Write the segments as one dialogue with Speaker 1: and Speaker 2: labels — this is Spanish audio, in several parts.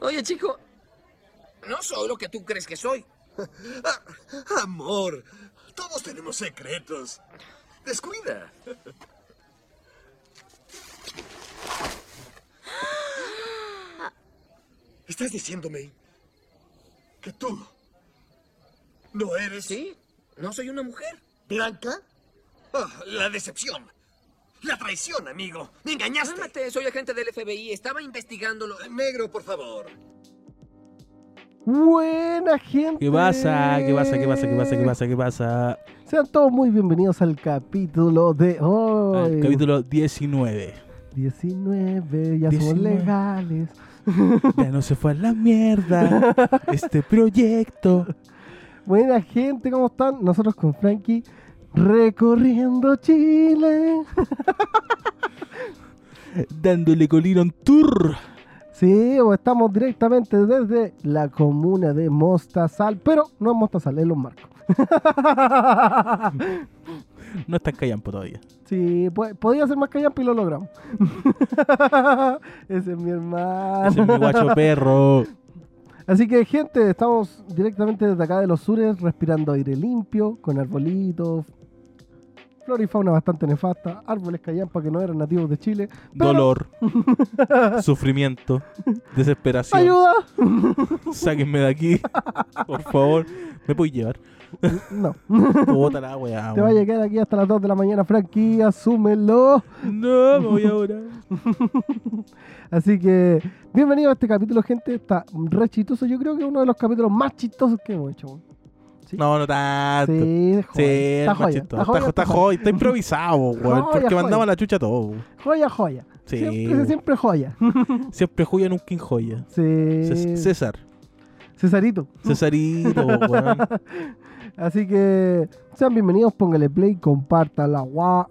Speaker 1: Oye, chico, no soy lo que tú crees que soy.
Speaker 2: Ah, amor, todos tenemos secretos. Descuida. ¿Estás diciéndome que tú no eres
Speaker 1: Sí, no soy una mujer.
Speaker 2: blanca? Ah, la decepción. La traición, amigo. Me engañaste.
Speaker 1: Cálmate, soy agente del FBI, estaba investigándolo.
Speaker 2: Negro, por favor.
Speaker 3: Buena gente.
Speaker 4: ¿Qué pasa? ¿Qué pasa? ¿Qué pasa? ¿Qué pasa? ¿Qué pasa? ¿Qué pasa?
Speaker 3: Sean todos muy bienvenidos al capítulo de hoy.
Speaker 4: Al capítulo 19.
Speaker 3: 19, ya somos
Speaker 4: 19.
Speaker 3: legales.
Speaker 4: Ya no se fue a la mierda este proyecto.
Speaker 3: Buena gente, ¿cómo están? Nosotros con Frankie recorriendo Chile.
Speaker 4: Dándole colirón tour.
Speaker 3: Sí, o estamos directamente desde la comuna de Mostazal, pero no es Mostazal, es Los Marcos.
Speaker 4: No están callampo todavía.
Speaker 3: Sí, po- podía ser más callampa y lo logramos. Ese es mi hermano.
Speaker 4: Ese es mi guacho perro.
Speaker 3: Así que, gente, estamos directamente desde acá de los sures, respirando aire limpio, con arbolitos, flora y fauna bastante nefasta, árboles callampa que no eran nativos de Chile. pero-
Speaker 4: Dolor. Sufrimiento. Desesperación.
Speaker 3: ¡Ayuda! oh.
Speaker 4: Sáquenme de aquí. Por favor. ¿Me puedes llevar?
Speaker 3: No,
Speaker 4: Bota la weá.
Speaker 3: te va a
Speaker 4: weón.
Speaker 3: llegar aquí hasta las 2 de la mañana, Frankie, asúmelo.
Speaker 4: No, me voy ahora.
Speaker 3: Así que, bienvenido a este capítulo, gente. Está re chistoso. Yo creo que es uno de los capítulos más chistosos que hemos hecho. weón.
Speaker 4: No, no tanto.
Speaker 3: Sí, es
Speaker 4: Sí,
Speaker 3: joya. está,
Speaker 4: el
Speaker 3: joya,
Speaker 4: machito.
Speaker 3: está
Speaker 4: Está,
Speaker 3: joya.
Speaker 4: jo- está joya, está improvisado, weón.
Speaker 3: Joya,
Speaker 4: Porque
Speaker 3: joya.
Speaker 4: mandaba la chucha todo. weón.
Speaker 3: Joya, joya.
Speaker 4: Sí.
Speaker 3: Siempre, siempre joya.
Speaker 4: Siempre joya, nunca injoya.
Speaker 3: Sí.
Speaker 4: Cés- César.
Speaker 3: Cesarito.
Speaker 4: Cesarito, weón.
Speaker 3: Así que sean bienvenidos, póngale play, compártala, guau.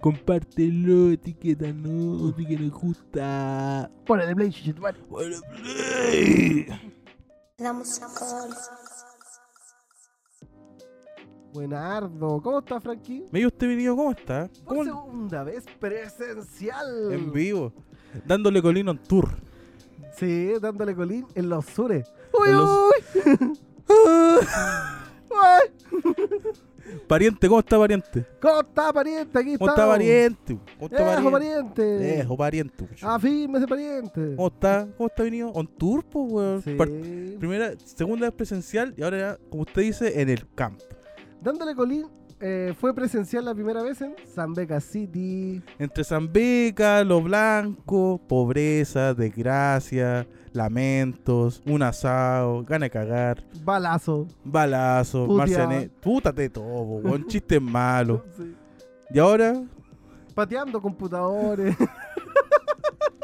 Speaker 4: Compártelo, etiqueta no, etiqueta nos gusta.
Speaker 3: Póngale play, chichitumare.
Speaker 4: Bueno, play.
Speaker 5: Damos call.
Speaker 3: Buenardo, ¿cómo está Frankie?
Speaker 4: Me dio este video, ¿cómo está?
Speaker 3: Por
Speaker 4: ¿Cómo-
Speaker 3: segunda vez presencial.
Speaker 4: En vivo. Dándole colino en tour.
Speaker 3: Sí, dándole colín en los sures. ¡Uy,
Speaker 4: En los-
Speaker 3: uy! Uy.
Speaker 4: pariente, ¿cómo está, pariente?
Speaker 3: ¿Cómo está, pariente? Aquí
Speaker 4: ¿Cómo está,
Speaker 3: estamos.
Speaker 4: pariente? ¿Cómo está,
Speaker 3: Ejo,
Speaker 4: pariente?
Speaker 3: pariente. Ah,
Speaker 4: Ejo, pariente.
Speaker 3: Afírmese, pariente.
Speaker 4: ¿Cómo está? ¿Cómo está venido? On tour, pues, weón.
Speaker 3: Sí.
Speaker 4: Par- Primera, segunda vez presencial y ahora ya, como usted dice, en el camp.
Speaker 3: Dándole colín eh, fue presencial la primera vez en Zambeca City.
Speaker 4: Entre Zambeca, Lo Blanco, pobreza, desgracia, lamentos, un asado, gana de cagar,
Speaker 3: Balazo.
Speaker 4: balazo,
Speaker 3: Puteada.
Speaker 4: Marciané, pútate todo, un chiste malo.
Speaker 3: Sí.
Speaker 4: Y ahora,
Speaker 3: Pateando computadores.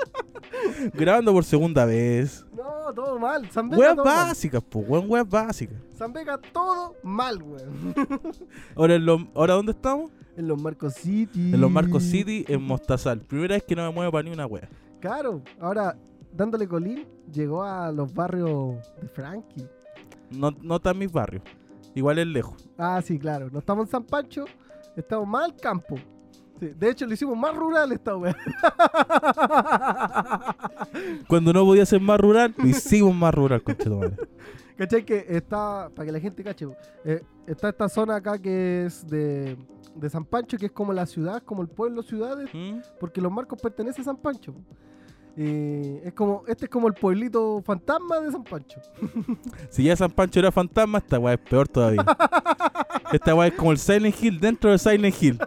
Speaker 4: grabando por segunda vez.
Speaker 3: no, todo mal. Zambeca
Speaker 4: Weas
Speaker 3: todo mal.
Speaker 4: básicas, pues, weón, weas básicas.
Speaker 3: Zambeca todo mal, weón.
Speaker 4: Ahora, en lo- ahora, ¿dónde estamos?
Speaker 3: En los Marcos City.
Speaker 4: En los Marcos City, en Mostazal. Primera vez que no me muevo para ni una wea.
Speaker 3: Claro. Ahora, dándole colín, llegó a los barrios de Frankie.
Speaker 4: No, no está en mis barrios. Igual es lejos.
Speaker 3: Ah, sí, claro. No estamos en San Pancho, estamos más al campo. Sí, De hecho, lo hicimos más rural esta weá.
Speaker 4: Cuando no podía ser más rural, lo hicimos más rural, conchetumare.
Speaker 3: ¿Cachai? Que está, para que la gente cache, eh, está esta zona acá que es de, de San Pancho, que es como la ciudad, como el pueblo ciudad, de-
Speaker 4: ¿Mm?
Speaker 3: porque los marcos pertenecen a San Pancho. Eh, es como, este es como el pueblito fantasma de San Pancho.
Speaker 4: Si ya San Pancho era fantasma, esta weá es peor todavía. Esta weá es como el Silent Hill dentro de Silent Hill.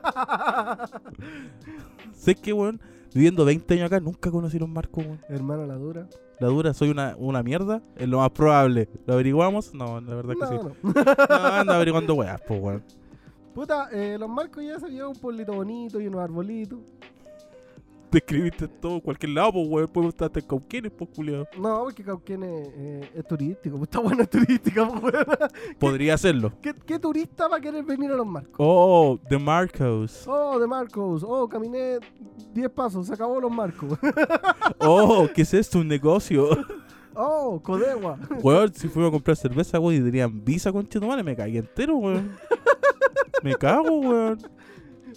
Speaker 4: sé que, weón, viviendo 20 años acá, nunca conocí los marcos, weón.
Speaker 3: Hermano, la dura.
Speaker 4: La dura, soy una, una mierda, es lo más probable. ¿Lo averiguamos? No, la verdad
Speaker 3: No,
Speaker 4: que sí.
Speaker 3: no.
Speaker 4: No, anda averiguando weas, pues, weón.
Speaker 3: Puta, eh, los marcos ya se vio un pueblito bonito y unos arbolitos.
Speaker 4: Te escribiste todo, cualquier lado, pues, weón. Puedes estar en Cauquenes, pues, culiado.
Speaker 3: No, porque Cauquén es, eh, es turístico. Está bueno, es turística, po, weón.
Speaker 4: Podría hacerlo.
Speaker 3: ¿Qué, qué turista va a querer venir a los marcos?
Speaker 4: Oh, The Marcos.
Speaker 3: Oh, de Marcos. Oh, caminé 10 pasos. Se acabó los marcos.
Speaker 4: Oh, ¿qué es esto? Un negocio.
Speaker 3: Oh, Codegua.
Speaker 4: Weón, si fuimos a comprar cerveza, weón, y dirían visa con madre, me caí entero, weón. Me cago, weón.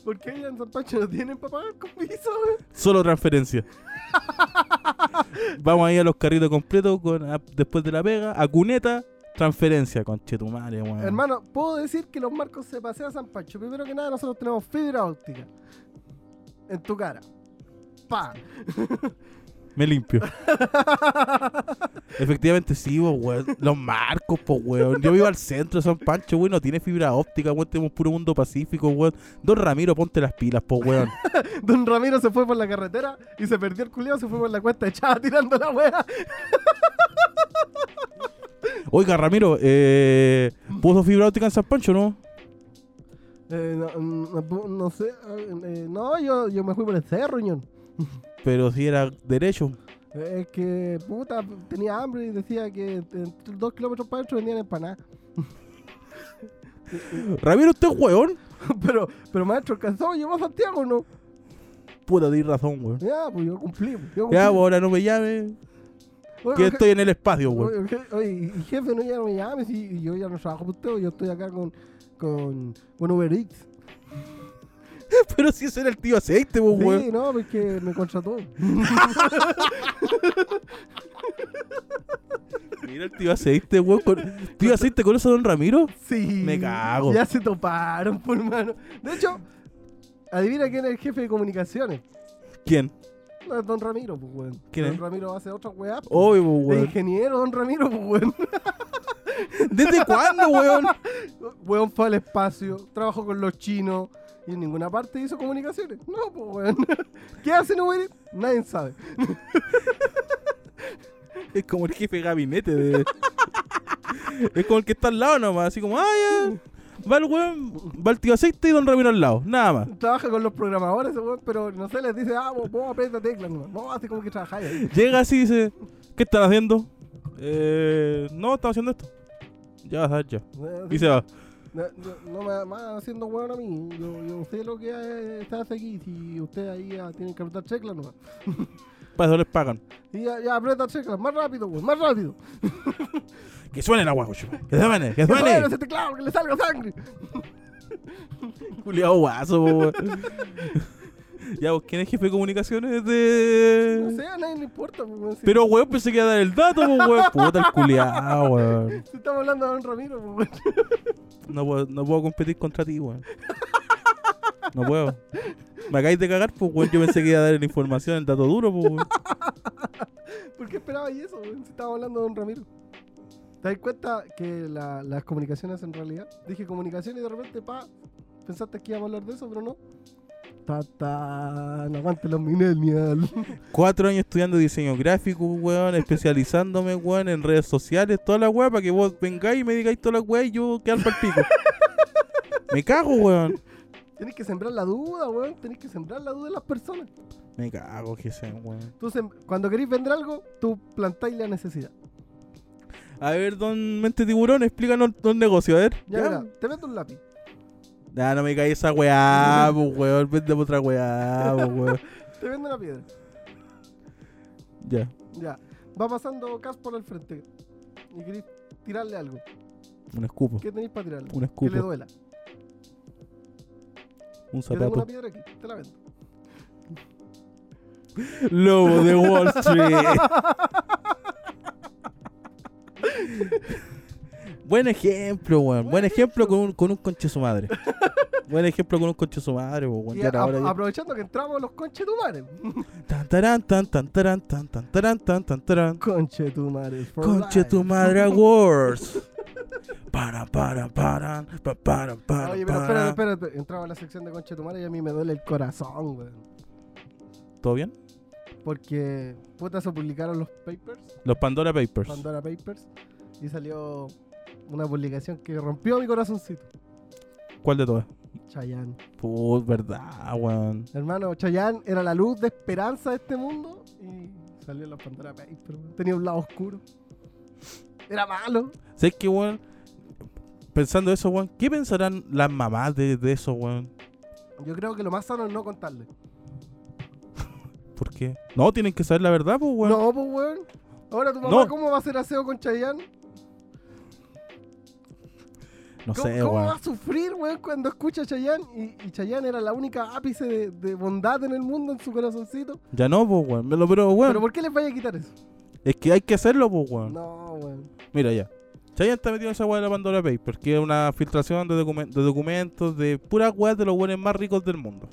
Speaker 3: ¿Por qué allá en San Pancho no tienen para pagar con piso? weón?
Speaker 4: Solo transferencia. Vamos ahí a los carritos completos con, a- después de la pega, a cuneta, transferencia, conchetumare, weón.
Speaker 3: Hermano, puedo decir que los marcos se pasean a San Pancho. Primero que nada, nosotros tenemos fibra óptica. En tu cara. Pa.
Speaker 4: Me limpio. Efectivamente, sí, po, weón. Los marcos, po, weón. Yo vivo al centro de San Pancho, weón. No tiene fibra óptica, weón. Tenemos puro mundo pacífico, weón. Don Ramiro, ponte las pilas, po, weón.
Speaker 3: Don Ramiro se fue por la carretera y se perdió el culiao, se fue por la cuesta echada tirando la wea.
Speaker 4: Oiga, Ramiro, eh, ¿puso fibra óptica en San Pancho, no?
Speaker 3: Eh, no, no- no sé. eh, no, yo, yo me fui por el cerro, ñón.
Speaker 4: Pero si era derecho.
Speaker 3: Eh, Es que, puta, tenía hambre y decía que eh, dos kilómetros para adentro vendían empanadas.
Speaker 4: Ramiro, usted es weón.
Speaker 3: pero, pero maestro, ¿alcanzó a llevar a Santiago o no?
Speaker 4: Puta, tienes razón, weón.
Speaker 3: Ya, pues yo cumplí. pues, Yo cumplí.
Speaker 4: Ya, pues, ahora no me llame.
Speaker 3: Oye,
Speaker 4: Que
Speaker 3: oye,
Speaker 4: estoy en el espacio, weón.
Speaker 3: oye, oye, oye, y jefe, no ya no me llames y y yo ya no trabajo por usted, yo estoy acá con, con, con Uber Eats.
Speaker 4: Pero si ese era el tío aceite, pues, weón.
Speaker 3: Sí, no, porque me contrató.
Speaker 4: Mira el tío aceite, weón. con- Tío aceite, ¿conoce a Don Ramiro?
Speaker 3: Sí.
Speaker 4: Me cago.
Speaker 3: Ya se toparon, por mano. De hecho, adivina quién es el jefe de comunicaciones.
Speaker 4: ¿Quién?
Speaker 3: No, es Don Ramiro, pues, weón.
Speaker 4: ¿Quién
Speaker 3: Don
Speaker 4: es?
Speaker 3: Ramiro hace otra weá. pues.
Speaker 4: Obvio, pues,
Speaker 3: El
Speaker 4: weón.
Speaker 3: ingeniero, don Ramiro, pues, weón.
Speaker 4: ¿Desde cuándo, weón?
Speaker 3: Weón fue al espacio, trabajó con los chinos y en ninguna parte hizo comunicaciones. No, pues, weón. ¿Qué hacen Uber Eats? Nadie sabe.
Speaker 4: Es como el jefe de gabinete de. es como el que está al lado nomás, así como, ah, ya. Va el weón, va el tío aceite y Don Ramiro al lado, nada más.
Speaker 3: Trabaja con los programadores, ese weón, pero no sé, les dice, ah, vos, vos aprieta teclas, no. Vos así como que trabajáis ahí.
Speaker 4: Llega así y dice, ¿qué están haciendo? Eh, no, estamos haciendo esto. Ya vas a ver, ya. Y se va.
Speaker 3: Eh, No, no- no me más haciendo weón a mí. Yo, yo sé lo que eh, está hace aquí. Si ustedes ahí ah, tienen que apretar teclas, no.
Speaker 4: Para eso les pagan.
Speaker 3: Y ya, ya aprieta teclas, más rápido, weón, más rápido.
Speaker 4: Que suene la guajo, Que suene, que
Speaker 3: ¡Que
Speaker 4: suene.
Speaker 3: suene ese teclado, que le salga sangre!
Speaker 4: Culiao guaso, po, weón. Ya, vos, ¿quién es jefe de comunicaciones de.?
Speaker 3: No sé, a nadie le importa, pues, weón, si-
Speaker 4: Pero, weón, pensé que iba a dar el dato, po, weón. Puta, el culiao, weón.
Speaker 3: si estamos hablando de Don Ramiro, pues, weón.
Speaker 4: No puedo, no puedo competir contra ti, weón. No puedo. Me acabáis de cagar, pues, weón. Yo pensé que iba a dar la información, el dato duro, pues, weón.
Speaker 3: ¿Por qué esperaba y eso, weón? Si estaba hablando de Don Ramiro. ¿Te das cuenta que la- las comunicaciones en realidad? Dije comunicación y de repente, pa, pensaste que íbamos a hablar de eso, pero no. Tata, no aguante los millennials.
Speaker 4: Cuatro años estudiando diseño gráfico, weón. Especializándome, weón, en redes sociales, toda la weá, para que vos vengáis y me digáis toda la weá y yo quedar para pico. Me cago, weón.
Speaker 3: Tienes que sembrar la duda, weón. Tienes que sembrar la duda en las personas.
Speaker 4: Me cago, que sea, weón.
Speaker 3: Tú sem- cuando querés vender algo, tú plantáis la necesidad.
Speaker 4: A ver, don Mente Tiburón, explícanos el negocio, a ver.
Speaker 3: Ya, mira, te vendo un lápiz.
Speaker 4: Nah, no me caí esa weá, pues, weón. Vende otra weá, pues, weón.
Speaker 3: Te vendo una piedra.
Speaker 4: Ya.
Speaker 3: Ya. Va pasando Cas por el frente. Y querés tirarle algo.
Speaker 4: Un escupo,
Speaker 3: ¿Qué tenéis para tirarle?
Speaker 4: Un
Speaker 3: Que le
Speaker 4: escupo.
Speaker 3: duela. Yo tengo
Speaker 4: un zapato.
Speaker 3: una piedra aquí, te la vendo.
Speaker 4: Lobo de Wall Street. Buen ejemplo, weón. Buen ejemplo con un, con un conche su madre. Buen ejemplo con un conche su madre, weón.
Speaker 3: Y
Speaker 4: Ya era
Speaker 3: a-
Speaker 4: hora de-
Speaker 3: aprovechando que entramos los conchetumares.
Speaker 4: Tan, tarán, tan, tan, tarán, tan, tan, tarán, tan, tan, tarán.
Speaker 3: Conchetumares. for
Speaker 4: Conche
Speaker 3: life.
Speaker 4: tu madre awards. Para, para, para, para, para, para.
Speaker 3: Oye, pero espérate, espérate. espérate. Entraba a la sección de conchetumares y a mí me duele el corazón, weón.
Speaker 4: ¿Todo bien?
Speaker 3: Porque, puta, se publicaron los papers,
Speaker 4: Los Pandora Papers.
Speaker 3: Pandora Papers, y salió una publicación que rompió mi corazoncito.
Speaker 4: ¿Cuál de todas?
Speaker 3: Chayanne.
Speaker 4: Pues, verdad, weón.
Speaker 3: Hermano, Chayanne era la luz de esperanza de este mundo y salió en los Pandora Papers, weón. Tenía un lado oscuro. Era malo.
Speaker 4: ¿Sabes qué, weón? Pensando eso, weón, ¿qué pensarán las mamás de, de eso, weón?
Speaker 3: Yo creo que lo más sano es no contarle.
Speaker 4: ¿Por qué? No, tienen que saber la verdad, pues, weón.
Speaker 3: No, pues, weón. Ahora tu mamá,
Speaker 4: No.
Speaker 3: ¿cómo va a hacer aseo con Chayanne?
Speaker 4: No
Speaker 3: ¿Cómo,
Speaker 4: sé,
Speaker 3: cómo va
Speaker 4: weón.
Speaker 3: a sufrir, weón, cuando escucha a Chayanne? Y, y Chayanne era la única ápice de, de bondad en el mundo, en su corazoncito.
Speaker 4: Ya no, pues, weón. Me lo- Pero, weón,
Speaker 3: ¿Pero por qué les vaya a quitar eso?
Speaker 4: es que hay que hacerlo, pues, weón.
Speaker 3: No, weón.
Speaker 4: Mira ya. Chayanne está metido en esa weá de la Pandora Papers, que es una filtración de, documen- de documentos de puras weas de los buenos más ricos del mundo.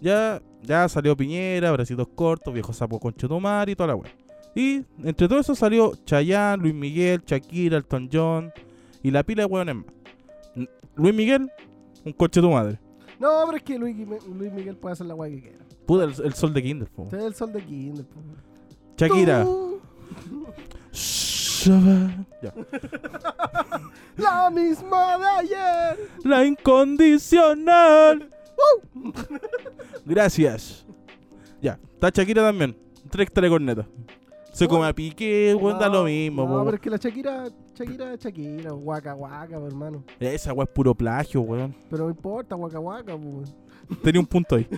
Speaker 4: Ya, ya salió Piñera, bracitos cortos, viejo sapo con Chetumar y toda la weá. Y entre todo eso salió Chayanne, Luis Miguel, Shakira, Elton John y la pila de weones más. N- Luis Miguel, un coche tu madre.
Speaker 3: No, pero es que Luis, Guime- Luis Miguel puede hacer la guay que quiera.
Speaker 4: Puta, el, el sol de Kinder, po.
Speaker 3: Usted es el sol de Kinder, po.
Speaker 4: Shakira.
Speaker 3: Tú,
Speaker 4: Shabba. Ya.
Speaker 3: la misma de ayer.
Speaker 4: La incondicional. Gracias. Ya, está Shakira también. Tres hectáreas de corneta. Se come a pique, weón, da lo mismo,
Speaker 3: No,
Speaker 4: po,
Speaker 3: pero es que la Shakira, Shakira, Shakira, guaca guaca, po, hermano.
Speaker 4: weón. Esa weá es puro plagio, weón.
Speaker 3: Pero no importa, guaca guaca, po, weón.
Speaker 4: Tenía un punto ahí.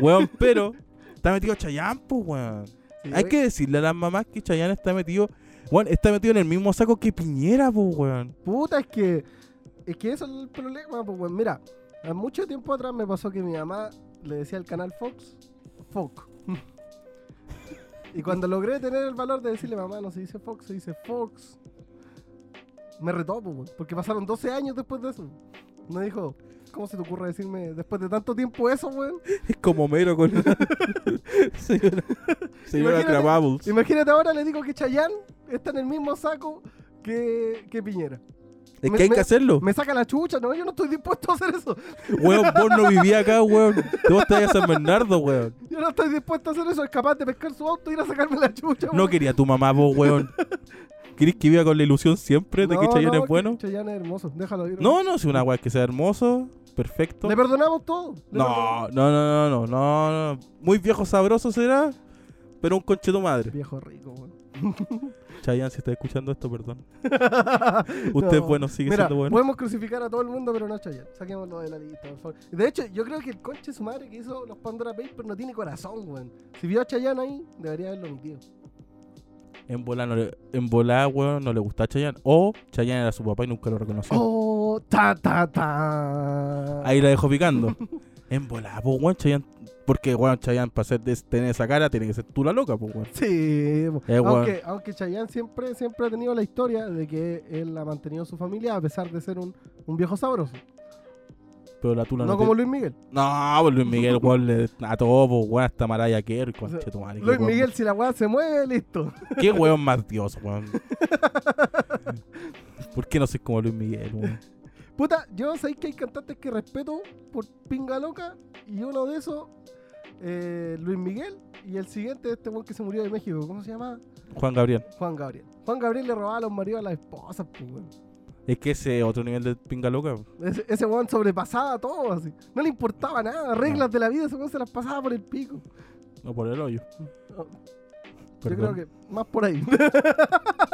Speaker 4: weón, pero está metido Chayanne, pues, weón.
Speaker 3: Sí,
Speaker 4: Hay
Speaker 3: we-
Speaker 4: que decirle a las mamás que Chayanne está metido. Weón, está metido en el mismo saco que Piñera, pues, weón.
Speaker 3: Puta, es que. Es que eso es el problema, pues, weón. Mira, hace mucho tiempo atrás me pasó que mi mamá le decía al canal Fox, Fox. y cuando logré tener el valor de decirle, mamá, no se dice Fox, se dice Fox, me retó, pues, weón. Porque pasaron 12 años después de eso. Me dijo, ¿cómo se te ocurre decirme después de tanto tiempo eso, weón?
Speaker 4: Es como mero con. señora. Señora
Speaker 3: Imagínate- eh,
Speaker 4: Crababbles.
Speaker 3: Imagínate ahora le digo que Chayanne está en el mismo saco que, que Piñera.
Speaker 4: Es
Speaker 3: Me-
Speaker 4: que hay
Speaker 3: me-
Speaker 4: que hacerlo.
Speaker 3: Me saca la chucha, no, yo no estoy dispuesto a hacer eso.
Speaker 4: Weón, vos no vivías acá, weón. Vos estás en San Bernardo, weón.
Speaker 3: Yo no estoy dispuesto a hacer eso, es capaz de pescar su auto y ir a sacarme la chucha.
Speaker 4: No
Speaker 3: weón.
Speaker 4: quería tu mamá, vos, weón. ¿Querés que viva con la ilusión siempre de que
Speaker 3: No,
Speaker 4: Chayanne
Speaker 3: no,
Speaker 4: es bueno?
Speaker 3: que Chayanne es hermoso, déjalo ir.
Speaker 4: No, no, si una weá que sea hermoso, perfecto.
Speaker 3: Le perdonamos todo. le perdonamos.
Speaker 4: No, no, no, no, no, no, no. Muy viejo sabroso será, pero un conche tu madre.
Speaker 3: Viejo rico, weón.
Speaker 4: Chayanne, si estás escuchando esto, perdón. Usted es
Speaker 3: No.
Speaker 4: bueno, sigue
Speaker 3: Mira,
Speaker 4: siendo bueno.
Speaker 3: Podemos crucificar a todo el mundo, pero no a Chayanne. Saquémoslo de la lista, por favor. De hecho, yo creo que el conche su madre que hizo los Pandora Papers no tiene corazón, weón. Si vio a Chayanne ahí, debería haberlo omitido.
Speaker 4: En volá, no le- en volá, weón, no le gusta Chayanne. O Chayanne era su papá y nunca lo reconoció.
Speaker 3: Oh, ta ta ta.
Speaker 4: Ahí la dejo picando. en volá, pues, weón, Chayanne. Porque, weón, Chayanne, para hacer des- tener esa cara, tiene que ser tú la loca, pues, weón.
Speaker 3: Sí, bo.
Speaker 4: Eh, weón.
Speaker 3: aunque, aunque Chayanne siempre, siempre ha tenido la historia de que él ha mantenido su familia a pesar de ser un, un viejo sabroso.
Speaker 4: Pero la tula
Speaker 3: No,
Speaker 4: no. te-
Speaker 3: como Luis Miguel.
Speaker 4: No, pues Luis Miguel, weón, le- a todo, pues, weón, hasta Maraya Kerr, conche tu madre, qué
Speaker 3: Luis
Speaker 4: weón-
Speaker 3: Miguel, si la weá se mueve, listo.
Speaker 4: Qué weón más Dios, weón. ¿Por qué no soy como Luis Miguel, weón?
Speaker 3: Puta, yo sabéis que hay cantantes que respeto por pinga loca y uno de esos, eh, Luis Miguel, y el siguiente, este weón que se murió de México, ¿cómo se llama?
Speaker 4: Juan Gabriel.
Speaker 3: Juan Gabriel. Juan Gabriel le robaba a los maridos a las esposas, pues, weón.
Speaker 4: Es que ese es otro nivel de pinga loca.
Speaker 3: Ese, ese weón sobrepasaba todo, así. No le importaba nada, reglas de la vida, ese weón se las pasaba por el pico.
Speaker 4: No por el hoyo.
Speaker 3: Oh. Yo
Speaker 4: Perdón.
Speaker 3: creo que más por ahí.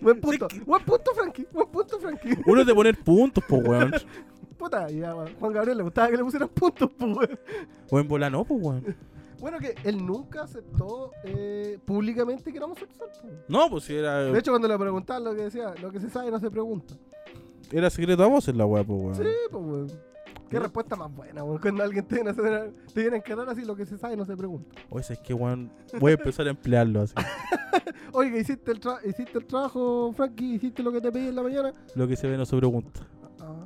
Speaker 3: buen punto, buen punto, Frankie, buen punto, Frankie.
Speaker 4: Uno te poner puntos, pues, weón.
Speaker 3: Puta, ya, weón. Juan Gabriel le gustaba que le pusieran puntos, pues, weón.
Speaker 4: O en bola no, pues, weón.
Speaker 3: Bueno, que él nunca aceptó eh, públicamente que era homosexual. po.
Speaker 4: No, pues si era,
Speaker 3: De hecho, cuando le preguntaban lo que decía, lo que se sabe no se pregunta.
Speaker 4: era secreto a voces la weá, pues, weón.
Speaker 3: Sí, pues, weón. Qué
Speaker 4: Mira.
Speaker 3: respuesta más buena, weón. Cuando alguien te viene a hacer- te viene a encarar así, lo que se sabe no se pregunta.
Speaker 4: Oye, es que, weón, voy a empezar a emplearlo así.
Speaker 3: Oiga, hiciste el, tra- hiciste el trabajo, Frankie, hiciste lo que te pedí en la mañana.
Speaker 4: Lo que se ve no se pregunta.
Speaker 3: Ah,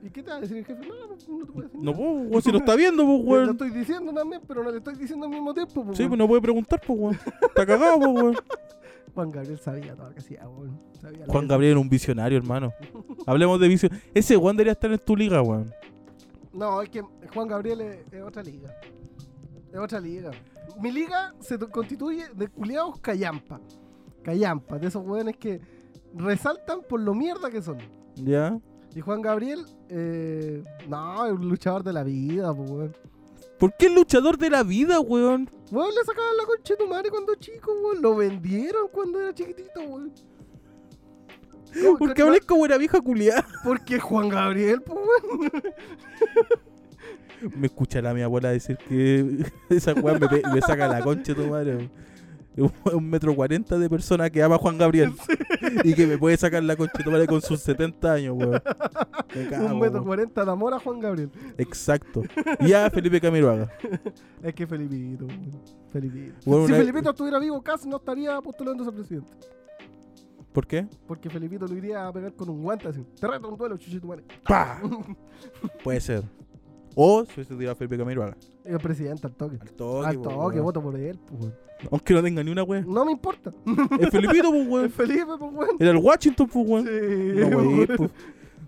Speaker 3: ¿Y qué te va a decir el jefe? No, no, no te puedo decir
Speaker 4: No,
Speaker 3: nada.
Speaker 4: pues, weón, si lo está viendo, pues,
Speaker 3: Te Lo
Speaker 4: weón.
Speaker 3: estoy diciendo también, pero no le estoy diciendo al mismo tiempo. po,
Speaker 4: Sí,
Speaker 3: weón.
Speaker 4: pues no puede preguntar, pues, weón. Está cagado, pues, weón.
Speaker 3: Juan Gabriel sabía todo lo que hacía, weón. Sabía lo
Speaker 4: Juan
Speaker 3: que-
Speaker 4: Gabriel era un visionario, hermano. Hablemos de visionario. Ese Juan debería estar en tu liga, weón.
Speaker 3: No, es que Juan Gabriel es, es otra liga. Es otra liga. Mi liga se to- constituye de culiados callampa. Callampa, de esos hueones que resaltan por lo mierda que son.
Speaker 4: ¿Ya?
Speaker 3: Y Juan Gabriel, eh, no, es un luchador de la vida, pues, weón.
Speaker 4: ¿Por qué el luchador de la vida, weón?
Speaker 3: Weón, le sacaban la concha de tu madre cuando chico, weón. Lo vendieron cuando era chiquitito, weón. ¿Cómo-
Speaker 4: ¿Por qué
Speaker 3: cachai?
Speaker 4: hablé como una vieja culiada?
Speaker 3: Porque Juan Gabriel, pues, weón.
Speaker 4: Me escuchará mi abuela decir que esa weón me, pe- me saca la concha de tu madre. weón. un metro cuarenta de persona que ama a Juan Gabriel y que me puede sacar la concha de tu madre con sus 70 años, weón. Me cago,
Speaker 3: un metro
Speaker 4: weón.
Speaker 3: cuarenta de amor a Juan Gabriel.
Speaker 4: Exacto. Y a Felipe Camiroaga.
Speaker 3: Es que Felipito, weón. Felipito.
Speaker 4: Bueno,
Speaker 3: si
Speaker 4: una-
Speaker 3: Felipito estuviera vivo, casi no estaría postulándose a presidente.
Speaker 4: ¿Por qué?
Speaker 3: Porque Felipito lo iría a pegar con un guante así. Te reto a un duelo, chuchito madre.
Speaker 4: ¡Pah! Puede ser. O si hubiese sido a Felipe Camiroaga.
Speaker 3: El presidente al toque.
Speaker 4: Al toque,
Speaker 3: Al
Speaker 4: po,
Speaker 3: toque,
Speaker 4: weón.
Speaker 3: voto por él, pues, weón.
Speaker 4: Aunque no tenga ni una, weón.
Speaker 3: No me importa.
Speaker 4: El Felipito, pues,
Speaker 3: El
Speaker 4: weón.
Speaker 3: Felipe, pues, weón.
Speaker 4: Era el Washington, pues, weón.
Speaker 3: Sí,
Speaker 4: No, weón,
Speaker 3: weón.
Speaker 4: pues.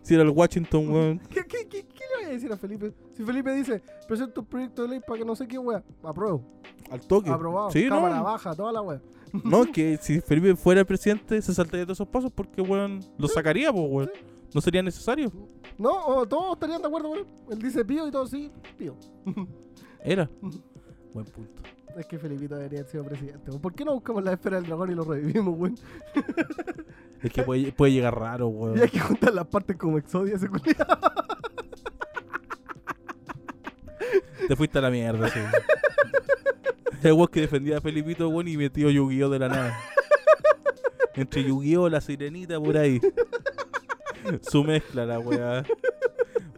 Speaker 4: Si era el Washington, weón.
Speaker 3: ¿Qué, qué, qué, qué le voy a decir a Felipe? Si Felipe dice, presento un proyecto de ley para que no sé qué, weón. Apruebo.
Speaker 4: Al toque.
Speaker 3: Aprobado.
Speaker 4: Sí,
Speaker 3: Cámara
Speaker 4: no.
Speaker 3: baja, toda la weón.
Speaker 4: No, es que si Felipe fuera el presidente, se saltaría todos esos pasos porque, weón, lo sacaría, pues, weón. No sería necesario.
Speaker 3: No, o todos estarían de acuerdo con él. Él dice pío y todos sí, pío.
Speaker 4: Era. Buen punto.
Speaker 3: Es que Felipito debería haber sido presidente. weón. ¿Por qué no buscamos la esfera del dragón y lo revivimos, weón?
Speaker 4: Es que puede, puede llegar raro,
Speaker 3: Y hay
Speaker 4: weón.
Speaker 3: que juntar las partes como Exodia, ese culiao.
Speaker 4: Te fuiste a la mierda, sí. El weón que defendía a Felipito, weón, y metió Yu-Gi-Oh de la nada. Entre Yu-Gi-Oh, la sirenita, por ahí. Su mezcla, la weá.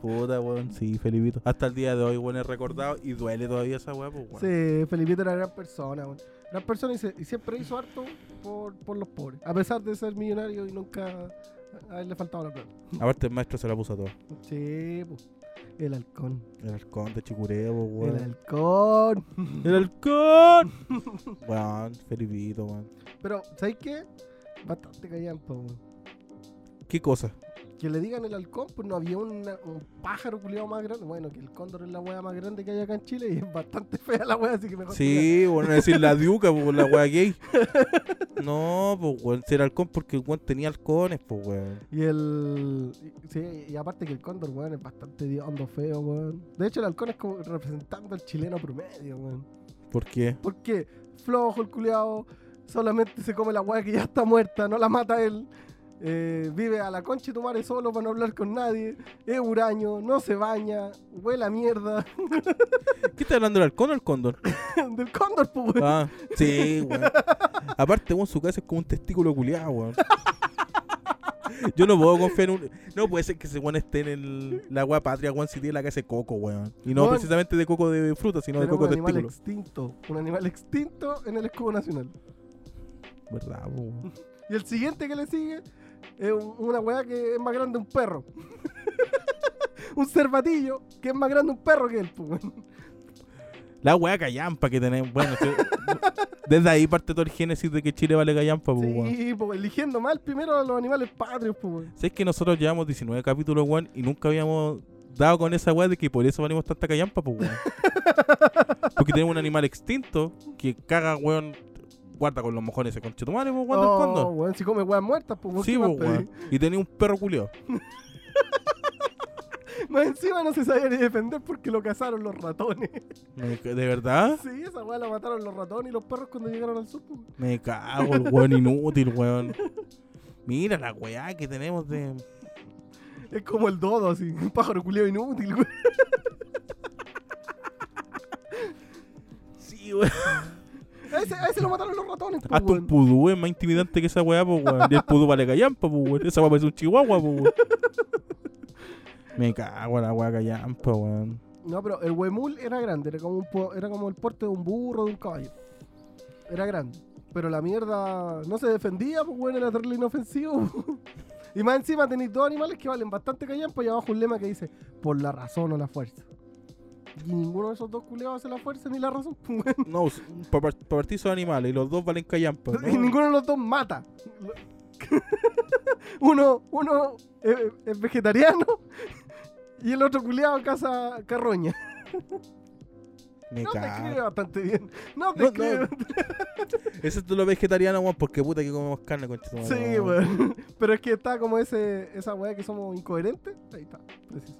Speaker 4: Puta, weón, sí, Felipito. Hasta el día de hoy, weón, es recordado y duele todavía esa weá, pues, weón.
Speaker 3: Sí, Felipito era gran persona, weón. Gran persona y, se- y siempre hizo harto por, por los pobres. A pesar de ser millonario y nunca haberle faltado la plata.
Speaker 4: Aparte, el maestro se la puso a todo.
Speaker 3: Sí, po. El halcón.
Speaker 4: El halcón de Chicureo, po, weón.
Speaker 3: El halcón.
Speaker 4: ¡El halcón! weón, Felipito, weón.
Speaker 3: Pero, ¿sabes qué? Bastante callampa, weón.
Speaker 4: ¿Qué cosa?
Speaker 3: Que le digan el halcón, pues no había una- un pájaro culiado más grande. Bueno, que el cóndor es la wea más grande que hay acá en Chile y es bastante fea la wea, así que mejor.
Speaker 4: Sí, bueno, decir la diuca, por la weá gay. No, pues, weón, si era halcón porque el weón tenía halcones, pues, weón.
Speaker 3: Y el. y- Sí, y aparte que el cóndor, weón, es bastante hondo feo, weón. De hecho, el halcón es como representando al chileno promedio, weón.
Speaker 4: ¿Por qué?
Speaker 3: ¿Por qué? Flojo el culiado, solamente se come la weá que ya está muerta, no la mata él. eh, vive a la concha y tu madre solo para no hablar con nadie. Es huraño, no se baña, huele a mierda.
Speaker 4: ¿Qué está hablando, el halcón o el cóndor?
Speaker 3: Del cóndor, pues, weón.
Speaker 4: Ah, sí, weón. Aparte, weón, su casa es como un testículo culiado, weón. Yo no puedo confiar en un... No puede ser que ese weón esté en el... la agua patria, weón, si tiene la casa de coco, weón. Y no
Speaker 3: Weón.
Speaker 4: precisamente de coco de fruta, sino de
Speaker 3: Tenemos
Speaker 4: coco
Speaker 3: un
Speaker 4: de
Speaker 3: animal
Speaker 4: testículo.
Speaker 3: extinto, un animal extinto en el escudo nacional.
Speaker 4: ¿Verdad, po, weón?
Speaker 3: Y el siguiente que le sigue es un- una weá que es más grande un perro. un cervatillo que es más grande un perro que él, pues, weón.
Speaker 4: La weá callampa que tenemos. Bueno, que- desde ahí parte todo el génesis de que Chile vale callampa, pues, weón.
Speaker 3: Sí, pues, eligiendo mal primero a los animales patrios, pues, weón.
Speaker 4: ¿Sabes que nosotros llevamos 19 capítulos, weón, y nunca habíamos dado con esa weá de que por eso valimos tanta callampa, pues, weón? Porque tenemos un animal extinto que caga, weón, guarda con los mojones ese conchetumare, pues, weón, del
Speaker 3: Oh,
Speaker 4: cóndor.
Speaker 3: weón, si come weas muertas, pues, weón,
Speaker 4: Sí,
Speaker 3: ¿qué más
Speaker 4: pues,
Speaker 3: pedí?
Speaker 4: weón. Y tenía un perro culiado.
Speaker 3: Más encima no se sabía ni defender porque lo cazaron los ratones.
Speaker 4: ¿De verdad?
Speaker 3: sí, esa weá la mataron los ratones y los perros cuando llegaron al sur, pues.
Speaker 4: Me cago, el weón inútil, weón. Mira la weá que tenemos de...
Speaker 3: Es como el dodo, así, un pájaro culiao inútil, weón.
Speaker 4: Sí, weón.
Speaker 3: A ese, a ese lo mataron los ratones, pues,
Speaker 4: Hasta
Speaker 3: weón.
Speaker 4: un pudú es más intimidante que esa weá, pues, weón. Y el pudú vale callampa, pues, weón. Esa weá parece un chihuahua, pues, weón. Me cago en la weá callampa, weón.
Speaker 3: No, pero el huemul era grande, era como, un po- era como el porte de un burro, de un caballo. Era grande. Pero la mierda no se defendía, pues bueno, era terrible inofensivo. y más encima tenéis dos animales que valen bastante callampa y abajo un lema que dice, por la razón o la fuerza. Y ninguno de esos dos culeados hace la fuerza ni la razón. pues, weón.
Speaker 4: No, para partir son animales y los dos valen callampa.
Speaker 3: Y
Speaker 4: ¿no?
Speaker 3: ninguno de los dos mata. uno uno es, es vegetariano y el otro culeado caza carroña.
Speaker 4: Me
Speaker 3: No, describe
Speaker 4: cago.
Speaker 3: bastante bien. No,
Speaker 4: No,
Speaker 3: describe
Speaker 4: no, Ese es de los vegetarianos, weón, porque puta que comemos carne, conchito.
Speaker 3: Sí, weón. Pero es que está como ese, esa weá que somos incoherentes. Ahí está, preciso.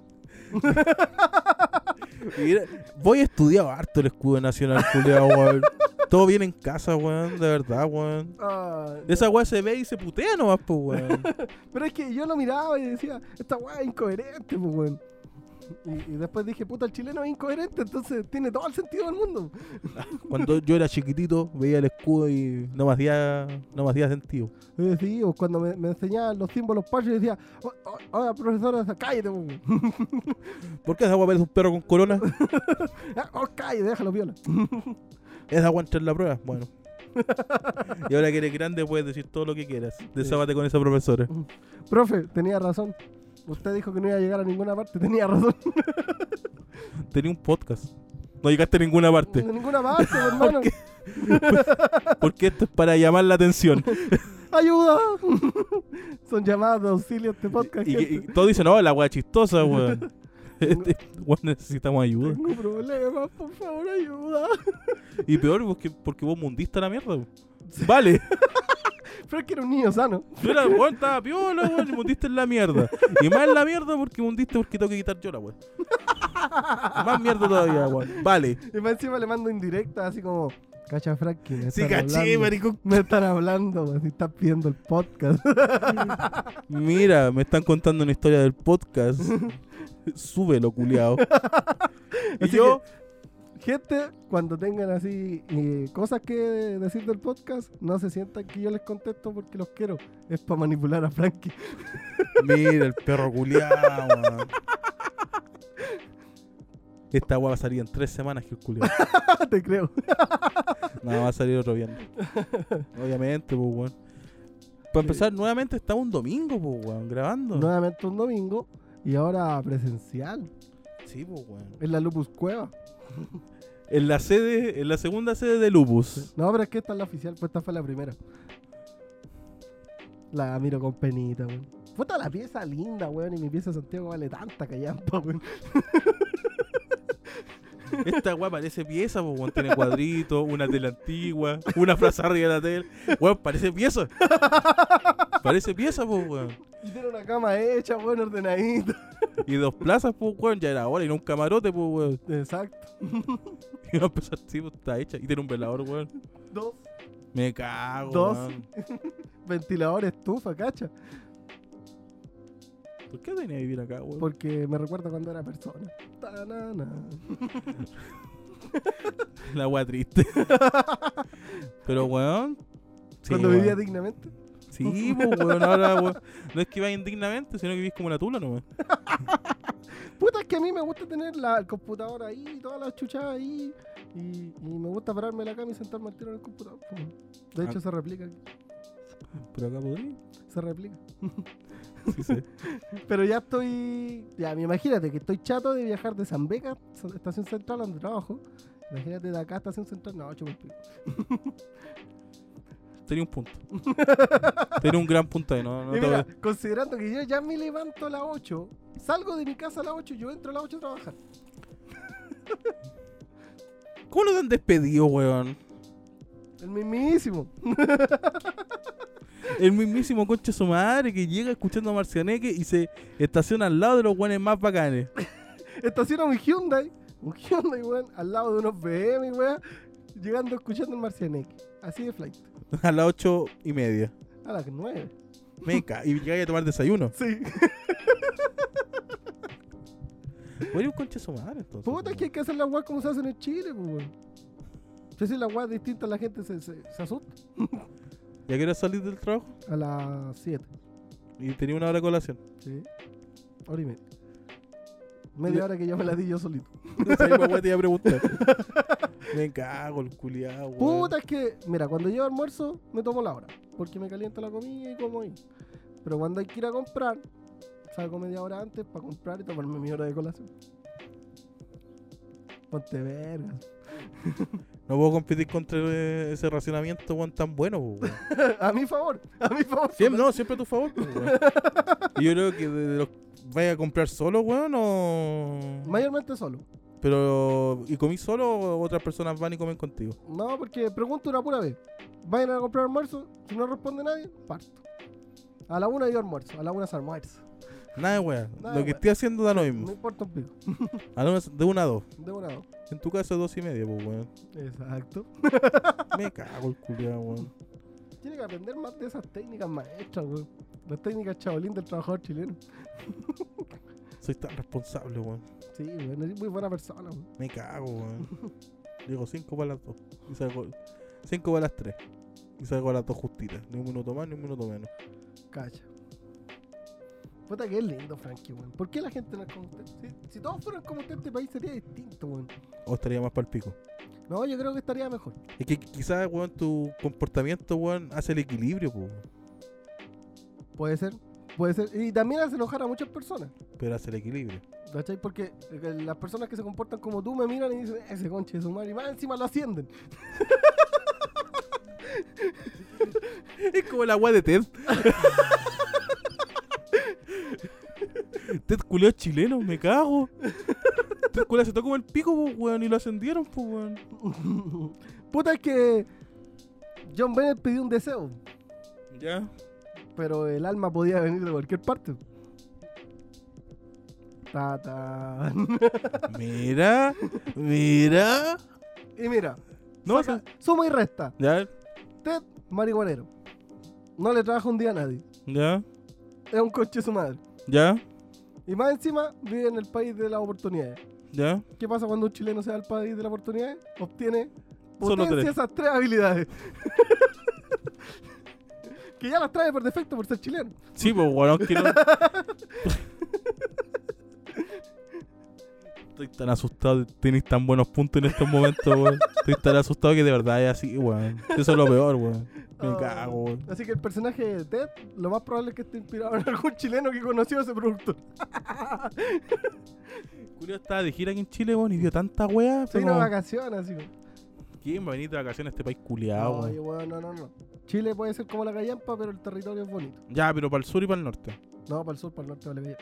Speaker 4: Voy estudiado harto el escudo nacional, culiao, weón. Todo viene en casa, weón, de verdad, weón.
Speaker 3: Ah,
Speaker 4: Esa weá se ve y se putea nomás, pues, weón.
Speaker 3: pero es que yo lo miraba y decía, esta weá es incoherente, pues weón. Y, y después dije, puta, el chileno es incoherente, entonces tiene todo el sentido del mundo.
Speaker 4: Cuando yo era chiquitito, veía el escudo y no me hacía, no me hacía sentido.
Speaker 3: Eh, sí, o cuando me, me enseñaban los símbolos patrios, decía, "O- o- oiga, profesora, cállate, pues, po".
Speaker 4: ¿Por qué esa agua parece un perro con corona?
Speaker 3: Ah, oh, cállate, déjalo viola.
Speaker 4: Esa agua entra en la prueba. Bueno. Y ahora que eres grande puedes decir todo lo que quieras. Desábate con esa profesora.
Speaker 3: Profe, tenía razón. Usted dijo que no iba a llegar a ninguna parte, tenía razón.
Speaker 4: Tenía un podcast. No llegaste a ninguna parte.
Speaker 3: De ninguna parte, hermano.
Speaker 4: Porque esto es para llamar la atención.
Speaker 3: ¡Ayuda! Son llamadas de auxilio a este podcast.
Speaker 4: Y, y- y
Speaker 3: gente.
Speaker 4: todos dicen, no, la agua chistosa, weón. Este, weón, necesitamos ayuda.
Speaker 3: Tengo problemas, por favor, ayuda.
Speaker 4: Y peor, porque, porque vos mundista la mierda. weón. Vale.
Speaker 3: Pero es que era un niño sano.
Speaker 4: Yo era, weón, estaba piola, weón, y mundiste en la mierda. Y más en la mierda porque mundiste porque tengo que quitar yo la weón. Más mierda todavía, weón. Vale.
Speaker 3: Y más encima le mando indirectas, así como, cacha Frankie. me
Speaker 4: Sí,
Speaker 3: están
Speaker 4: caché,
Speaker 3: hablando".
Speaker 4: maricón.
Speaker 3: Me están hablando, weón, si estás viendo el podcast.
Speaker 4: Mira, me están contando una historia del podcast. Súbelo, culiao. Y
Speaker 3: Así
Speaker 4: yo,
Speaker 3: Gente, cuando tengan así eh, cosas que decir del podcast, no se sientan que yo les contesto porque los quiero. Es para manipular a Frankie.
Speaker 4: mira el perro culiao. weón. Esta agua va a salir en tres semanas, que culiao.
Speaker 3: Ah, Te creo.
Speaker 4: No, va a salir otro viernes. Obviamente, pues, weón. Para empezar, nuevamente está un domingo, pues, weón, grabando.
Speaker 3: Nuevamente un domingo y ahora presencial
Speaker 4: Sí, pues, weón.
Speaker 3: en la Lupus Cueva.
Speaker 4: En la sede, en la segunda sede de Lupus.
Speaker 3: No, pero es que esta es la oficial, pues esta fue la primera. La miro con penita, weón. Puta la pieza linda, weón, y mi pieza de Santiago vale tanta callampa, weón.
Speaker 4: Esta weá parece pieza, pues, weón. Tiene cuadritos, una tela antigua, una frase arriba de la tela. Weón, parece pieza. Parece pieza, pues, weón.
Speaker 3: Y tiene una cama hecha, weón, ordenadita.
Speaker 4: Y dos plazas, pues, weón. Ya era hora, y no un camarote, pues, weón.
Speaker 3: Exacto.
Speaker 4: Y va a empezar, sí, pues, está hecha. Y tiene un velador, weón.
Speaker 3: Dos
Speaker 4: Me cago,
Speaker 3: Dos.
Speaker 4: weón.
Speaker 3: ventiladores, estufa, cacha.
Speaker 4: ¿Por qué venía a vivir acá, weón?
Speaker 3: Porque me recuerda cuando era persona. Tanana.
Speaker 4: La agua triste. Pero, weón. sí,
Speaker 3: cuando
Speaker 4: weón.
Speaker 3: vivía dignamente.
Speaker 4: Sí, pues, weón. Ahora, weón. No es que vayas indignamente, sino que vivís como la tula, no, weón.
Speaker 3: Puta, es que a mí me gusta tener la, el computador ahí, todas las chuchas ahí. Y, y me gusta pararme la cama y sentarme al tiro en el computador. po. De hecho,
Speaker 4: Ah.
Speaker 3: se replica. aquí,
Speaker 4: Pero acá podría.
Speaker 3: Se replica.
Speaker 4: Sí, sí.
Speaker 3: Pero ya estoy. Ya, imagínate que estoy chato de viajar de San Beca, estación central, a donde trabajo. Imagínate de acá, a estación central. No, chupa el pico.
Speaker 4: Tenía un punto. Tenía un gran punto ahí, no, no
Speaker 3: y
Speaker 4: te voy
Speaker 3: mira,
Speaker 4: a-
Speaker 3: considerando que yo ya me levanto a las 8, salgo de mi casa a las 8, yo entro a las 8 a trabajar.
Speaker 4: ¿Cómo lo han despedido, weón?
Speaker 3: El mismísimo.
Speaker 4: El mismísimo concha de su madre que llega escuchando a Marcianeque y se estaciona al lado de los weones más bacanes.
Speaker 3: Estaciona un Hyundai, un Hyundai, weón, al lado de unos BM, weón, llegando escuchando el Marcianeque. Así de flight.
Speaker 4: A las ocho y media.
Speaker 3: A las 9.
Speaker 4: Meca. Y llegáis a tomar desayuno.
Speaker 3: Sí.
Speaker 4: Oye, un concha de su madre, entonces.
Speaker 3: Puta, es que hay que hacer la weá como se hacen en Chile, pues, weón. Si haces la weá distinta, la gente se, se, se asusta.
Speaker 4: Ya quiero salir del trabajo
Speaker 3: A las 7.
Speaker 4: y tenía una hora de colación.
Speaker 3: Sí. Hora y media. Media hora que yo me la di yo solito.
Speaker 4: Esa misma weá te iba a preguntar. Me cago el culiado, weón.
Speaker 3: Puta, es que, mira, cuando yo almuerzo, me tomo la hora. Porque me caliento la comida y como ahí. Pero cuando hay que ir a comprar, salgo media hora antes para comprar y tomarme mi hora de colación. Ponte verga.
Speaker 4: No puedo competir contra eh, ese racionamiento, weón, tan bueno, po, weón.
Speaker 3: a mi favor, a mi favor.
Speaker 4: Siempre, no, siempre a tu favor, po, weón. Y yo creo que de los vaya a comprar solo, weón, o.
Speaker 3: Mayormente solo.
Speaker 4: Pero. ¿Y comí solo o otras personas van y comen contigo?
Speaker 3: No, porque pregunto una pura vez. Vayan a comprar almuerzo, si no responde nadie, parto. A la una yo almuerzo, a la una se almuerzo.
Speaker 4: Nada, weón.
Speaker 3: Nada,
Speaker 4: Lo que
Speaker 3: weón.
Speaker 4: estoy haciendo da lo
Speaker 3: No
Speaker 4: mismo.
Speaker 3: importa un pico.
Speaker 4: A la una- de una a dos.
Speaker 3: De una a dos.
Speaker 4: En tu caso, dos y media, po, weón.
Speaker 3: Exacado.
Speaker 4: Me cago el culiado, weón.
Speaker 3: Tiene que aprender más de esas técnicas maestras, weón. Las técnicas chabolín del trabajador chileno.
Speaker 4: Soy tan responsable, weón.
Speaker 3: Sí, weón, es muy buena persona, weón.
Speaker 4: Me cago, weón. Digo, 5 para las 2. Y salgo. 5 para las 3. Y salgo a las 2 justitas. Ni un minuto más, ni un minuto menos.
Speaker 3: Cacha. Puta que es lindo, Frankie, weón. ¿Por qué la gente no es como usted? Si, si todos fueran como usted, este país sería distinto, weón.
Speaker 4: O estaría más para el pico.
Speaker 3: No, yo creo que estaría mejor.
Speaker 4: Es que quizás, weón, tu comportamiento, weón, hace el equilibrio, po.
Speaker 3: Puede ser, puede ser. Y también hace enojar a muchas personas.
Speaker 4: Pero hace el equilibrio.
Speaker 3: ¿Cachai? Porque eh, las personas que se comportan como tú me miran y dicen, ese conche de su madre, y más encima lo ascienden.
Speaker 4: Es como el agua de Ted. Ted culeo chileno, me cago. Ted culeo se como el pico, po, weón, y lo ascendieron, po, weón.
Speaker 3: Puta, es que John Bennett pidió un deseo,
Speaker 4: Ya.
Speaker 3: pero el alma podía venir de cualquier parte. Ta, ta.
Speaker 4: Mira, mira.
Speaker 3: y mira,
Speaker 4: No, o sea,
Speaker 3: saca- suma y resta.
Speaker 4: ya,
Speaker 3: Ted, marihuanero. No le trabaja un día a nadie.
Speaker 4: ya,
Speaker 3: Es un coche su madre.
Speaker 4: ya,
Speaker 3: Y más encima vive en el país de las oportunidades.
Speaker 4: ya.
Speaker 3: ¿Qué pasa cuando un chileno se va al país de las oportunidades? Obtiene
Speaker 4: Solo
Speaker 3: potencia
Speaker 4: tres.
Speaker 3: esas tres habilidades. que ya las trae por defecto por ser chileno.
Speaker 4: Sí, pues, weón, que no. Estoy tan asustado, tienes tan buenos puntos en estos momentos, weón. Estoy tan asustado que de verdad es así, weón. Eso es lo peor, weón. Me
Speaker 3: Ah,
Speaker 4: cago, weón.
Speaker 3: Así que el personaje de Ted, lo más probable es que esté inspirado en algún chileno que conoció ese producto.
Speaker 4: Julio estaba de gira aquí en Chile, weón, y dio tanta weá.
Speaker 3: Se
Speaker 4: pero
Speaker 3: vino de
Speaker 4: como,
Speaker 3: vacaciones, así. como,
Speaker 4: ¿Quién va a venir de vacaciones a este país culiado,
Speaker 3: "Oye,
Speaker 4: weón?
Speaker 3: weón, no, no, no. Chile puede ser como la callampa, pero el territorio es bonito.
Speaker 4: Ya, pero para el sur y para el norte.
Speaker 3: No, para el sur, para el norte vale bella.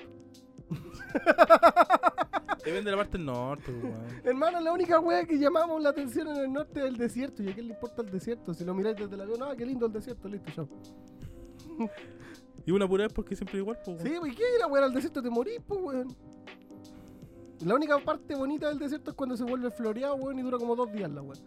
Speaker 4: Depende de la parte del norte, pues, weón.
Speaker 3: Hermano, la única wea que llamamos la atención en el norte es el desierto. ¿Y a quién le importa el desierto? Si lo miráis desde el avión, ah, qué lindo el desierto, listo, chao.
Speaker 4: Y una pura vez porque siempre igual, pues, weón.
Speaker 3: Sí, pues, ¿y ¿qué era, weón? Al desierto te morís, pues, weón. La única parte bonita del desierto es cuando se vuelve floreado, weón, y dura como dos días la weón.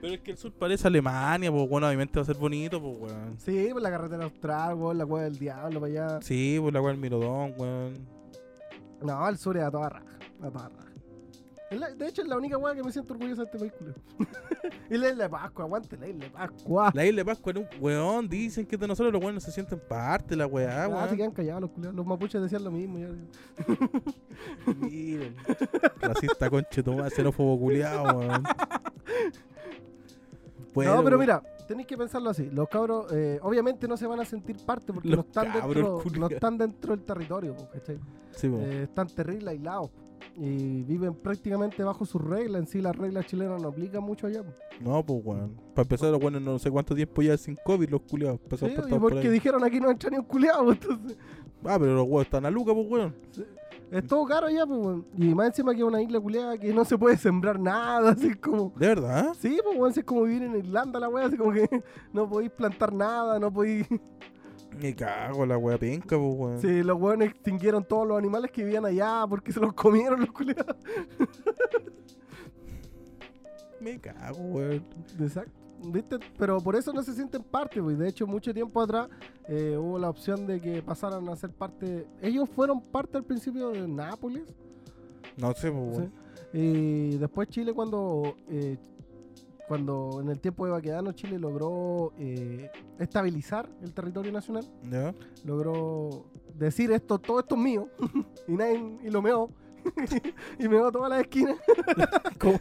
Speaker 4: Pero es que el sur parece Alemania, pues, bueno, obviamente va a ser bonito, pues, weón.
Speaker 3: Sí, pues la carretera austral, weón, la weá del diablo para allá.
Speaker 4: Sí, pues la weón, el Mirodón, weón.
Speaker 3: No, al sur es a toda raja, a toda raja. Es la- de hecho, es la única weá que me siento orgullosa de este vehículo. y la isla de Pascua, aguante la isla de Pascua.
Speaker 4: La isla de Pascua era un weón, dicen que de nosotros los weones se sienten parte, la weá,
Speaker 3: Ah, se
Speaker 4: weón.
Speaker 3: quedan callados los culiados. Los mapuches decían lo mismo. ya.
Speaker 4: Miren. Racista conche tomás, xenófobo culiado, weón. Bueno,
Speaker 3: no, pero
Speaker 4: weón,
Speaker 3: mira, tenéis que pensarlo así. Los cabros, eh, obviamente no se van a sentir parte porque
Speaker 4: Los
Speaker 3: no están,
Speaker 4: cabros,
Speaker 3: dentro,
Speaker 4: culiao. Oh.
Speaker 3: no están dentro del territorio, po, ¿cachai?
Speaker 4: Sí, po.
Speaker 3: Eh, están terrible aislados po, y viven prácticamente bajo sus reglas. En sí, las reglas chilenas no aplican mucho allá. po.
Speaker 4: No, pues, weón. Para empezar, los weones no sé cuánto tiempo ya sin COVID, los culiados.
Speaker 3: Sí, y porque dijeron aquí no entra ni un culiado, entonces
Speaker 4: Ah, pero los weones están a Luca, pues, weón.
Speaker 3: es todo caro allá. po, weón. y más encima que es una isla culiada que no se puede sembrar nada, así es como.
Speaker 4: De verdad, ¿eh?
Speaker 3: Sí, pues, es como vivir en Irlanda, la wea, así como que no podéis plantar nada, no podéis.
Speaker 4: Me cago en la wea penca, pues, weón.
Speaker 3: Sí, los hueones extinguieron todos los animales que vivían allá porque se los comieron los culiados.
Speaker 4: Me cago, weón.
Speaker 3: Exacto. ¿Viste? Pero por eso no se sienten parte, pues. De hecho, mucho tiempo atrás eh, hubo la opción de que pasaran a ser parte. Ellos fueron parte al principio de Nápoles.
Speaker 4: No sé, pues, weón.
Speaker 3: Y después Chile, cuando. eh, cuando en el tiempo de Baquedano, Chile logró eh, estabilizar el territorio nacional.
Speaker 4: ¿Ya?
Speaker 3: logró decir esto, todo esto es mío, y nadie, y lo meó, y meó todas las esquinas,
Speaker 4: ¿Cómo?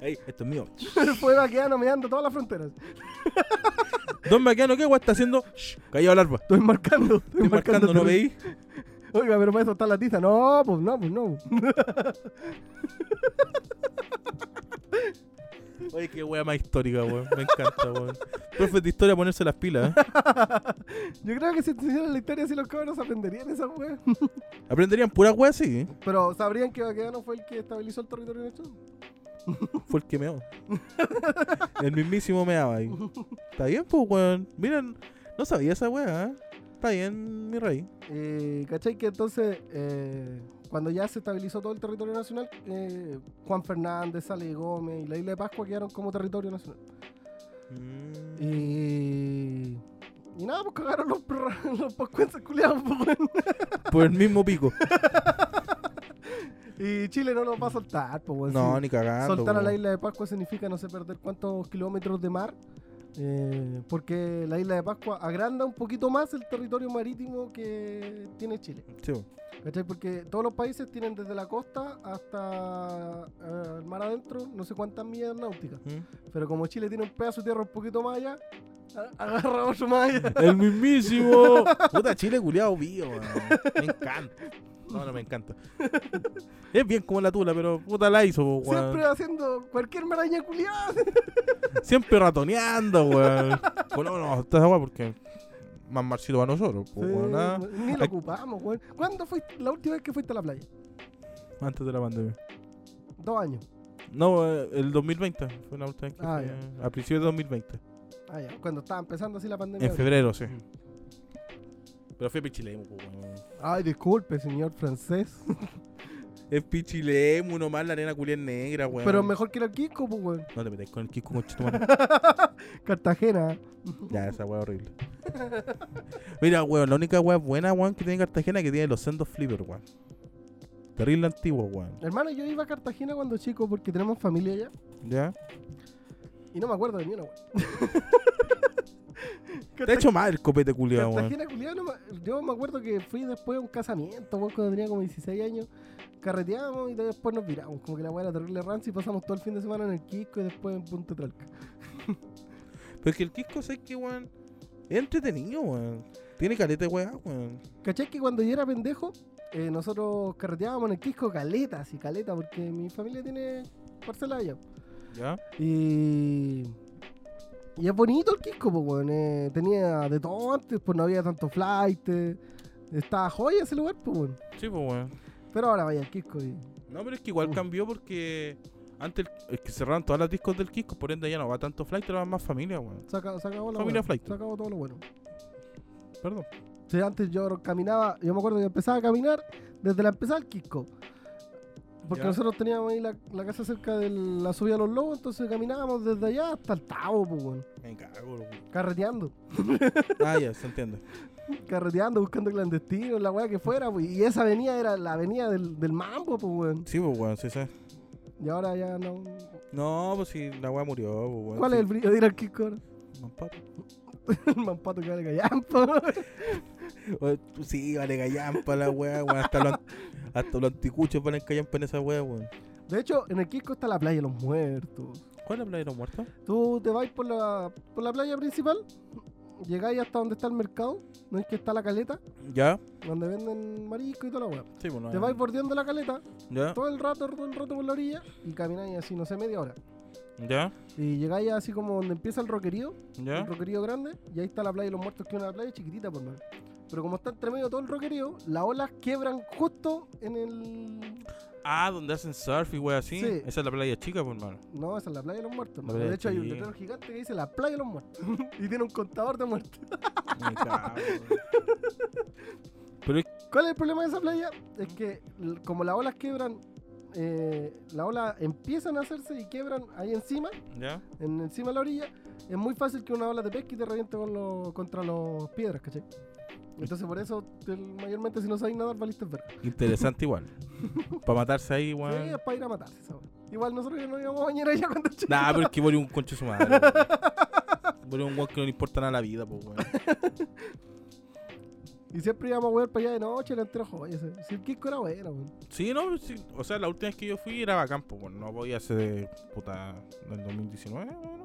Speaker 4: Ey, esto es mío.
Speaker 3: fue vaqueando, meando todas las fronteras.
Speaker 4: Don Maquiano, ¿qué weón está haciendo? Shh, callado el arpa.
Speaker 3: Estoy marcando, estoy,
Speaker 4: Estoy marcando, ¿no
Speaker 3: territorio.
Speaker 4: veí?
Speaker 3: Oiga, pero para eso está la tiza. No, pues no, pues no.
Speaker 4: Oye, qué wea más histórica, weón. Me encanta, weón. Profe de historia, ponerse las pilas. ¿eh?
Speaker 3: Yo creo que si enseñaran la historia así los cabros aprenderían esa wea.
Speaker 4: Aprenderían pura wea, sí. ¿eh?
Speaker 3: Pero sabrían que Baquedano fue el que estabilizó el territorio nacional.
Speaker 4: Fue el que meó. El mismísimo meaba ahí. Está bien, pues, weón. Miren, no sabía esa wea, ¿eh? Está bien, mi rey.
Speaker 3: Eh, ¿Cachai? Que entonces, eh, cuando ya se estabilizó todo el territorio nacional, eh, Juan Fernández, Sale Gómez y la Mm. isla de Pascua quedaron como territorio nacional.
Speaker 4: Mm,
Speaker 3: Y Y nada, pues cagaron los, perra- los pascuenses culiados, pues, weón.
Speaker 4: Por el mismo pico.
Speaker 3: Y Chile no nos va a soltar, pues, weón.
Speaker 4: No,
Speaker 3: Sí.
Speaker 4: ni cagando.
Speaker 3: Soltar a
Speaker 4: po.
Speaker 3: la isla de Pascua significa no sé perder cuántos kilómetros de mar, eh, porque la isla de Pascua agranda un poquito más el territorio marítimo que tiene Chile.
Speaker 4: Sí, po.
Speaker 3: ¿Cachai? Porque todos los países tienen desde la costa hasta eh, el mar adentro, no sé cuántas millas náuticas.
Speaker 4: ¿Mm?
Speaker 3: Pero como Chile tiene un pedazo de tierra un poquito más allá, a- agarra otro más allá.
Speaker 4: El mismísimo. Puta Chile culiado vivo, weón. Me encanta. No, no me encanta. Es bien como la tula, pero puta la hizo, po, weón.
Speaker 3: Siempre haciendo cualquier maraña culiada.
Speaker 4: Siempre ratoneando, weón. Con no, no, esta weón porque más marcito para nosotros, po, weón, ah,
Speaker 3: Sí, pues. ni lo ocupamos, weón. ¿Cuándo fue la última vez que fuiste a la playa?
Speaker 4: Antes de la pandemia.
Speaker 3: Dos años.
Speaker 4: No, eh, el 2020. Fue la última vez que
Speaker 3: Ah,
Speaker 4: fui, eh, A principios de 2020.
Speaker 3: Ah, ya, Cuando estaba empezando así la pandemia.
Speaker 4: En febrero, sí. Pero fue pichilemu, po, weón.
Speaker 3: Ay, disculpe, señor francés.
Speaker 4: Es pichilemu, nomás la arena culia es negra, weón.
Speaker 3: Pero mejor que el Kiko, pues, weón.
Speaker 4: No te metáis con el Kiko con Chetumare.
Speaker 3: Cartagena.
Speaker 4: Ya, esa weá horrible. Mira, weón, la única weá buena, weón, que tiene Cartagena es que tiene los sendos flippers, weón. Terrible antiguo, weón.
Speaker 3: Hermano, yo iba a Cartagena cuando chico porque tenemos familia allá.
Speaker 4: ¿Ya?
Speaker 3: Y no me acuerdo de ni una, weón.
Speaker 4: Te ha hecho mal el copete culiado, weón.
Speaker 3: Cartagena, culiao, no me- yo me acuerdo que fui después a un casamiento, weón, cuando tenía como 16 años. Carreteamos y después nos viramos. Como que la weá era terrible rancio y pasamos todo el fin de semana en el Kiko y después en Punta Tralca.
Speaker 4: Pero es que el Kiko, ¿sabes que weón? Es entretenido, weón. Tiene caleta de weá, weón.
Speaker 3: ¿Cachai que cuando yo era pendejo, eh, nosotros carreteábamos en el Quisco caleta, así caleta, porque mi familia tiene parcela allá.
Speaker 4: ¿Ya?
Speaker 3: Y. Y es bonito el Quisco, pues, weón. eh, tenía de todo antes, pues no había tanto flight. eh, estaba joya ese lugar, pues, weón.
Speaker 4: Sí, pues, weón.
Speaker 3: Pero ahora vaya al Quisco y.
Speaker 4: No, pero es que igual
Speaker 3: Uh.
Speaker 4: cambió porque antes el- es que cerraron todas las discos del Kiko, por ende ya no va tanto flight, pero va más familia, weón.
Speaker 3: Se acabó, se acabó la
Speaker 4: Familia
Speaker 3: weá,
Speaker 4: flight.
Speaker 3: Se acabó todo lo bueno.
Speaker 4: Perdón.
Speaker 3: Sí, antes yo caminaba, yo me acuerdo que empezaba a caminar desde la empezada al Quisco. Porque
Speaker 4: Ya.
Speaker 3: nosotros teníamos ahí la, la casa cerca de la subida a los lobos, entonces caminábamos desde allá hasta el Tavo, pues, weón.
Speaker 4: Me cago, weón.
Speaker 3: Carreteando,
Speaker 4: Ah, ya, se entiende.
Speaker 3: carreteando, buscando clandestinos, la weá que fuera, pues. Y esa avenida era la avenida del, del mambo, pues, weón.
Speaker 4: Sí, pues, weón, sí, sí.
Speaker 3: Y ahora ya no.
Speaker 4: No, pues si la weá murió, pues, weón.
Speaker 3: ¿Cuál
Speaker 4: sí.
Speaker 3: es el brillo de ir al Quisco ahora?
Speaker 4: Mampato.
Speaker 3: el mampato que vale callampa,
Speaker 4: Oye, tú sí, vale callampa la weá, weón. Hasta, los an- hasta los anticuchos valen callampa en esa weá, weón.
Speaker 3: De hecho, en el Quisco está la playa de los muertos.
Speaker 4: ¿Cuál es la playa de los muertos?
Speaker 3: Tú te vas por la, por la playa principal, llegáis hasta donde está el mercado, no es que está la caleta,
Speaker 4: ¿Ya?
Speaker 3: donde venden marisco y toda la weá.
Speaker 4: Sí, pues no.
Speaker 3: Te vais bordeando la caleta
Speaker 4: ¿Ya?
Speaker 3: todo el rato, todo el rato por la orilla y camináis así, no sé, media hora.
Speaker 4: ¿Ya?
Speaker 3: Y llegáis así como donde empieza el roquerío,
Speaker 4: ¿Ya?
Speaker 3: el roquerío grande, y ahí está la playa de los muertos, que es una playa chiquitita, por menos. Pero como está entre medio todo el roquerío, las olas quiebran justo en el.
Speaker 4: Ah, donde hacen surf y wey así.
Speaker 3: Sí.
Speaker 4: Esa es la playa chica, pues, hermano.
Speaker 3: No, esa es la playa de los muertos. hermano.
Speaker 4: playa
Speaker 3: De hecho, hay un
Speaker 4: chica.
Speaker 3: letrero gigante que dice la playa de los muertos. y tiene un contador de muertos.
Speaker 4: Me cago, Pero es-
Speaker 3: ¿Cuál es el problema de esa playa? Es que l- como las olas quebran, eh, las olas empiezan a hacerse y quebran ahí encima,
Speaker 4: ¿Ya?
Speaker 3: en, encima de la orilla, es muy fácil que una ola te pesque y te reviente con lo- contra las piedras, ¿cachai? Entonces por eso, te- mayormente si no sabes nadar, valiste verga.
Speaker 4: Interesante igual. Para matarse ahí,
Speaker 3: Sí,
Speaker 4: weón.
Speaker 3: es para ir a matarse esa wea. Igual nosotros ya no íbamos a bañar allá cuando chicos.
Speaker 4: Nah, pero es que murió un concho su madre. weón. Murió un weón que no le importa nada la vida, pues, weón.
Speaker 3: Y siempre íbamos a wear para allá de noche, era entero joya. ese. Si el Kisco era bueno, weón.
Speaker 4: Sí, no, sí, o sea, la última vez que yo fui era bacán, pues, weón. No podía ser, puta, del 2019, weón.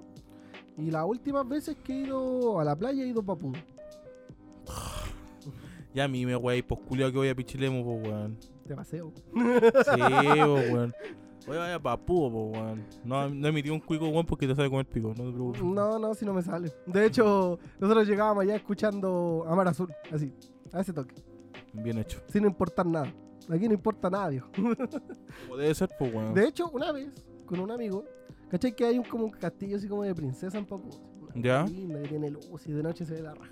Speaker 3: Y las últimas veces que he ido a la playa he ido para Pudo.
Speaker 4: Ya a mí me wey, pues culiao que voy a Pichilemu, pues weón.
Speaker 3: De paseo.
Speaker 4: Sí, pues weón. Voy a vaya papudo, pues weón. No, no emití un cuico, weón, porque te sabe comer pico, no te preocupes.
Speaker 3: No, no, si no me sale. De hecho, nosotros llegábamos allá escuchando Amar Azul, así, a ese toque,
Speaker 4: Bien hecho.
Speaker 3: sin importar nada. Aquí no importa nada, viejo.
Speaker 4: Como debe ser, pues weón.
Speaker 3: De hecho, una vez, con un amigo, ¿cachai? Que hay un, como un castillo así como de princesa en Papú.
Speaker 4: Ya.
Speaker 3: Linda, que tiene luz y de noche se ve la raja.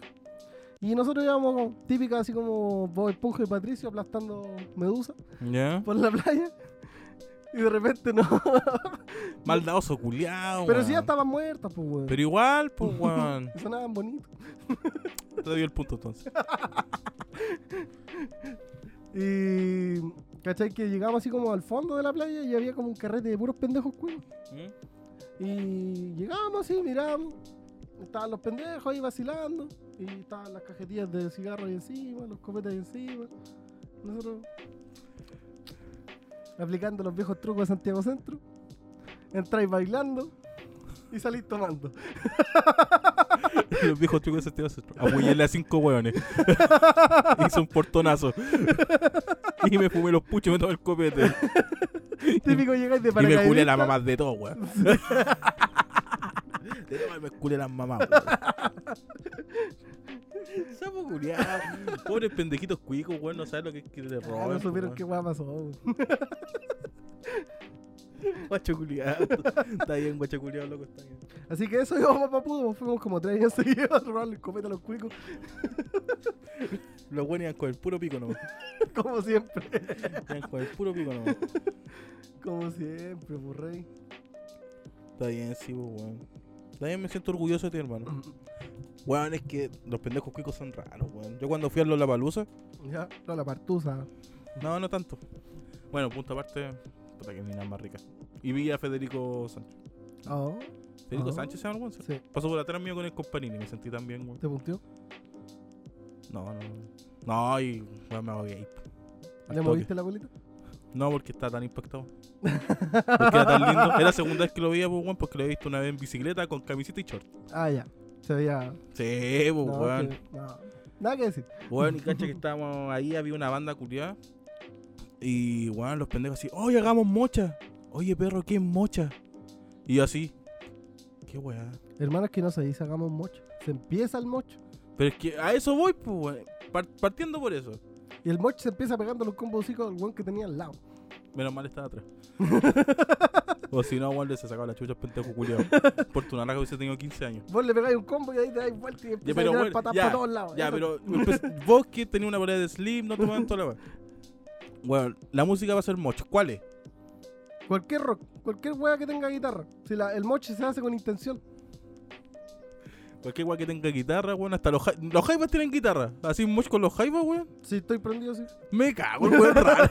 Speaker 3: Y nosotros íbamos como típica así como Bob Esponja y Patricio aplastando medusa
Speaker 4: ¿Ya?
Speaker 3: por la playa. Y de repente no.
Speaker 4: Maldadoso culiao.
Speaker 3: Pero si ya
Speaker 4: weón.
Speaker 3: estaban muertas, pues, weón.
Speaker 4: Pero igual, pues, weón.
Speaker 3: Y Sonaban bonito.
Speaker 4: Te doy el punto entonces.
Speaker 3: Y. ¿Cachai? Que llegamos así como al fondo de la playa y había como un carrete de puros pendejos cuicos.
Speaker 4: ¿Mm?
Speaker 3: Y llegábamos así, mirábamos. Estaban los pendejos ahí vacilando. Y estaban las cajetillas de cigarros ahí encima, los copetes ahí encima. Nosotros. Aplicando los viejos trucos de Santiago Centro. Entráis bailando. Y salís tomando.
Speaker 4: Los viejos trucos de Santiago Centro. Apuñalé a cinco weones. Hice un portonazo. y me fumé los puchos y me tomé el copete.
Speaker 3: Típico llegáis de
Speaker 4: Y me
Speaker 3: paracaidista.
Speaker 4: culé las mamás de todo, weón. De todo me culé las mamás, weón. Sapo culiao. Pobres pendejitos cuicos, weón. No saben lo que es que le
Speaker 3: Ah,
Speaker 4: roban.
Speaker 3: no supieron
Speaker 4: weón.
Speaker 3: qué guapa pasó. weón.
Speaker 4: Guacho culiao. Está bien, guacho culiao, loco. Está bien.
Speaker 3: Así que eso íbamos papudo. Fuimos como tres años seguidos a robarle el copete a los cuicos.
Speaker 4: Los weones iban con el puro pico nomás.
Speaker 3: Como siempre.
Speaker 4: Iban con el puro pico nomás.
Speaker 3: Como siempre, pues, rey.
Speaker 4: Está bien, sí, pues, weón. También me siento orgulloso de ti, hermano. Weón, es que los pendejos cuicos son raros, weón. Yo cuando fui a Lollapalooza,
Speaker 3: Ya, no, la partusa.
Speaker 4: no, no tanto. Bueno, punto aparte, puta que ni nada más rica. Y vi a Federico Sánchez.
Speaker 3: Oh,
Speaker 4: Federico
Speaker 3: Ah.
Speaker 4: Sánchez se llama, el weón.
Speaker 3: sí.
Speaker 4: Pasó por atrás mío con el compañero y me sentí tan bien, weón.
Speaker 3: ¿Te punteó?
Speaker 4: No, no. No, y weón, me hago gay. Al
Speaker 3: ¿Le
Speaker 4: toque.
Speaker 3: moviste la bolita?
Speaker 4: No, porque estaba tan impactado. Porque era tan lindo. Era la segunda vez que lo veía, pues, weón, porque lo he visto una vez en bicicleta con camiseta y short.
Speaker 3: Ah, ya. Se veía.
Speaker 4: Sí, pues,
Speaker 3: no,
Speaker 4: weón.
Speaker 3: que- no. Nada que decir.
Speaker 4: Weón, y cacha que estábamos ahí, había una banda culiada. Y weón, los pendejos así, oye, hagamos mocha. Oye, perro, ¿qué es mocha? Y yo así, qué weá.
Speaker 3: Hermanos, que no se dice hagamos mocho. Se empieza el mocho.
Speaker 4: Pero es que a eso voy, pues, weón. Par- partiendo por eso.
Speaker 3: Y el mocho se empieza pegando los combos hocico al weón que tenía al lado.
Speaker 4: Menos mal estaba atrás. o si no, weón, le se sacaba la chucha al pendejo culiado. Por tu naranja hubiese tenido 15 años.
Speaker 3: Vos le pegáis un combo y ahí te dais vuelta y
Speaker 4: Ya,
Speaker 3: empieza a
Speaker 4: pero,
Speaker 3: tirar
Speaker 4: weón,
Speaker 3: patas
Speaker 4: ya,
Speaker 3: para todos lados.
Speaker 4: ya,
Speaker 3: Eso-
Speaker 4: pero pues, vos que tenías una pared de slim, no tomaban toda la weá. Weón, la música va a ser mocha. ¿Cuál es?
Speaker 3: Cualquier rock, cualquier wea que tenga guitarra. Si la- el mocho se hace con intención.
Speaker 4: Cualquier weá que tenga guitarra, weón, hasta los jai- los jaivas tienen guitarra. Así mucho con los jaivas, weón.
Speaker 3: Si estoy prendido, sí.
Speaker 4: Me cago el weón raro.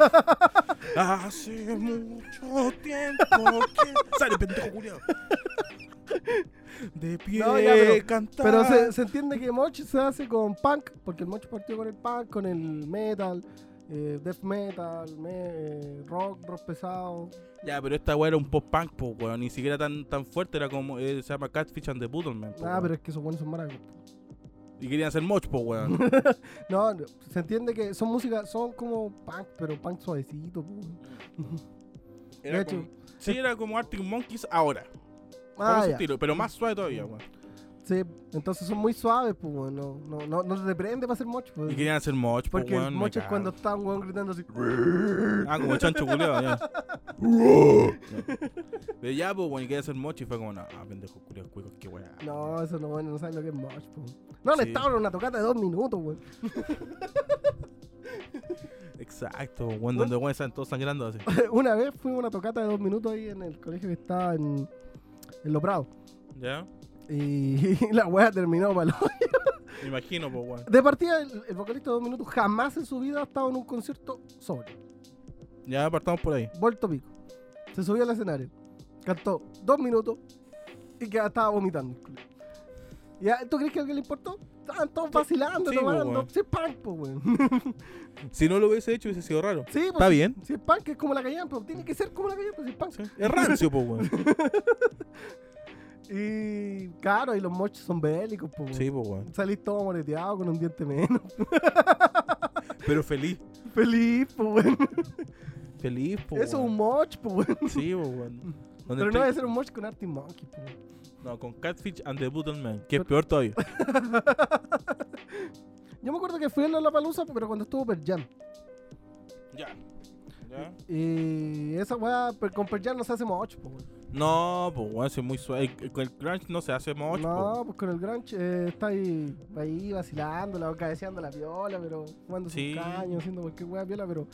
Speaker 4: Hace mucho tiempo que. Sale pendejo culiao. De pie
Speaker 3: No, ya, pero-
Speaker 4: cantar.
Speaker 3: Eh, Pero se, se entiende que mocho se hace con punk, porque el mocho partió con el punk, con el metal, eh, death metal, me- eh, rock, rock pesado.
Speaker 4: Ya, pero esta weá era un pop punk, po, weón. Ni siquiera tan, tan fuerte, era como. eh, se llama Catfish and the Boodleman, po,
Speaker 3: Ah,
Speaker 4: weón.
Speaker 3: pero es que esos buenos son maracos.
Speaker 4: Y querían hacer moch, po, weón.
Speaker 3: No, no, se entiende que son música, son como punk, pero punk suavecito. po.
Speaker 4: Era
Speaker 3: De hecho.
Speaker 4: como, sí, era como Arctic Monkeys ahora. con
Speaker 3: Ah,
Speaker 4: ese
Speaker 3: ya.
Speaker 4: estilo, pero más suave todavía, weón.
Speaker 3: Sí, entonces son muy suaves, pues, weón, no, no, no, no te prende para hacer mocho. pues.
Speaker 4: Y querían hacer moch, po,
Speaker 3: Porque
Speaker 4: weón.
Speaker 3: el
Speaker 4: me
Speaker 3: mocho es
Speaker 4: cago.
Speaker 3: cuando está un weón gritando así.
Speaker 4: Ah, como chancho culeado, ya. Pero ya, pues, bueno, y quería hacer mochi y fue como, no, ah, pendejo culeado, cuicos, qué weá.
Speaker 3: No, eso no, bueno, no saben lo que es mocho. pues. No, le
Speaker 4: Sí.
Speaker 3: estaban en una tocata de dos minutos, weón.
Speaker 4: Exacto, weón, donde weón están todos sangrando así.
Speaker 3: una vez fuimos a una tocata de dos minutos ahí en el colegio que estaba en, en Lo Prado.
Speaker 4: ¿Ya?
Speaker 3: Y la wea terminó malo.
Speaker 4: Me imagino, pues, weón.
Speaker 3: De partida, el, el vocalista de dos minutos jamás en su vida ha estado en un concierto sobre.
Speaker 4: Ya partamos por ahí.
Speaker 3: Vuelto pico. Se subió al escenario. Cantó dos minutos y que estaba vomitando. ¿Y a- ¿Tú crees que a alguien le importó? Estaban todos vacilando,
Speaker 4: Sí, po,
Speaker 3: tomando.
Speaker 4: weón.
Speaker 3: Sí, es punk, po, weón.
Speaker 4: Si no lo hubiese hecho, hubiese sido raro.
Speaker 3: Sí, pues,
Speaker 4: Está bien.
Speaker 3: Si es punk, es como la callampa. Tiene que ser como la callampa, si es punk.
Speaker 4: Es rancio, pues, weón.
Speaker 3: Y claro, y los mochos son bélicos, po, weón.
Speaker 4: Sí, pues, weón.
Speaker 3: Salís todo moreteado con un diente menos. pues,
Speaker 4: Pero feliz.
Speaker 3: Feliz, pues, weón.
Speaker 4: Feliz, pues.
Speaker 3: Eso es un moch, pues, weón.
Speaker 4: Sí, pues, weón. Donde
Speaker 3: Pero no debe
Speaker 4: estoy-
Speaker 3: ser un moch con Artie Monkey, pues. weón.
Speaker 4: No, con Catfish and the Bootleman, que es peor todavía.
Speaker 3: Yo me acuerdo que fui a la palusa, pero cuando estuvo Pearl Jam.
Speaker 4: Ya. ¿Ya?
Speaker 3: Y esa weá, per- con Pearl Jam no se hace moch, pues, weón.
Speaker 4: No, pues, weón, eso es muy suave. El- Con el crunch no se hace moch, po.
Speaker 3: No, pues con el grunge eh, está ahí, ahí vacilando, la cabeceando la viola, pero jugando
Speaker 4: Sí.
Speaker 3: sus caños, haciendo cualquier weá viola, pero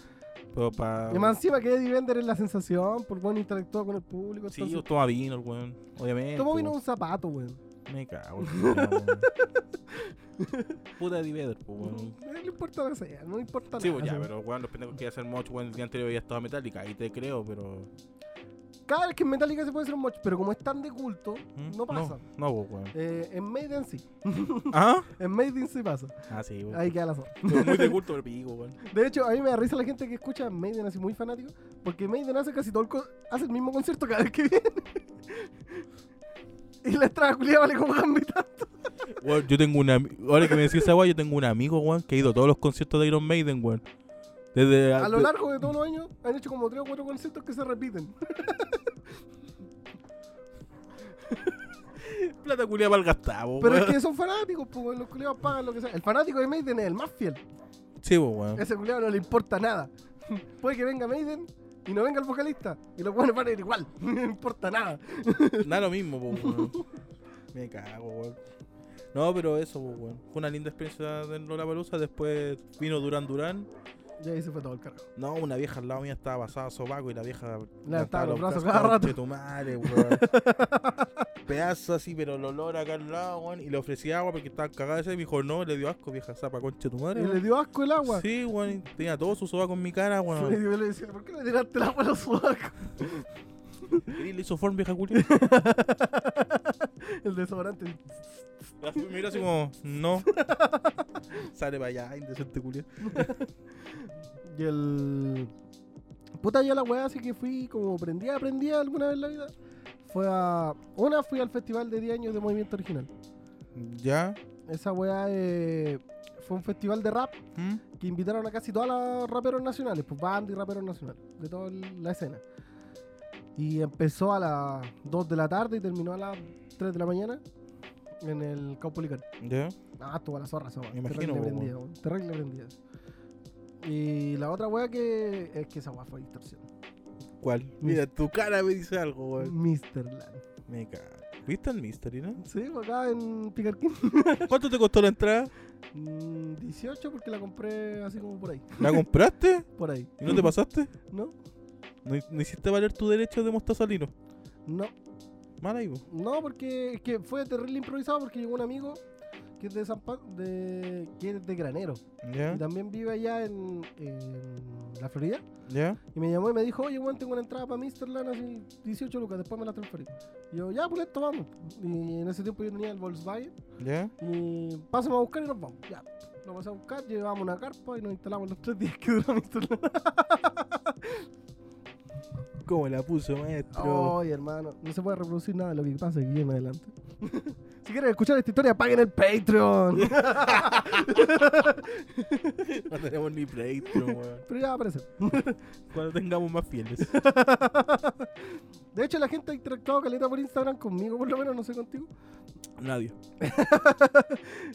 Speaker 4: Pero para.
Speaker 3: Y más encima que Eddie Bender es la sensación, por bueno interactuó con el público.
Speaker 4: Sí,
Speaker 3: entonces-
Speaker 4: pues toma vino, el weón. Obviamente.
Speaker 3: Tomó vino
Speaker 4: po.
Speaker 3: un zapato, weón.
Speaker 4: Me cago. en la weá, weón. Puta de Vedder, pues, weón.
Speaker 3: Eh, No le importa lo que sea, no importa
Speaker 4: Sí,
Speaker 3: nada.
Speaker 4: pues ya,
Speaker 3: weón.
Speaker 4: pero weón, los pendejos que hacer mucho, weón, el día anterior había estado metálica, ahí te creo, pero.
Speaker 3: Cada vez que en Metallica se puede hacer un moch, pero como es tan de culto,
Speaker 4: ¿Mm?
Speaker 3: no pasa.
Speaker 4: No, no, pues, weón.
Speaker 3: Eh, en Maiden sí.
Speaker 4: ¿Ah?
Speaker 3: En Maiden sí pasa.
Speaker 4: Ah, sí, weón.
Speaker 3: Ahí queda la zona.
Speaker 4: Pero Muy de culto el pico, weón.
Speaker 3: De hecho, a mí me da risa la gente que escucha Maiden así muy fanático, porque Maiden hace casi todo el, co- hace el mismo concierto cada vez que viene. y la entrada culiada vale como jambi tanto.
Speaker 4: Weón, yo tengo una. Ahora que me decís esa weón, yo tengo un amigo, weón, que ha ido a todos los conciertos de Iron Maiden, weón. Desde.
Speaker 3: A lo largo de todos los años han hecho como tres o cuatro conciertos que se repiten.
Speaker 4: Oh, Plata culia para el gastavo,
Speaker 3: Pero es que son fanáticos, pues los culiados pagan lo que sea. El fanático de Maiden es el más fiel.
Speaker 4: Sí, pues, weón.
Speaker 3: Ese culiado no le importa nada. Puede que venga Maiden y no venga el vocalista. Y los buenos van a ir igual. no le importa nada.
Speaker 4: Da lo mismo, pues, weón. Me cago, weón. No, pero eso, pues, weón. Fue una linda experiencia en Lollapalooza. Después vino Durán Durán.
Speaker 3: Y ahí se fue todo el cargo.
Speaker 4: No, una vieja al lado mía estaba basada sobaco y la vieja
Speaker 3: Levantaba los brazos
Speaker 4: brazos,
Speaker 3: cada rato.
Speaker 4: "Conche tu madre, weón. Pedazo así, pero el olor acá al lado, weón. Y le ofrecía agua porque estaba cagada esa y me dijo, no, le dio asco, vieja zapa, conche tu madre.
Speaker 3: Y le
Speaker 4: weón".
Speaker 3: dio asco el agua.
Speaker 4: Sí, weón, y tenía todo su sobaco en mi cara,
Speaker 3: Y
Speaker 4: weón.
Speaker 3: yo le decía, ¿por qué le tiraste el agua a los sudacos?
Speaker 4: Y le hizo form, vieja culia.
Speaker 3: El desodorante.
Speaker 4: Mira así como, no. Sale para allá, indecente culia.
Speaker 3: Y el. Puta, yo la weá, así que fui como prendía, aprendía alguna vez en la vida. Fue a. Una fui al festival de 10 años de movimiento original.
Speaker 4: Ya.
Speaker 3: Esa weá eh, fue un festival de rap
Speaker 4: ¿Mm?
Speaker 3: que invitaron a casi todas las raperos nacionales, pues band y raperos nacionales, de toda el- la escena. Y empezó a las 2 de la tarde y terminó a las 3 de la mañana en el Caupolicán.
Speaker 4: Ya.
Speaker 3: Ah, estuvo a la zorra, zorra.
Speaker 4: Me imagino,
Speaker 3: Terrible
Speaker 4: po,
Speaker 3: prendida, weón. Terrible prendida. Y la otra weá que es que esa weá fue distorsión.
Speaker 4: ¿Cuál? Mira, tu cara me dice algo, weón.
Speaker 3: Mr. Land.
Speaker 4: Me cago. ¿Viste el Mystery, no?
Speaker 3: Sí, pues acá en Picarquín.
Speaker 4: ¿Cuánto te costó la entrada?
Speaker 3: Mm, 18 porque la compré así como por ahí.
Speaker 4: ¿La compraste?
Speaker 3: Por ahí.
Speaker 4: ¿Y no te pasaste?
Speaker 3: No,
Speaker 4: ¿No, no hiciste valer tu derecho de mostazalino?
Speaker 3: no.
Speaker 4: Mal ahí, pues. vos.
Speaker 3: No, porque es que fue terrible improvisado porque llegó un amigo que es de San Pa- de, que es de Granero.
Speaker 4: ¿Ya?
Speaker 3: Y también vive allá en, en la Florida.
Speaker 4: ¿Ya?
Speaker 3: Y me llamó y me dijo, oye, weón, tengo una entrada para Mr. Land, así 18 lucas, después me la transferí. Y yo, ya, pues esto, vamos. Y en ese tiempo yo tenía el Volkswagen.
Speaker 4: ¿Ya?
Speaker 3: Y pasamos a buscar y nos vamos. Ya, lo pasé a buscar, llevamos una carpa y nos instalamos los tres días que duró Mr. Land.
Speaker 4: ¿Cómo la puso, maestro?
Speaker 3: Oye, hermano, no se puede reproducir nada de lo que pasa aquí en adelante. si quieren escuchar esta historia, paguen el Patreon.
Speaker 4: No tenemos ni Patreon, weón.
Speaker 3: Pero ya va a aparecer.
Speaker 4: Cuando tengamos más fieles.
Speaker 3: De hecho, la gente ha interactuado caleta por Instagram conmigo, por lo menos, no sé contigo.
Speaker 4: Nadie.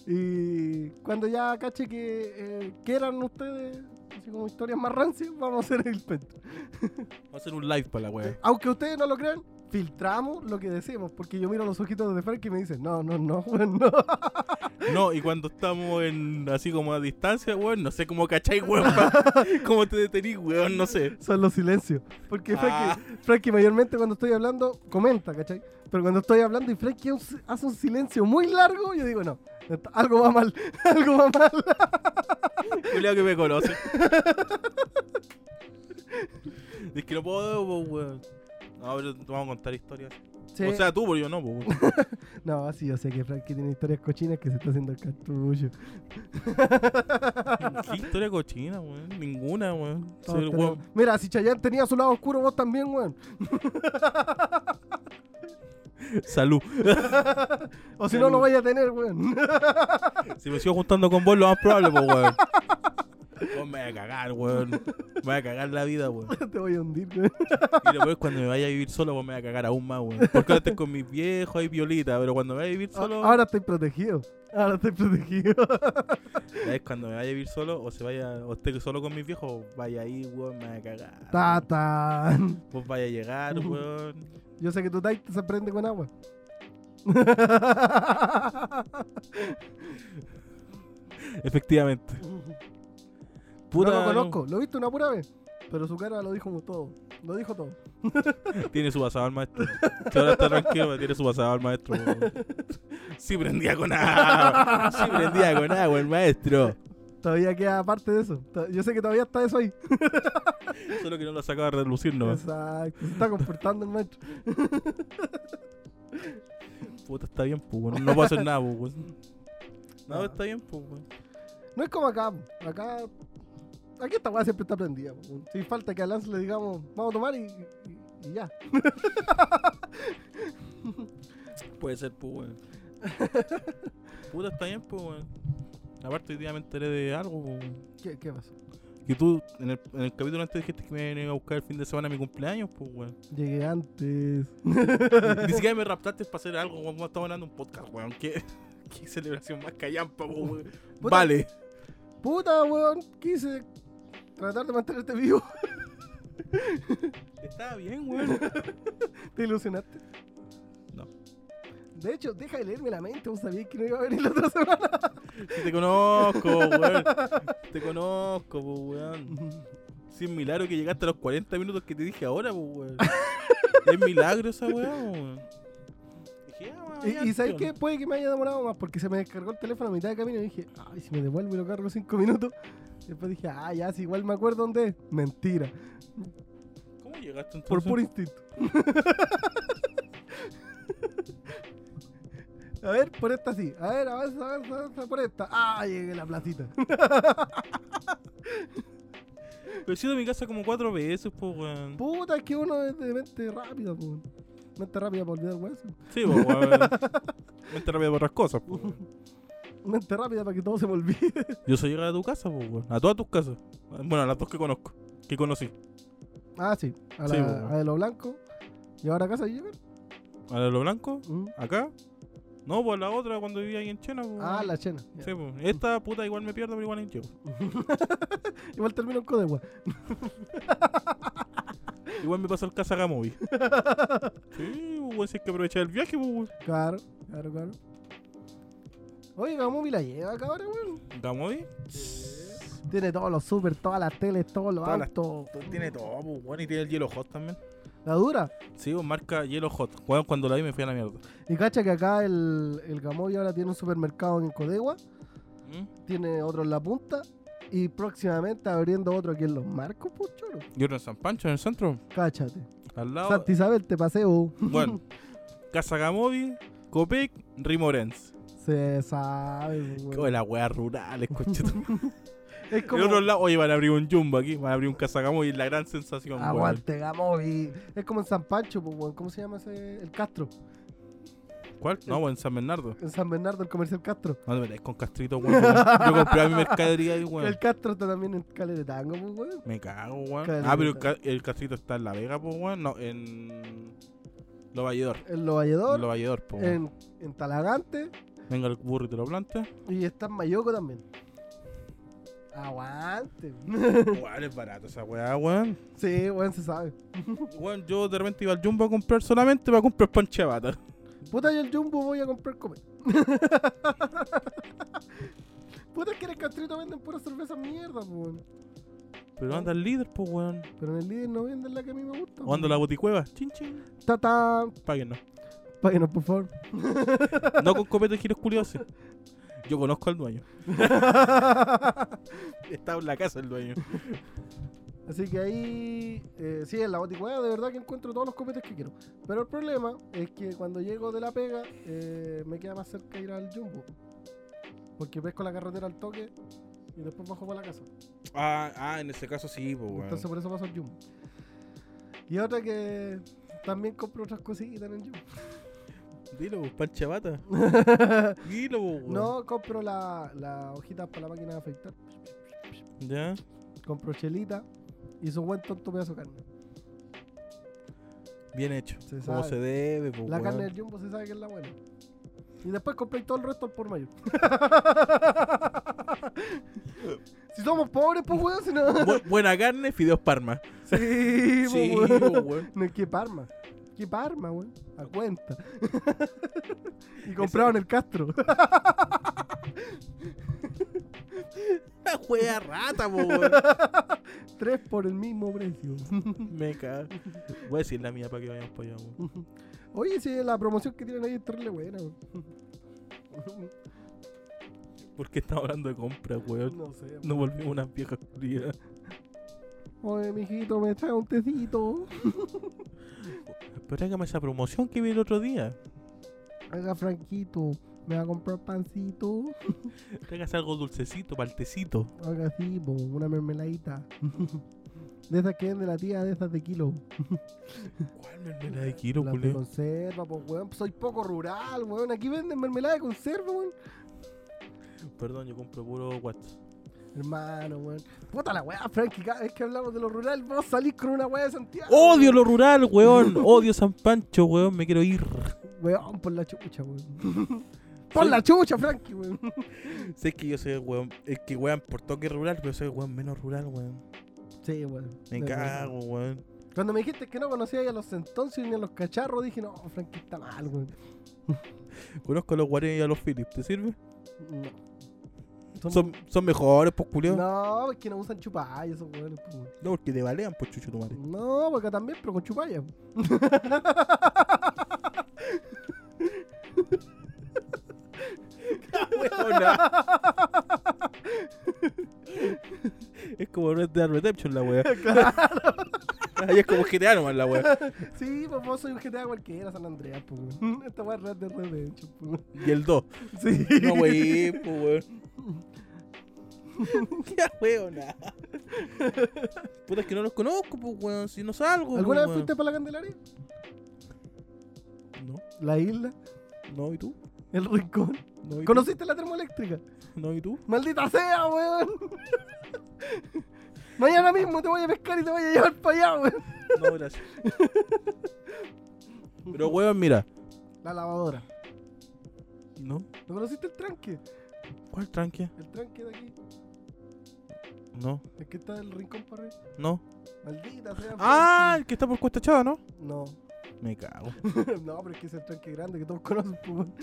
Speaker 3: Y cuando ya cache que eh, quieran ustedes, así como historias más rancias, vamos a hacer el Patreon.
Speaker 4: Va a ser un live para la weá.
Speaker 3: Aunque ustedes no lo crean, filtramos lo que decimos, porque yo miro los ojitos de Frank y me dicen, no, no, no, weón, no.
Speaker 4: No, y cuando estamos en así como a distancia, weón, no sé cómo cacháis, weón. pa- ¿Cómo te detenís, weón? No sé.
Speaker 3: Son los silencios. Porque
Speaker 4: Ah.
Speaker 3: Frankie, Frankie mayormente cuando estoy hablando, comenta, ¿cachai? Pero cuando estoy hablando y Frankie hace un- hace un silencio muy largo, yo digo, no, esto- algo va mal, algo va mal.
Speaker 4: Julio que me conoce. Dice que no puedo, po, weón. No, pero te vamos a contar historias.
Speaker 3: Sí.
Speaker 4: O sea, tú, pero yo no, po.
Speaker 3: no, sí, yo sé que Frankie tiene historias cochinas que se está haciendo el cartucho.
Speaker 4: ¿Qué historia cochina, weón? Ninguna, weón. Sí,
Speaker 3: Todos
Speaker 4: el
Speaker 3: tenemos-
Speaker 4: weón-
Speaker 3: Mira, si Chayanne tenía su lado oscuro, vos también, weón.
Speaker 4: Salud.
Speaker 3: O si no lo vaya a tener, weón.
Speaker 4: Si me sigo juntando con vos, lo más probable, po, weón. Vos me voy a cagar, weón. Me voy a cagar la vida, weón.
Speaker 3: Te voy a hundir, weón.
Speaker 4: Y lo peor es cuando me vaya a vivir solo, vos me voy a cagar aún más, weón. Porque ahora estoy con mis viejos y violita, pero cuando me vaya a vivir solo.
Speaker 3: Ahora estoy protegido. Ahora estoy protegido. ah.
Speaker 4: Es cuando me vaya a vivir solo o se vaya, o esté solo con mis viejos, vaya ahí, weón, me voy a cagar.
Speaker 3: Tatán.
Speaker 4: Vos pues vaya a llegar,
Speaker 3: Ujú.
Speaker 4: weón.
Speaker 3: Yo sé que tu Titan se prende con agua.
Speaker 4: Efectivamente.
Speaker 3: Puta,
Speaker 4: Puta,
Speaker 3: lo conozco, lo he visto una pura vez. Pero su cara lo dijo todo. Lo dijo todo.
Speaker 4: Tiene su pasado al maestro. Que ahora está tranquilo, pero tiene su pasado al maestro. Sí prendía con agua. Sí prendía con agua el maestro.
Speaker 3: Todavía queda parte de eso. To- Yo sé que todavía está eso ahí.
Speaker 4: Solo que no lo sacaba a relucir, ¿no?
Speaker 3: Exacto. Se está comportando el maestro.
Speaker 4: Puta, está bien, pues, weón. No puedo hacer nada, pues, weón. No, está bien, pues, weón.
Speaker 3: No es como acá. po. Acá. Aquí esta weá siempre está prendida. po. Si falta que a Lance le digamos, vamos a tomar y, y- y ya.
Speaker 4: Puede ser, pues, weón. Puta, está bien, pues, weón. Aparte, hoy día me enteré de algo, pues, weón.
Speaker 3: ¿Qué, qué pasa?
Speaker 4: Que tú, en el, en el capítulo antes dijiste que me iban a ir a buscar el fin de semana a mi cumpleaños, pues, weón.
Speaker 3: Llegué antes.
Speaker 4: Ni siquiera me raptaste para hacer algo, weón. Estamos hablando de un podcast, weón. ¿Qué, qué celebración más callampa, pues, weón.
Speaker 3: Puta.
Speaker 4: Vale.
Speaker 3: Puta, weón. Quise tratar de mantenerte vivo.
Speaker 4: Estaba bien, weón.
Speaker 3: Te ilusionaste.
Speaker 4: No.
Speaker 3: De hecho, deja de leerme la mente. Vos sabías que no iba a venir la otra semana.
Speaker 4: Te conozco, weón. Te conozco, po, weón. Sí, es milagro que llegaste a los 40 minutos que te dije ahora, po, weón. Es milagro esa weón, weón. Dije, ah, weón, ya,
Speaker 3: Y, y sabes
Speaker 4: tío,
Speaker 3: qué? Puede que me haya demorado más porque se me descargó el teléfono a mitad de camino y dije, ay, si me devuelvo y lo cargo cinco minutos. Después dije, ah, ya, si igual me acuerdo dónde es. Mentira.
Speaker 4: ¿Cómo llegaste entonces?
Speaker 3: Por puro instinto. A ver, por esta sí. A ver, avanza, avanza, avanza por esta. Ah, llegué a la placita.
Speaker 4: Pero he sido a mi casa como cuatro veces, po, weón.
Speaker 3: Puta, es que uno es de mente rápida, po. Mente rápida para olvidar weas.
Speaker 4: Sí, po, weón. Mente rápida por otras cosas, po, weón.
Speaker 3: Mente rápida para que todo se me olvide.
Speaker 4: Yo soy llegado a tu casa, po, weón. A todas tus casas. Bueno, a las dos que conozco. Que conocí.
Speaker 3: Ah, sí. A,
Speaker 4: Sí,
Speaker 3: la-
Speaker 4: po.
Speaker 3: a de lo blanco. Y ahora a casa y llegar.
Speaker 4: A la de los blancos,
Speaker 3: Mm.
Speaker 4: acá. No, pues a la otra cuando vivía ahí en Chena, po,
Speaker 3: Ah,
Speaker 4: weón.
Speaker 3: la chena. Ya.
Speaker 4: Sí, po. Esta puta igual me pierdo, pero igual en llego.
Speaker 3: Igual termino en Codegua.
Speaker 4: Igual me pasó el Casagamovi. sí, weón, si hay que aprovechar el viaje, pues, weón.
Speaker 3: Claro, claro, claro. Oye, Gamovi la lleva acá ahora, weón.
Speaker 4: Gamovi
Speaker 3: Tiene todos los super, todas las teles, todos los
Speaker 4: Todas las-
Speaker 3: autos.
Speaker 4: tiene todo, pues, weón, y tiene el hielo hot también.
Speaker 3: La dura.
Speaker 4: Sí, pues, marca hielo hot. Weón, cuando la vi me fui a la mierda.
Speaker 3: Y cacha que acá el, el Gamovi ahora tiene un supermercado en Codegua,
Speaker 4: ¿Mm?
Speaker 3: tiene otro en La Punta y próximamente abriendo otro aquí en Los Marcos, por choro.
Speaker 4: Yo era en San Pancho, en el centro.
Speaker 3: Cáchate.
Speaker 4: Al lado.
Speaker 3: Santa Isabel, te paseo.
Speaker 4: Bueno, Casagamovi, Copec, Rimorens.
Speaker 3: Se sabe, pues,
Speaker 4: Qué
Speaker 3: weón.
Speaker 4: buena weá rural, escuché.
Speaker 3: Es
Speaker 4: En otro lado, oye, van a abrir un jumbo aquí, van a abrir un Casagamovi, la gran sensación, pues, weón.
Speaker 3: Aguante, Gamovi. Es como en San Pancho, pues, weón. ¿Cómo se llama ese? El Castro.
Speaker 4: ¿Cuál? No, weón, en San Bernardo.
Speaker 3: En San Bernardo, el comercial Castro.
Speaker 4: No te metáis con Castrito, weón. Yo compré mi mercadería ahí, weón.
Speaker 3: El Castro está también en Caleretango, pues, weón.
Speaker 4: Me cago, weón.
Speaker 3: Caleta.
Speaker 4: Ah, pero el, ca- el castrito está en La Vega, pues, weón. No, en. Lo Valledor.
Speaker 3: En Lo
Speaker 4: En
Speaker 3: Valledor,
Speaker 4: Lo Valledor, pues, weón.
Speaker 3: en, en Talagante
Speaker 4: Venga el burro y te lo planta.
Speaker 3: y está en Mayoco también. Aguante.
Speaker 4: weón, es barato esa weá, weón.
Speaker 3: sí, weón, se sabe.
Speaker 4: Weón, yo de repente iba al Jumbo a comprar solamente para comprar pancha de bata.
Speaker 3: Puta, yo el Jumbo voy a comprar comer. Puta, es que en el castrito venden puras cervezas mierda, po, weón.
Speaker 4: Pero anda el líder, pues, weón.
Speaker 3: Pero en el líder no venden la que a mí me gusta.
Speaker 4: O anda la boticueva. Chin, chin.
Speaker 3: Tata.
Speaker 4: Páguenos.
Speaker 3: Páguenos, por favor.
Speaker 4: No con copete de giros curiosos. Yo conozco al dueño. Está en la casa el dueño.
Speaker 3: Así que ahí, eh, sí, en la boticueva de verdad que encuentro todos los copetes que quiero. Pero el problema es que cuando llego de la pega, eh, me queda más cerca ir al jumbo. Porque pesco la carretera al toque y después bajo para la casa.
Speaker 4: Ah, ah, en ese caso sí, pues, weón.
Speaker 3: Entonces por eso paso al jumbo. Y otra que también compro otras cositas en el jumbo.
Speaker 4: Dilo, pues, pancha de bata. Dilo, pues, weón.
Speaker 3: No, compro la, la hojita para la máquina de afeitar.
Speaker 4: Ya.
Speaker 3: Compro chelita y su buen tonto pedazo de carne.
Speaker 4: Bien hecho.
Speaker 3: Se
Speaker 4: como
Speaker 3: sabe.
Speaker 4: se debe, pues,
Speaker 3: La
Speaker 4: weón.
Speaker 3: carne del jumbo se sabe que es la buena. Y después compré todo el resto al por mayor. si somos pobres, pues weón, si no.
Speaker 4: Bu- buena carne, fideos parma.
Speaker 3: Sí,
Speaker 4: Sí,
Speaker 3: pues weón.
Speaker 4: pues, weón.
Speaker 3: No, que parma. Que parma, weón. A cuenta. y compraron el Castro.
Speaker 6: La wea rata, po, weón.
Speaker 3: Tres por el mismo precio.
Speaker 4: Me cago. Voy a decir la mía para que vayan para allá, weón.
Speaker 3: Oye, sí, la promoción que tienen ahí es terrible buena. weón.
Speaker 4: ¿Por qué estamos hablando de compras, weón?
Speaker 3: No sé.
Speaker 4: Nos volvimos unas viejas culiadas.
Speaker 3: Oye, mijito, me trae un tecito.
Speaker 4: Pero tráigame esa promoción que vi el otro día.
Speaker 3: Haga Franquito, me va a comprar pancito.
Speaker 4: Tráigase algo dulcecito, paltecito.
Speaker 3: Haga así, po, una mermeladita. De esas que vende la tía, de esas de kilo.
Speaker 4: ¿Cuál mermelada de kilo,
Speaker 3: Las de
Speaker 4: culeo?
Speaker 3: conserva, pues, weón. Soy poco rural, weón. Aquí venden mermelada de conserva, weón.
Speaker 4: Perdón, yo compro puro WhatsApp.
Speaker 3: Hermano, weón. Puta la weá, Frankie, cada vez que hablamos de lo rural, vos salís con una weá de Santiago.
Speaker 4: Odio lo rural, weón. Odio San Pancho, weón. Me quiero ir.
Speaker 3: Weón, por la chucha, weón. Por la chucha, Frankie, weón.
Speaker 4: Sé que yo soy el weón. Es que weón por toque rural, pero soy el weón menos rural, weón.
Speaker 3: Sí, weón.
Speaker 4: Me
Speaker 3: De
Speaker 4: cago, weón.
Speaker 3: verdad. Cuando me dijiste que no conocía a los sentoncios ni a los cacharros, dije, no, Frankie está mal, weón.
Speaker 4: Conozco a los guarenes y a los Philips, ¿te sirve?
Speaker 3: No.
Speaker 4: Son, son mejores, pues culeo. No.
Speaker 3: No, es que no usan chupallas esos weones, pues, weón.
Speaker 4: porque te balean, pues chucho tu madre.
Speaker 3: No, porque acá también, pero con chupallas.
Speaker 4: es como Red Dead Redemption la weá. Ahí es como GTA nomás la weá.
Speaker 3: Sí, pues vos soy un GTA cualquiera, San Andreas, pues, weón. Esta weá es Red Dead Redemption, pues, weón.
Speaker 4: Y el 2.
Speaker 3: Sí.
Speaker 4: No wey, pues weón. Ya weón. Puta es que no los conozco, pues weón. Si no salgo.
Speaker 3: ¿Alguna
Speaker 4: pues,
Speaker 3: vez fuiste para la Candelaria?
Speaker 4: No,
Speaker 3: La isla,
Speaker 4: no, ¿y tú?
Speaker 3: el rincón.
Speaker 4: No, ¿y tú?
Speaker 3: ¿Conociste la termoeléctrica?
Speaker 4: No, ¿y tú?
Speaker 3: ¡Maldita sea, weón! Mañana mismo te voy a pescar y te voy a llevar para allá, weón.
Speaker 4: No, gracias. Pero weón, mira.
Speaker 3: La lavadora.
Speaker 4: ¿No?
Speaker 3: ¿No conociste el tranque?
Speaker 4: ¿Cuál tranquia?
Speaker 3: El tranque de aquí.
Speaker 4: No,
Speaker 3: El que está del rincón para arriba.
Speaker 4: no.
Speaker 3: Maldita sea.
Speaker 4: Ah, el que está por cuesta echada, ¿no?
Speaker 3: Frankie. No.
Speaker 4: Me cago.
Speaker 3: no, pero es que es el tranque grande que todos conocen, pues, weón.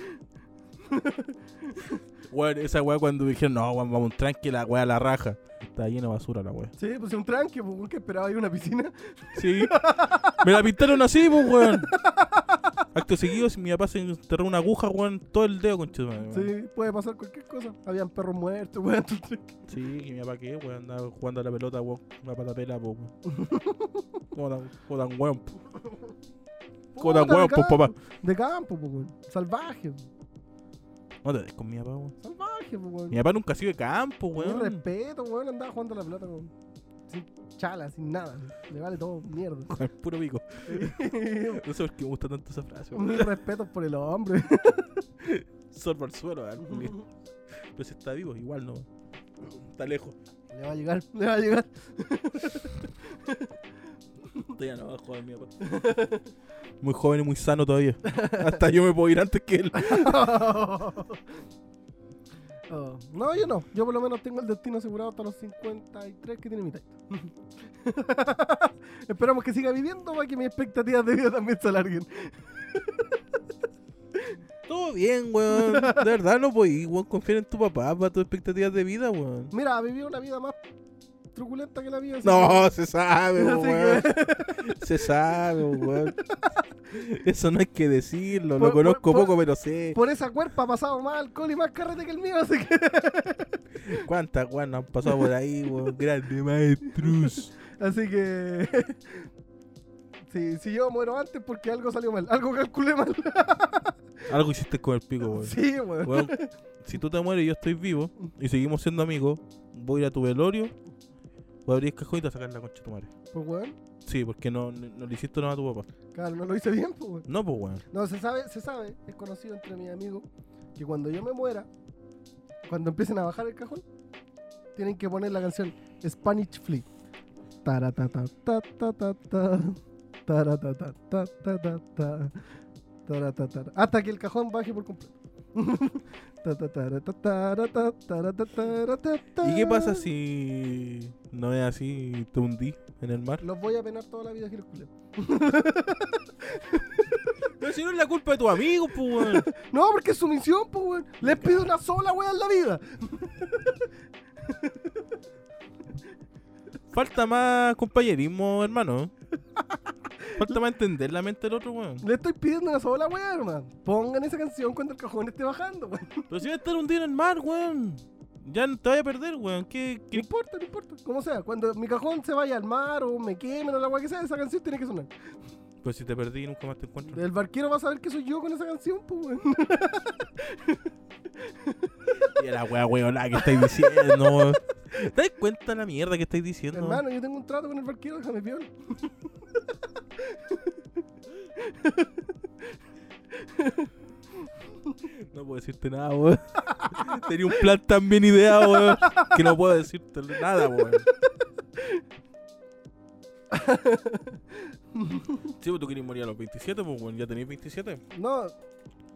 Speaker 4: Weón, esa weá cuando me dijeron, no, weón, vamos, tranqui, la weá la raja. Está llena de basura la weá.
Speaker 3: Sí, pues es un tranque, pues, weón, que esperaba ahí una piscina.
Speaker 4: Sí. Me la pintaron así, pues, weón. Acto seguido, si mi papá se enterró una aguja, weón, todo el dedo, con
Speaker 3: Sí, puede pasar cualquier cosa. Habían perros muertos, weón, en el tranque.
Speaker 4: Sí, que mi papá qué, weón, andaba jugando a la pelota, weón, una patapela, po, weón. Como tan, como tan weón, po. Como tan
Speaker 3: Puta,
Speaker 4: weón,
Speaker 3: de
Speaker 4: pues, papá.
Speaker 3: campo, De campo, pues, weón. Salvaje,
Speaker 4: No te des con mi papá, weón.
Speaker 3: salvaje, pues, weón.
Speaker 4: Mi papá nunca ha sido de campo,
Speaker 3: Ni
Speaker 4: weón.
Speaker 3: respeto, weón, andaba jugando a la pelota con... sin chala, sin nada. Le vale todo mierda.
Speaker 4: Con el puro pico. No sé por qué me gusta tanto esa frase, weón.
Speaker 3: Mil respetos por el hombre.
Speaker 4: Sorbo al suelo, weón. culiao. Pero si está vivo, igual no. Está lejos.
Speaker 3: le va a llegar, le va a llegar.
Speaker 4: Todavía no, joven pues. mi papá. Muy joven y muy sano todavía. Hasta yo me puedo ir antes que él.
Speaker 3: Oh, No, yo no. Yo por lo menos tengo el destino asegurado hasta los 53 que tiene mi taita. Esperamos que siga viviendo para que mis expectativas de vida también se alarguen.
Speaker 4: Todo bien, weón. De verdad no voy, weón. Confía en tu papá para tus expectativas de vida, weón.
Speaker 3: Mira, ha vivido una vida más truculenta que la vida. así
Speaker 4: No, se sabe,
Speaker 3: Así
Speaker 4: weón. Se sabe, weón. Eso no hay que decirlo. Lo
Speaker 3: Por- por-
Speaker 4: conozco
Speaker 3: por-
Speaker 4: poco, pero
Speaker 3: que
Speaker 4: sé.
Speaker 3: por esa cuerpa ha pasado más alcohol y más carrete que el mío, así que
Speaker 4: ¿Cuántas weón han pasado por ahí, weón? Grande maestruz.
Speaker 3: Así que. Sí, si yo muero antes porque algo salió mal, algo calculé mal.
Speaker 4: Algo hiciste con el pico, weón.
Speaker 3: Sí, weón.
Speaker 4: Weón, si tú te mueres y yo estoy vivo y seguimos siendo amigos, voy a ir a tu velorio, voy a abrir el cajón y te voy a sacar la concha de tu madre.
Speaker 3: Pues weón,
Speaker 4: Sí, porque no, no le hiciste nada a tu papá.
Speaker 3: claro, no lo hice bien, pues weón.
Speaker 4: No, pues weón.
Speaker 3: No, se sabe, se sabe, es conocido entre mis amigos que cuando yo me muera, cuando empiecen a bajar el cajón, tienen que poner la canción Spanish Flea. Taratata, ta, ta, ta, ta, taratata, ta, ta, ta, ta, taratata, Hasta que el cajón baje por completo. Ta, ta, tarata, tarata, tarata, tarata.
Speaker 4: ¿Y qué pasa si no es así y te hundí en el mar?
Speaker 3: Los voy a penar toda la vida, Hércules.
Speaker 4: No Pero si no es la culpa de tu amigo, pues, weón.
Speaker 3: No, porque es su misión, pues, weón. Les pido una sola, weón, en la vida.
Speaker 4: Falta más compañerismo, hermano. Falta más entender la mente del otro, weón.
Speaker 3: Le estoy pidiendo una sola, weón, hermano. Pongan esa canción cuando el cajón esté bajando, weón.
Speaker 4: Pero si va a estar hundido en el mar, weón. Ya no te vaya a perder, weón. ¿Qué,
Speaker 3: No
Speaker 4: qué-
Speaker 3: importa, no importa. Como sea, cuando mi cajón se vaya al mar o me quemen o la weá que sea, esa canción tiene que sonar.
Speaker 4: Pues si te perdí, nunca más te encuentro.
Speaker 3: El barquero va a saber que soy yo con esa canción, pues, weón.
Speaker 4: Y la wea, weón, que estáis diciendo, weón. ¿Te das cuenta la mierda que estáis diciendo? weón?
Speaker 3: Hermano, yo tengo un trato con el barquero, déjame piola.
Speaker 4: No puedo decirte nada, weón. Tenía un plan tan bien ideado, weón, que no puedo decirte nada, weón. Sí, pues tú querías morir a los 27, pues, weón. Ya tenías 27.
Speaker 3: No,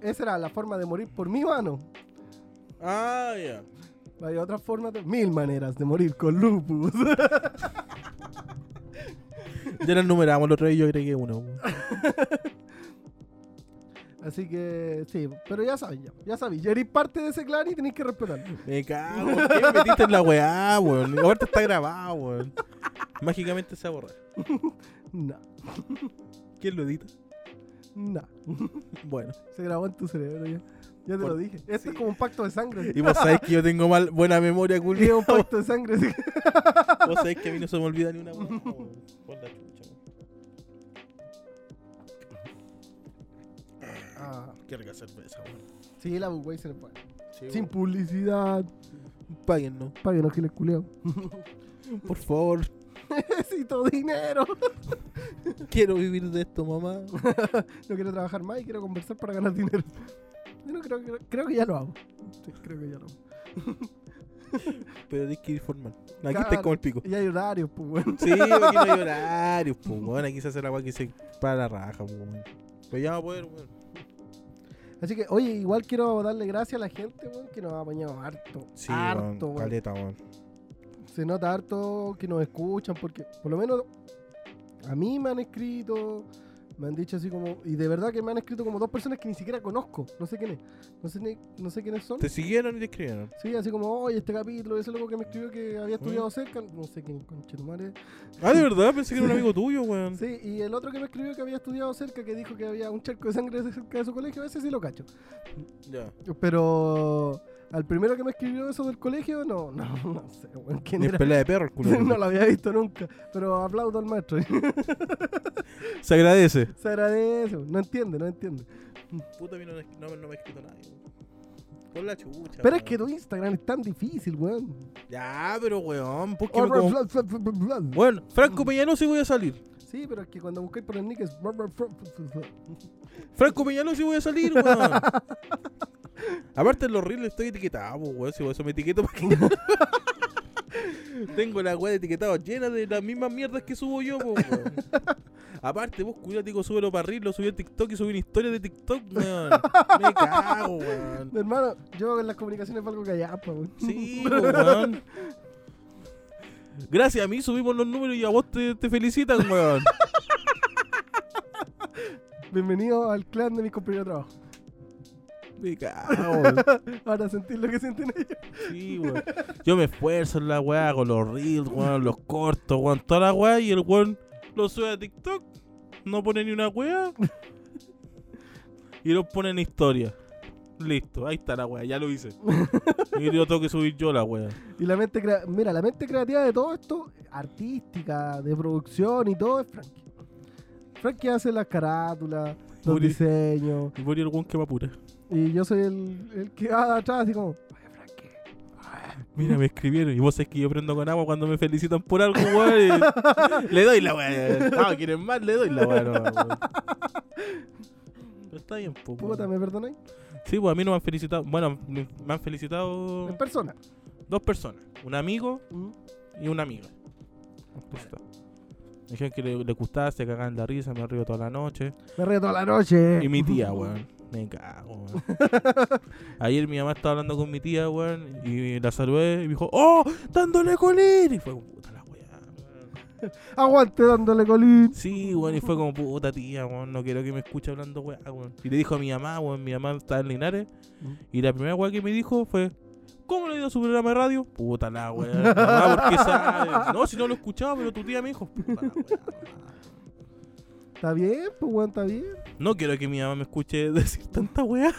Speaker 3: esa era la forma de morir por mi mano.
Speaker 4: Ah, ya.
Speaker 3: Hay otras formas de... Mil maneras de morir con lupus.
Speaker 4: Ya nos numeramos el otro día y yo agregué uno, weón.
Speaker 3: Así que, sí, pero ya saben, ya, ya sabéis. Ya eres parte de ese clan y tenéis que respetarlo.
Speaker 4: Me cago, ¿por ¿qué me metiste en la weá, weón? Ahorita está grabado, weón. Mágicamente se va a borrar.
Speaker 3: No,
Speaker 4: ¿Quién lo edita?
Speaker 3: no.
Speaker 4: Bueno.
Speaker 3: Se grabó en tu cerebro ya. Ya te lo dije. Esto es como un pacto de sangre.
Speaker 4: Y vos sabés que yo tengo mal, buena memoria,
Speaker 3: Y es
Speaker 4: culiao.
Speaker 3: un pacto de sangre. así que-
Speaker 4: Vos sabés que a mí no se me olvida ni una weá, weón. Por la chucha, weón.
Speaker 3: Ah,
Speaker 4: Qué rica cerveza, weón.
Speaker 3: sí, la Budweiser se le puede.
Speaker 4: Sí,
Speaker 3: Sin publicidad.
Speaker 4: paguen, ¿no?
Speaker 3: Para que no giles culeo.
Speaker 4: Por favor,
Speaker 3: Necesito dinero.
Speaker 4: quiero vivir de esto, mamá.
Speaker 3: No quiero trabajar más y quiero conversar para ganar dinero. Yo no creo, creo, creo que ya lo hago. Sí, creo que ya lo hago.
Speaker 4: Pero tienes que ir formal. Aquí
Speaker 3: Claro.
Speaker 4: estáis como el pico.
Speaker 3: Y hay horarios, pues, bueno.
Speaker 4: Sí, aquí no hay horarios, pues, weón. Aquí se hace la weá que se para la raja, pues, weón. Pero ya va a poder, weón.
Speaker 3: Así que, oye, igual quiero darle gracias a la gente, weón, que nos ha apañado harto.
Speaker 4: Sí,
Speaker 3: harto,
Speaker 4: weón.
Speaker 3: weón.
Speaker 4: Caleta, weón.
Speaker 3: Se nota harto que nos escuchan, porque por lo menos a mí me han escrito, me han dicho así como, y de verdad que me han escrito como dos personas que ni siquiera conozco, no sé quién es, no sé, ni- no sé quiénes son.
Speaker 4: Te siguieron y te escribieron.
Speaker 3: Sí, así como, oye, este capítulo, ese loco que me escribió que había estudiado cerca, no sé quién, conchetumare.
Speaker 4: Ah, de verdad, pensé que era un amigo tuyo, weón.
Speaker 3: Sí, y el otro que me escribió que había estudiado cerca, que dijo que había un charco de sangre cerca de su colegio, a veces sí lo cacho.
Speaker 4: Ya.
Speaker 3: Pero al primero que me escribió eso del colegio, no, no, no sé, weón, quién
Speaker 4: Ni es
Speaker 3: era.
Speaker 4: pelea de perro, el culo.
Speaker 3: No lo había visto nunca, pero aplaudo al maestro.
Speaker 4: Se agradece.
Speaker 3: Se agradece, no entiende, no entiende.
Speaker 4: Puta, a mí no, no- no me ha escrito nadie, weón. Por la chucha.
Speaker 3: Pero es que
Speaker 4: weón.
Speaker 3: tu Instagram es tan difícil, weón.
Speaker 4: Ya, pero weón, búsqueme
Speaker 3: Bla,
Speaker 4: como.
Speaker 3: bla, bla, bla, bla, bla.
Speaker 4: Bueno, Franco Peñalosi voy a salir.
Speaker 3: Sí, pero es que cuando buscáis por el nick es. bla, bla, bla, bla, bla.
Speaker 4: Franco Peñalosi voy a salir, weón. Aparte, en los reels estoy etiquetado, pues, weón. Si por eso me etiqueto, ¿para qué? Tengo la weá de etiquetado llena de las mismas mierdas que subo yo, pues, weón. Aparte, vos, cuidado, súbelo para reels, lo subí a TikTok y subí una historia de TikTok, weón. Me cago, weón.
Speaker 3: Hermano, yo en las comunicaciones valgo callapa, weón.
Speaker 4: Sí, po, weón. Gracias a mí subimos los números y a vos te, te felicitan, weón.
Speaker 3: Bienvenido al clan de mis compañeros de trabajo.
Speaker 4: Me cago, weón.
Speaker 3: Para sentir lo que sienten ellos.
Speaker 4: Sí, weón. Yo me esfuerzo en la weá con los reels, weón, los cortos, weón, toda la weá y el weón lo sube a TikTok. No pone ni una weá. Y lo pone en historia. Listo, ahí está la weá, ya lo hice. Y yo tengo que subir yo la weá.
Speaker 3: Y la mente crea- Mira, la mente creativa de todo esto, artística, de producción y todo, es Frankie. Frankie hace las carátulas, los
Speaker 4: Uri.
Speaker 3: diseños.
Speaker 4: Y voy a ir al weón que me apura.
Speaker 3: Y yo soy el, el que va atrás, así como. "Oye, Frankie,
Speaker 4: Mira, me escribieron. Y vos sabés que yo prendo con agua cuando me felicitan por algo, weón. y- Le doy la weá. No, quieren más, le doy la weá. No, weón. Pero está bien, po, weón.
Speaker 3: Puta, ¿me perdonáis?
Speaker 4: Sí, pues a mí no me han felicitado. Bueno, me me han felicitado
Speaker 3: En persona.
Speaker 4: dos personas: un amigo
Speaker 3: Mm.
Speaker 4: y una amiga. Me han felicitado. Me dijeron que le, le gustaba, se cagaban la risa, me río toda la noche.
Speaker 3: Me río toda la noche.
Speaker 4: Y mi tía, weón. Me cago, weón. Ayer mi mamá estaba hablando con mi tía, weón, y la saludé y me dijo: ¡Oh! ¡Dándole colir! Y fue puta la weá, weón.
Speaker 3: Aguante dándole colín.
Speaker 4: Sí, weón, y fue como, puta tía, weón, no quiero que me escuche hablando, weá, weón. Y le dijo a mi mamá, weón, mi mamá está en Linares. Y la primera weá que me dijo fue, ¿cómo le dio su programa de radio? Puta la weá, mamá, ¿por qué sabe? No, si no lo escuchaba, pero tu tía me dijo, puta la weá.
Speaker 3: Está bien, pues weón, está bien.
Speaker 4: No quiero que mi mamá me escuche decir tanta weá.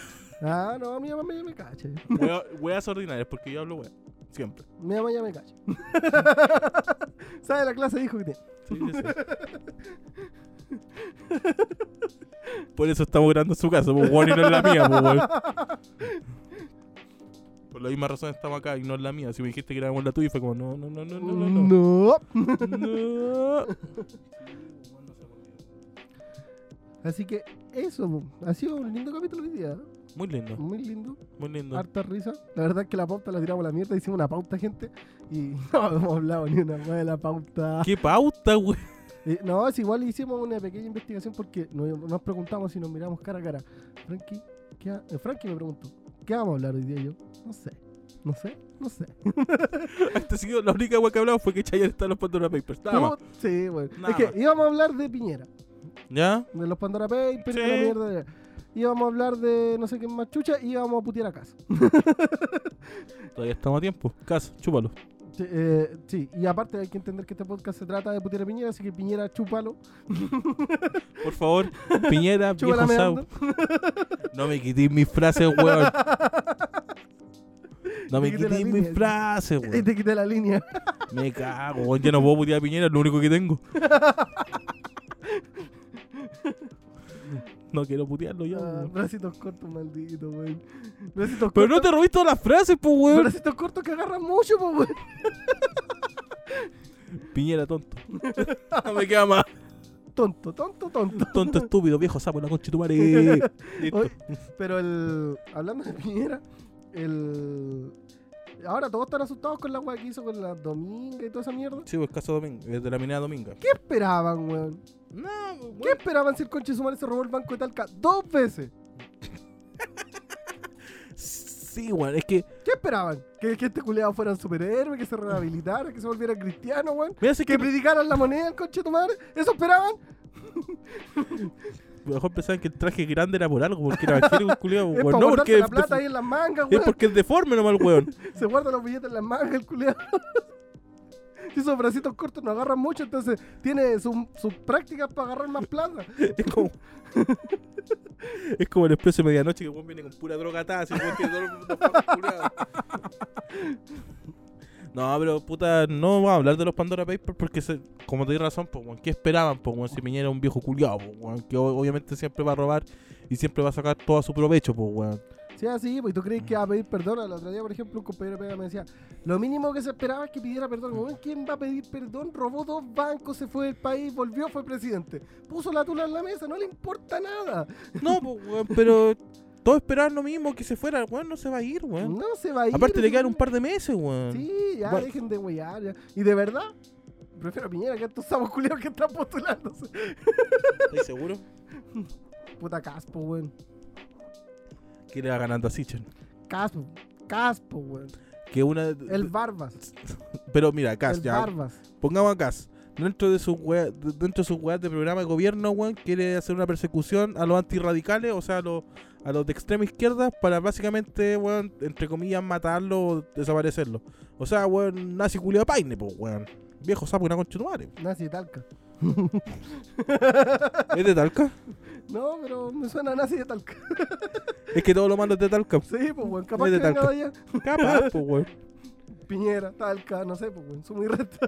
Speaker 3: Ah, no, mi mamá ya me cacha.
Speaker 4: Weá- Weas ordinarias, porque yo hablo weá. Siempre.
Speaker 3: Mi mamá ya me cacha. ¿Sabe la clase de hijo que tiene?
Speaker 4: Sí, yo sé. Por eso estamos grabando en su casa, pues weón, y no en la mía, pues weón. Por la misma razón estamos acá y no en la mía. Si me dijiste que grabamos en la tuya, fue como, no, no, no, no, no, no. no. No.
Speaker 3: Así que eso, po. ha sido un lindo capítulo hoy día. ¿eh?
Speaker 4: Muy lindo,
Speaker 3: Muy lindo.
Speaker 4: muy lindo.
Speaker 3: Harta risa. La verdad es que la pauta la tiramos a la mierda. Hicimos una pauta, gente. Y no hemos hablado ni una más de la pauta.
Speaker 4: ¡Qué pauta, weón!
Speaker 3: Eh, no, es igual hicimos una pequeña investigación porque nos, nos preguntamos si nos miramos cara a cara. Frankie, ¿qué ha- eh, Frankie me preguntó, ¿qué vamos a hablar hoy día? Y Yo, no sé, no sé, no sé.
Speaker 4: Hasta sido la única weá que hablamos fue que Chayanne está en los Pandora Papers. Nada más.
Speaker 3: Tú- Sí, bueno.
Speaker 4: Nada
Speaker 3: es que
Speaker 4: más.
Speaker 3: íbamos a hablar de Piñera,
Speaker 4: ¿Ya?
Speaker 3: de los Pandora Papers, de la
Speaker 4: Sí.
Speaker 3: mierda. de- Íbamos a hablar de no sé qué más chucha y íbamos a putear a casa.
Speaker 4: Todavía estamos a tiempo. Cas, chúpalo.
Speaker 3: Sí, eh, sí, y aparte hay que entender que este podcast se trata de putear a Piñera, así que Piñera, chúpalo.
Speaker 4: Por favor, Piñera,
Speaker 3: Chúpala
Speaker 4: viejo Sau. No me quitéis mis frases, weón. No me
Speaker 3: Te quité la
Speaker 4: quitéis mis
Speaker 3: línea.
Speaker 4: frases,
Speaker 3: Y
Speaker 4: weón.
Speaker 3: te quité la línea.
Speaker 4: Me cago, weón. Ya no puedo putear a Piñera, es lo único que tengo. No quiero putearlo ya,
Speaker 3: Ah,
Speaker 4: weón.
Speaker 3: bracitos cortos, maldito, weón. Bracitos
Speaker 4: Pero no
Speaker 3: cortos.
Speaker 4: te robé todas las frases, pues, weón.
Speaker 3: Bracitos cortos que agarran mucho, pues, weón.
Speaker 4: Piñera, tonto. No me queda más.
Speaker 3: Tonto, tonto, tonto.
Speaker 4: Tonto, estúpido, viejo sapo, la concha de tu madre. Listo.
Speaker 3: Oye, pero el. Hablando de Piñera, el. Ahora todos están asustados con la weá que hizo con la Dominga y toda esa mierda.
Speaker 4: Sí, pues caso domingo, desde la minera dominga.
Speaker 3: ¿Qué esperaban, weón?
Speaker 4: No,
Speaker 3: ¿Qué esperaban si el conche de su madre se robó el banco de Talca dos veces?
Speaker 4: Sí, weón, es que.
Speaker 3: ¿Qué esperaban? Que, que este culeado fuera un superhéroe, que se rehabilitara, que se volviera cristiano, weón.
Speaker 4: Mira, si es
Speaker 3: Que
Speaker 4: que.
Speaker 3: predicaran la moneda el conche de tu madre. ¿Eso esperaban?
Speaker 4: Mejor pensaban que el traje grande era por algo, porque era evangélico,
Speaker 3: Es
Speaker 4: culiado, Oh, weón.
Speaker 3: para
Speaker 4: No,
Speaker 3: guardarse
Speaker 4: porque.
Speaker 3: la plata ahí en las mangas,
Speaker 4: Es
Speaker 3: weón.
Speaker 4: porque es deforme nomás, el weón.
Speaker 3: Se guarda los billetes en las mangas el culiado. Y esos bracitos cortos no agarran mucho, entonces tiene su- sus prácticas para agarrar más plata.
Speaker 4: Es como. Es como el expreso de medianoche que el weón viene con pura droga atada, así el weón tiene todo el mundo fajo, culiao. No, pero puta, no vamos a hablar de los Pandora Papers porque, se- como te di razón, pues, weón, ¿qué esperaban? Pues, weón, si Piñera era un viejo culiado, pues, weón, que o- obviamente siempre va a robar y siempre va a sacar todo a su provecho, pues, weón.
Speaker 3: Sí, así, pues tú crees que va a pedir perdón. El otro día, por ejemplo, un compañero de pega me decía, lo mínimo que se esperaba es que pidiera perdón. Weón, ¿Quién va a pedir perdón? Robó dos bancos, se fue del país, volvió, fue presidente. Puso la tula en la mesa, no le importa nada.
Speaker 4: No, pues, weón, pero todos esperaban lo mismo, que se fuera, weón, no se va a ir, weón.
Speaker 3: No se va a ir.
Speaker 4: ¿Eh? Aparte le
Speaker 3: sí.
Speaker 4: quedan un par de meses, weón.
Speaker 3: Sí, ya,
Speaker 4: Va-
Speaker 3: dejen de huear. ya. Y de verdad, prefiero a Piñera que a estos sapos culiados que están postulándose.
Speaker 4: ¿Estás seguro?
Speaker 3: Puta caspo, weón.
Speaker 4: Que le va ganando a Sichel.
Speaker 3: Caspo, Caspo, weón.
Speaker 4: Que una.
Speaker 3: El Barbas.
Speaker 4: Pero mira, Cas,
Speaker 3: el
Speaker 4: ya.
Speaker 3: Barbas.
Speaker 4: Pongamos a Cas. Dentro de sus weas, de- dentro de sus weas de programa de gobierno, weón, quiere hacer una persecución a los antirradicales, o sea, a los, a los de extrema izquierda, para básicamente, weón, entre comillas, matarlos o desaparecerlos. O sea, weón, nazi culiao de paine, pues, weón. Viejo sapo, una concha de tu madre.
Speaker 3: Nazi Talca.
Speaker 4: ¿Es de Talca?
Speaker 3: No, pero me suena a Nazi de Talca.
Speaker 4: Es que todo lo malo es de Talca.
Speaker 3: Sí, pues, weón. Capaz
Speaker 4: Es de
Speaker 3: que venga
Speaker 4: Talca.
Speaker 3: de allá.
Speaker 4: Capaz, pues, weón.
Speaker 3: Piñera, Talca, no sé, pues, weón. Sumo y resta.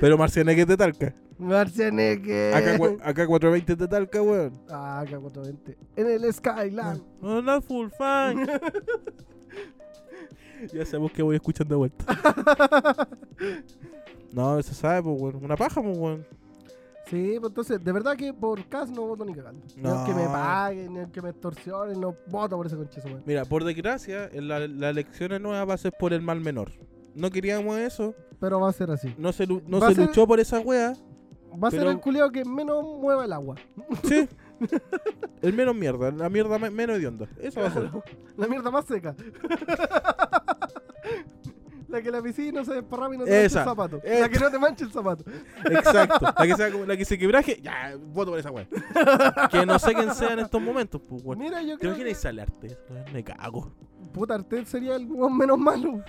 Speaker 4: Pero Marcianeque es de Talca.
Speaker 3: Marcianeque.
Speaker 4: Acá, cua- acá 420 es de Talca, weón.
Speaker 3: Ah, acá 420. En el Skyland.
Speaker 4: No, no, full fan. ya sabemos que voy escuchando de vuelta. No, se sabe, pues, weón. Una paja, pues, weón.
Speaker 3: Sí, pues entonces, de verdad que por Cas no voto ni cagando. Ni
Speaker 4: No.
Speaker 3: aunque me paguen, ni aunque me extorsionen, no voto por ese conchazo, weón.
Speaker 4: Mira, por desgracia, en la, la elección nueva va a ser por el mal menor. No queríamos eso.
Speaker 3: Pero va a ser así.
Speaker 4: No se, lu- no
Speaker 3: Va a
Speaker 4: se
Speaker 3: ser-
Speaker 4: luchó por esa wea.
Speaker 3: Va a
Speaker 4: Pero-
Speaker 3: ser el culiao que menos mueva el agua.
Speaker 4: Sí. El menos mierda. La mierda me- menos hedionda. Eso va a ser.
Speaker 3: La mierda más seca. La que la piscina se desparrama y no te mancha
Speaker 4: Esa.
Speaker 3: el zapato.
Speaker 4: Esa.
Speaker 3: La que no te mancha el zapato.
Speaker 4: Exacto. La que, sea como- la que se quebraje, ya, voto por esa weá. que no sé quién sea en estos momentos, pues, weón.
Speaker 3: Mira, yo
Speaker 4: ¿Te
Speaker 3: creo que
Speaker 4: imaginas salarte? Me cago.
Speaker 3: puta Artel sería el weón menos malo.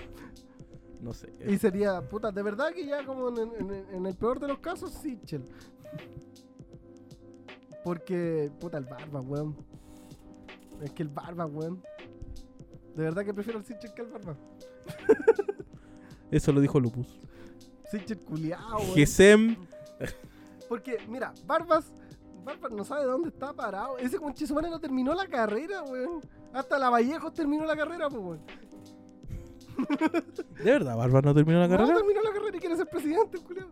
Speaker 4: No sé.
Speaker 3: Y sería, puta, de verdad que ya como en, en- en- en el peor de los casos, Sichel. Porque, puta, el barba, weón. Es que el barba, weón. De verdad que prefiero al Sichel que al barba.
Speaker 4: Eso lo dijo Lupus.
Speaker 3: Sichel culiao, weón.
Speaker 4: Gesem.
Speaker 3: Porque, mira, Barbas, Barbas no sabe dónde está parado. Ese conchesumane no terminó la carrera, weón. Hasta la Vallejo terminó la carrera, pues, weón.
Speaker 4: ¿De verdad, Bárbara no terminó la
Speaker 3: No
Speaker 4: carrera?
Speaker 3: terminó la carrera y quiere ser presidente, el culiao.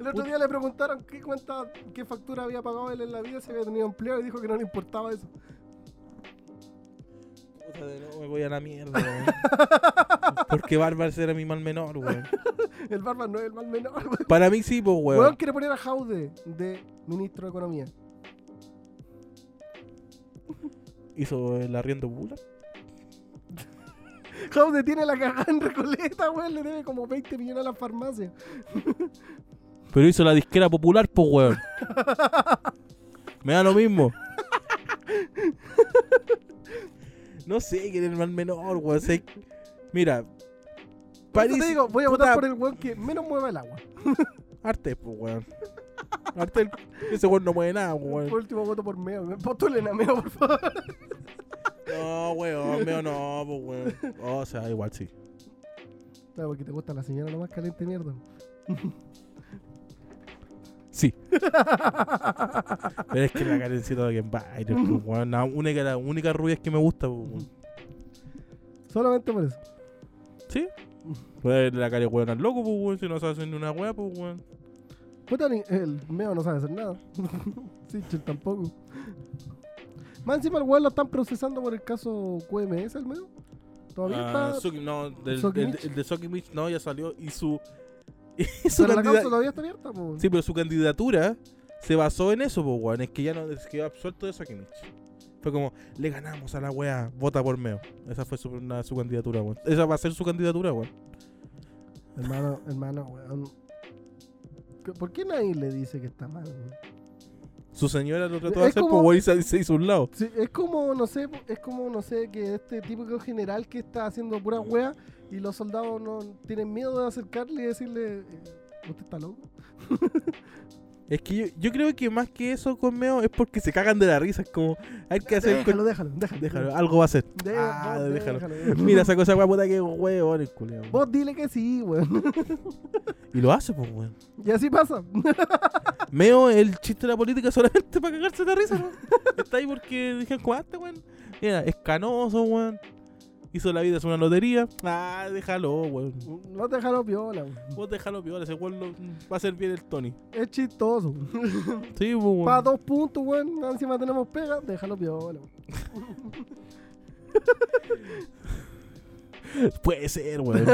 Speaker 3: El otro día le preguntaron qué cuenta, qué factura había pagado él en la vida si había tenido empleo y dijo que no le importaba eso.
Speaker 4: Puta, de nuevo me voy a la mierda, weón. Porque Bárbara era mi mal menor, weón.
Speaker 3: El Barbas no es el mal menor, weón.
Speaker 4: Para mí sí, pues, weón.
Speaker 3: Weón quiere poner a Jaude de ministro de Economía.
Speaker 4: Hizo el arriendo bula.
Speaker 3: Jaude tiene la cagada en Recoleta, weón. Le debe como 20 millones a las farmacias.
Speaker 4: Pero hizo la disquera popular, pues, weón. Me da lo mismo. No sé quién es el mal menor, weón. sé- Mira.
Speaker 3: Por eso
Speaker 4: París.
Speaker 3: te digo, voy a
Speaker 4: puta-
Speaker 3: votar por el weón que menos mueva el agua.
Speaker 4: Arte, pues, weón. Arte, ese weón no mueve nada, weón.
Speaker 3: Por último voto por Meo. Postulen a Meo, por favor.
Speaker 4: No, weón, meo no, pues, weón. o sea, igual sí.
Speaker 3: Claro, porque te gusta la señora nomás caliente mierda.
Speaker 4: Sí. Pero es que la carencita de Game Biden, pues, weón. La única, la única rubia es que me gusta, pues, weón.
Speaker 3: Solamente por eso.
Speaker 4: ¿Sí? Pues la cara weón al loco, pues, weón. Si no sabes hacer ni una weá, pues, weón.
Speaker 3: Puta, ni- el Meo no sabe hacer nada. Sichel tampoco. Más encima el weón lo están procesando por el caso QMS, el Meo. Todavía
Speaker 4: Ah,
Speaker 3: está.
Speaker 4: Suki- no, del,
Speaker 3: Suki
Speaker 4: del-
Speaker 3: Mitch.
Speaker 4: el de Suki Mitch no, ya salió. Y su. y su
Speaker 3: Pero la
Speaker 4: candida-
Speaker 3: causa todavía está abierta, po.
Speaker 4: Sí, pero su candidatura se basó en eso, pues, weón. Es que ya no es que absuelto de Suki Mitch. Fue como, le ganamos a la weá, vota por Meo. Esa fue su, una- su candidatura, weón. Esa va a ser su candidatura, weón.
Speaker 3: Hermano, hermano, weón. ¿Qué- ¿Por qué nadie le dice que está mal, weón?
Speaker 4: Su señora lo trató
Speaker 3: Es
Speaker 4: de hacer,
Speaker 3: como-
Speaker 4: pues, weón, y se, se hizo un lado.
Speaker 3: Sí, es como, no sé, es como, no sé, que este típico general que está haciendo pura wea y los soldados no tienen miedo de acercarle y decirle, eh, ¿usted está loco?
Speaker 4: Es que yo, yo creo que más que eso con Meo es porque se cagan de la risa. Es como, hay que hacer.
Speaker 3: Déjalo, déjalo, déjalo.
Speaker 4: Déjalo, algo va a hacer.
Speaker 3: Dé-
Speaker 4: Ah,
Speaker 3: vos
Speaker 4: déjalo.
Speaker 3: déjalo.
Speaker 4: Mira, esa cosa weá puta que weón, el culiao.
Speaker 3: Vos dile que sí, weón.
Speaker 4: Y lo hace, pues, weón.
Speaker 3: Y así pasa.
Speaker 4: Meo el chiste de la política solamente para cagarse de risa, weón. Está ahí porque dije, cuate, weón. Mira, es canoso, weón. Hizo la vida, es una lotería. Ah, déjalo, weón.
Speaker 3: No te dejaron piola, weón.
Speaker 4: Vos déjalo piola, ese weón lo- mm, va a ser bien el Tony.
Speaker 3: Es chistoso. weón.
Speaker 4: Sí, pues, weón.
Speaker 3: Pa' dos puntos, weón. Encima tenemos pega, déjalo piola. weón.
Speaker 4: Puede ser, weón.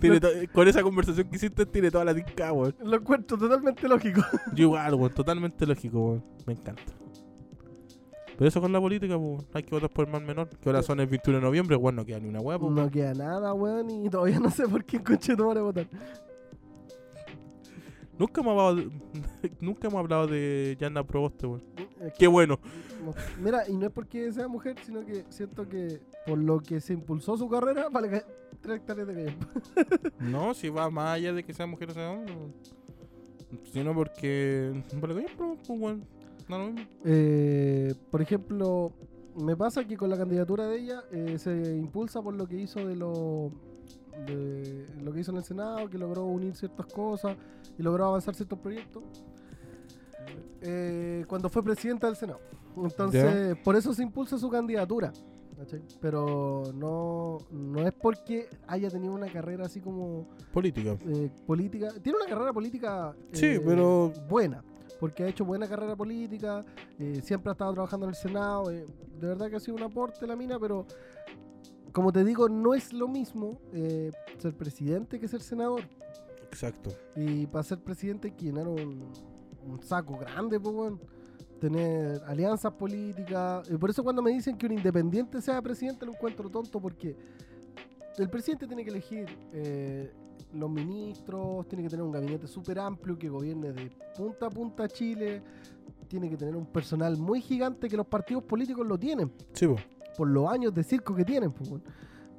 Speaker 4: Tiene to- con esa conversación que hiciste, tiene toda la tinca, weón.
Speaker 3: Lo encuentro totalmente lógico.
Speaker 4: Yo igual, weón. Totalmente lógico, weón. Me encanta. Pero eso con la política, pues, weón. Hay que votar por el mal menor. Que ahora son el 21 de noviembre, weón. No queda ni una weá, pues,
Speaker 3: No queda nada, weón, y todavía no sé por qué coche no van a votar.
Speaker 4: Nunca hemos hablado de, nunca hemos hablado de Yana Proboste, weón.
Speaker 3: Es que
Speaker 4: Qué bueno.
Speaker 3: No. Mira, y no es porque sea mujer, sino que siento que por lo que se impulsó su carrera, vale ca- tres hectáreas de calle.
Speaker 4: No, si va más allá de que sea mujer o sea hombre, weón. Sino porque. Vale, coño, pero, pues, weón. No lo mismo.
Speaker 3: Eh, por ejemplo, me pasa que con la candidatura de ella eh, se impulsa por lo que hizo de lo de lo que hizo en el Senado, que logró unir ciertas cosas y logró avanzar ciertos proyectos. eh, cuando fue presidenta del Senado. Entonces, por eso se impulsa su candidatura. ¿cachai? Pero no, no es porque haya tenido una carrera así como
Speaker 4: Política.
Speaker 3: eh, política. Tiene una carrera política.
Speaker 4: Sí,
Speaker 3: eh,
Speaker 4: pero-
Speaker 3: Buena. Porque ha hecho buena carrera política. eh, siempre ha estado trabajando en el Senado. eh, de verdad que ha sido un aporte la mina, pero. Como te digo, no es lo mismo eh, ser presidente que ser senador.
Speaker 4: Exacto.
Speaker 3: Y para ser presidente hay que llenar un, un saco grande, pues, weón. Tener alianzas políticas. Y por eso cuando me dicen que un independiente sea presidente lo encuentro tonto porque el presidente tiene que elegir eh, los ministros, tiene que tener un gabinete súper amplio que gobierne de punta a punta Chile, tiene que tener un personal muy gigante que los partidos políticos lo tienen,
Speaker 4: Sí, po.
Speaker 3: por los años de circo que tienen. pues, weón.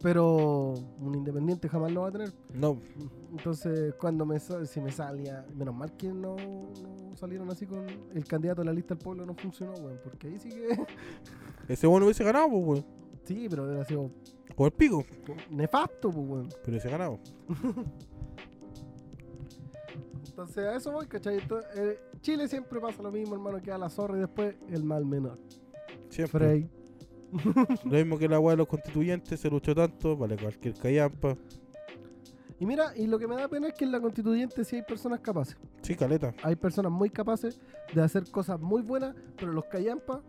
Speaker 3: Pero un independiente jamás lo va a tener.
Speaker 4: No.
Speaker 3: Entonces, cuando me sa- si me salía, menos mal que no, no salieron así con el candidato de la lista del pueblo, no funcionó, weón, porque ahí sí que.
Speaker 4: Ese bueno hubiese ganado, pues, weón.
Speaker 3: Sí, pero hubiera sido
Speaker 4: Con el pico.
Speaker 3: nefasto, pues, weón.
Speaker 4: Pero hubiese ganado.
Speaker 3: Entonces, a eso voy, ¿cachai? Entonces, eh, Chile siempre pasa lo mismo, hermano, que a la zorra y después el mal menor.
Speaker 4: Siempre.
Speaker 3: Frey.
Speaker 4: Lo mismo que la weá de los constituyentes se luchó tanto, vale cualquier callampa.
Speaker 3: Y mira, y lo que me da pena es que en la constituyente sí hay personas capaces.
Speaker 4: Sí, caleta.
Speaker 3: Hay personas muy capaces de hacer cosas muy buenas, pero los callampas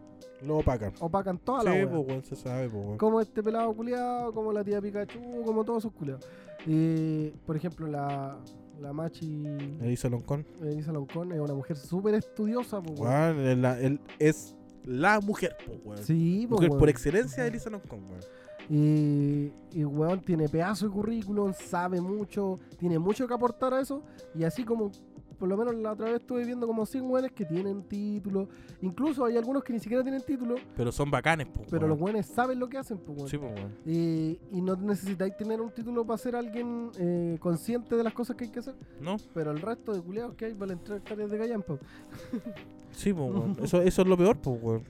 Speaker 4: Lo opacan.
Speaker 3: opacan toda la
Speaker 4: Sí,
Speaker 3: wea.
Speaker 4: pues, weón, se sabe, pues, weón.
Speaker 3: como este pelado culiado, como la tía Pikachu, como todos esos culiados. Y, por ejemplo, la, la Machi
Speaker 4: Le hizo Loncón.
Speaker 3: Elisa Loncón es una mujer súper estudiosa, po, weón.
Speaker 4: Weón, es la- el- es la mujer, pues, weón.
Speaker 3: Sí, po,
Speaker 4: mujer
Speaker 3: weón.
Speaker 4: por excelencia de Elisa Loncón, weón.
Speaker 3: Y, y weón tiene pedazo de currículum, sabe mucho, tiene mucho que aportar a eso. Y así como, por lo menos la otra vez estuve viendo como 100 weones que tienen título. Incluso hay algunos que ni siquiera tienen título,
Speaker 4: Pero son bacanes, pues.
Speaker 3: pero los weones saben lo que hacen, po, weón.
Speaker 4: Sí, pues, weón.
Speaker 3: Y, y no necesitáis tener un título para ser alguien eh, consciente de las cosas que hay que hacer.
Speaker 4: ¿No?
Speaker 3: Pero el resto de culiados que hay vale entrar hectáreas de pues. gallampa.
Speaker 4: Sí, pues, weón. Eso, eso es lo peor, pues, weón.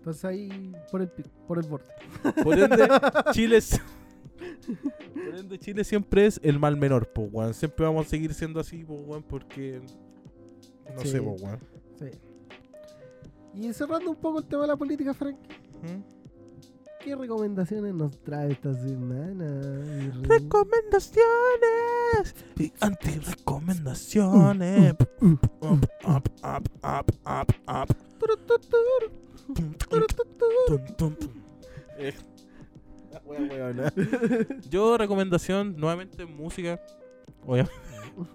Speaker 3: Entonces ahí, por el, pi- por el borde.
Speaker 4: Por ende, Chile es- Por ende, Chile siempre es el mal menor, pues, weón. Siempre vamos a seguir siendo así, pues, weón, porque. No
Speaker 3: Sí.
Speaker 4: sé, pues, weón.
Speaker 3: Sí. Y cerrando un poco el tema de la política, Frank,
Speaker 4: ¿Mm?
Speaker 3: ¿qué recomendaciones nos trae esta semana? mi rey?
Speaker 4: Recomendaciones y antirecomendaciones.
Speaker 3: Mm.
Speaker 4: Up, up, up, up, up, up, up.
Speaker 3: Turu, tu, turu,
Speaker 4: Tum, tum,
Speaker 3: turu, tu, tu.
Speaker 4: tum, tum, tum. Eh, Yo recomendación nuevamente música. Obviamente.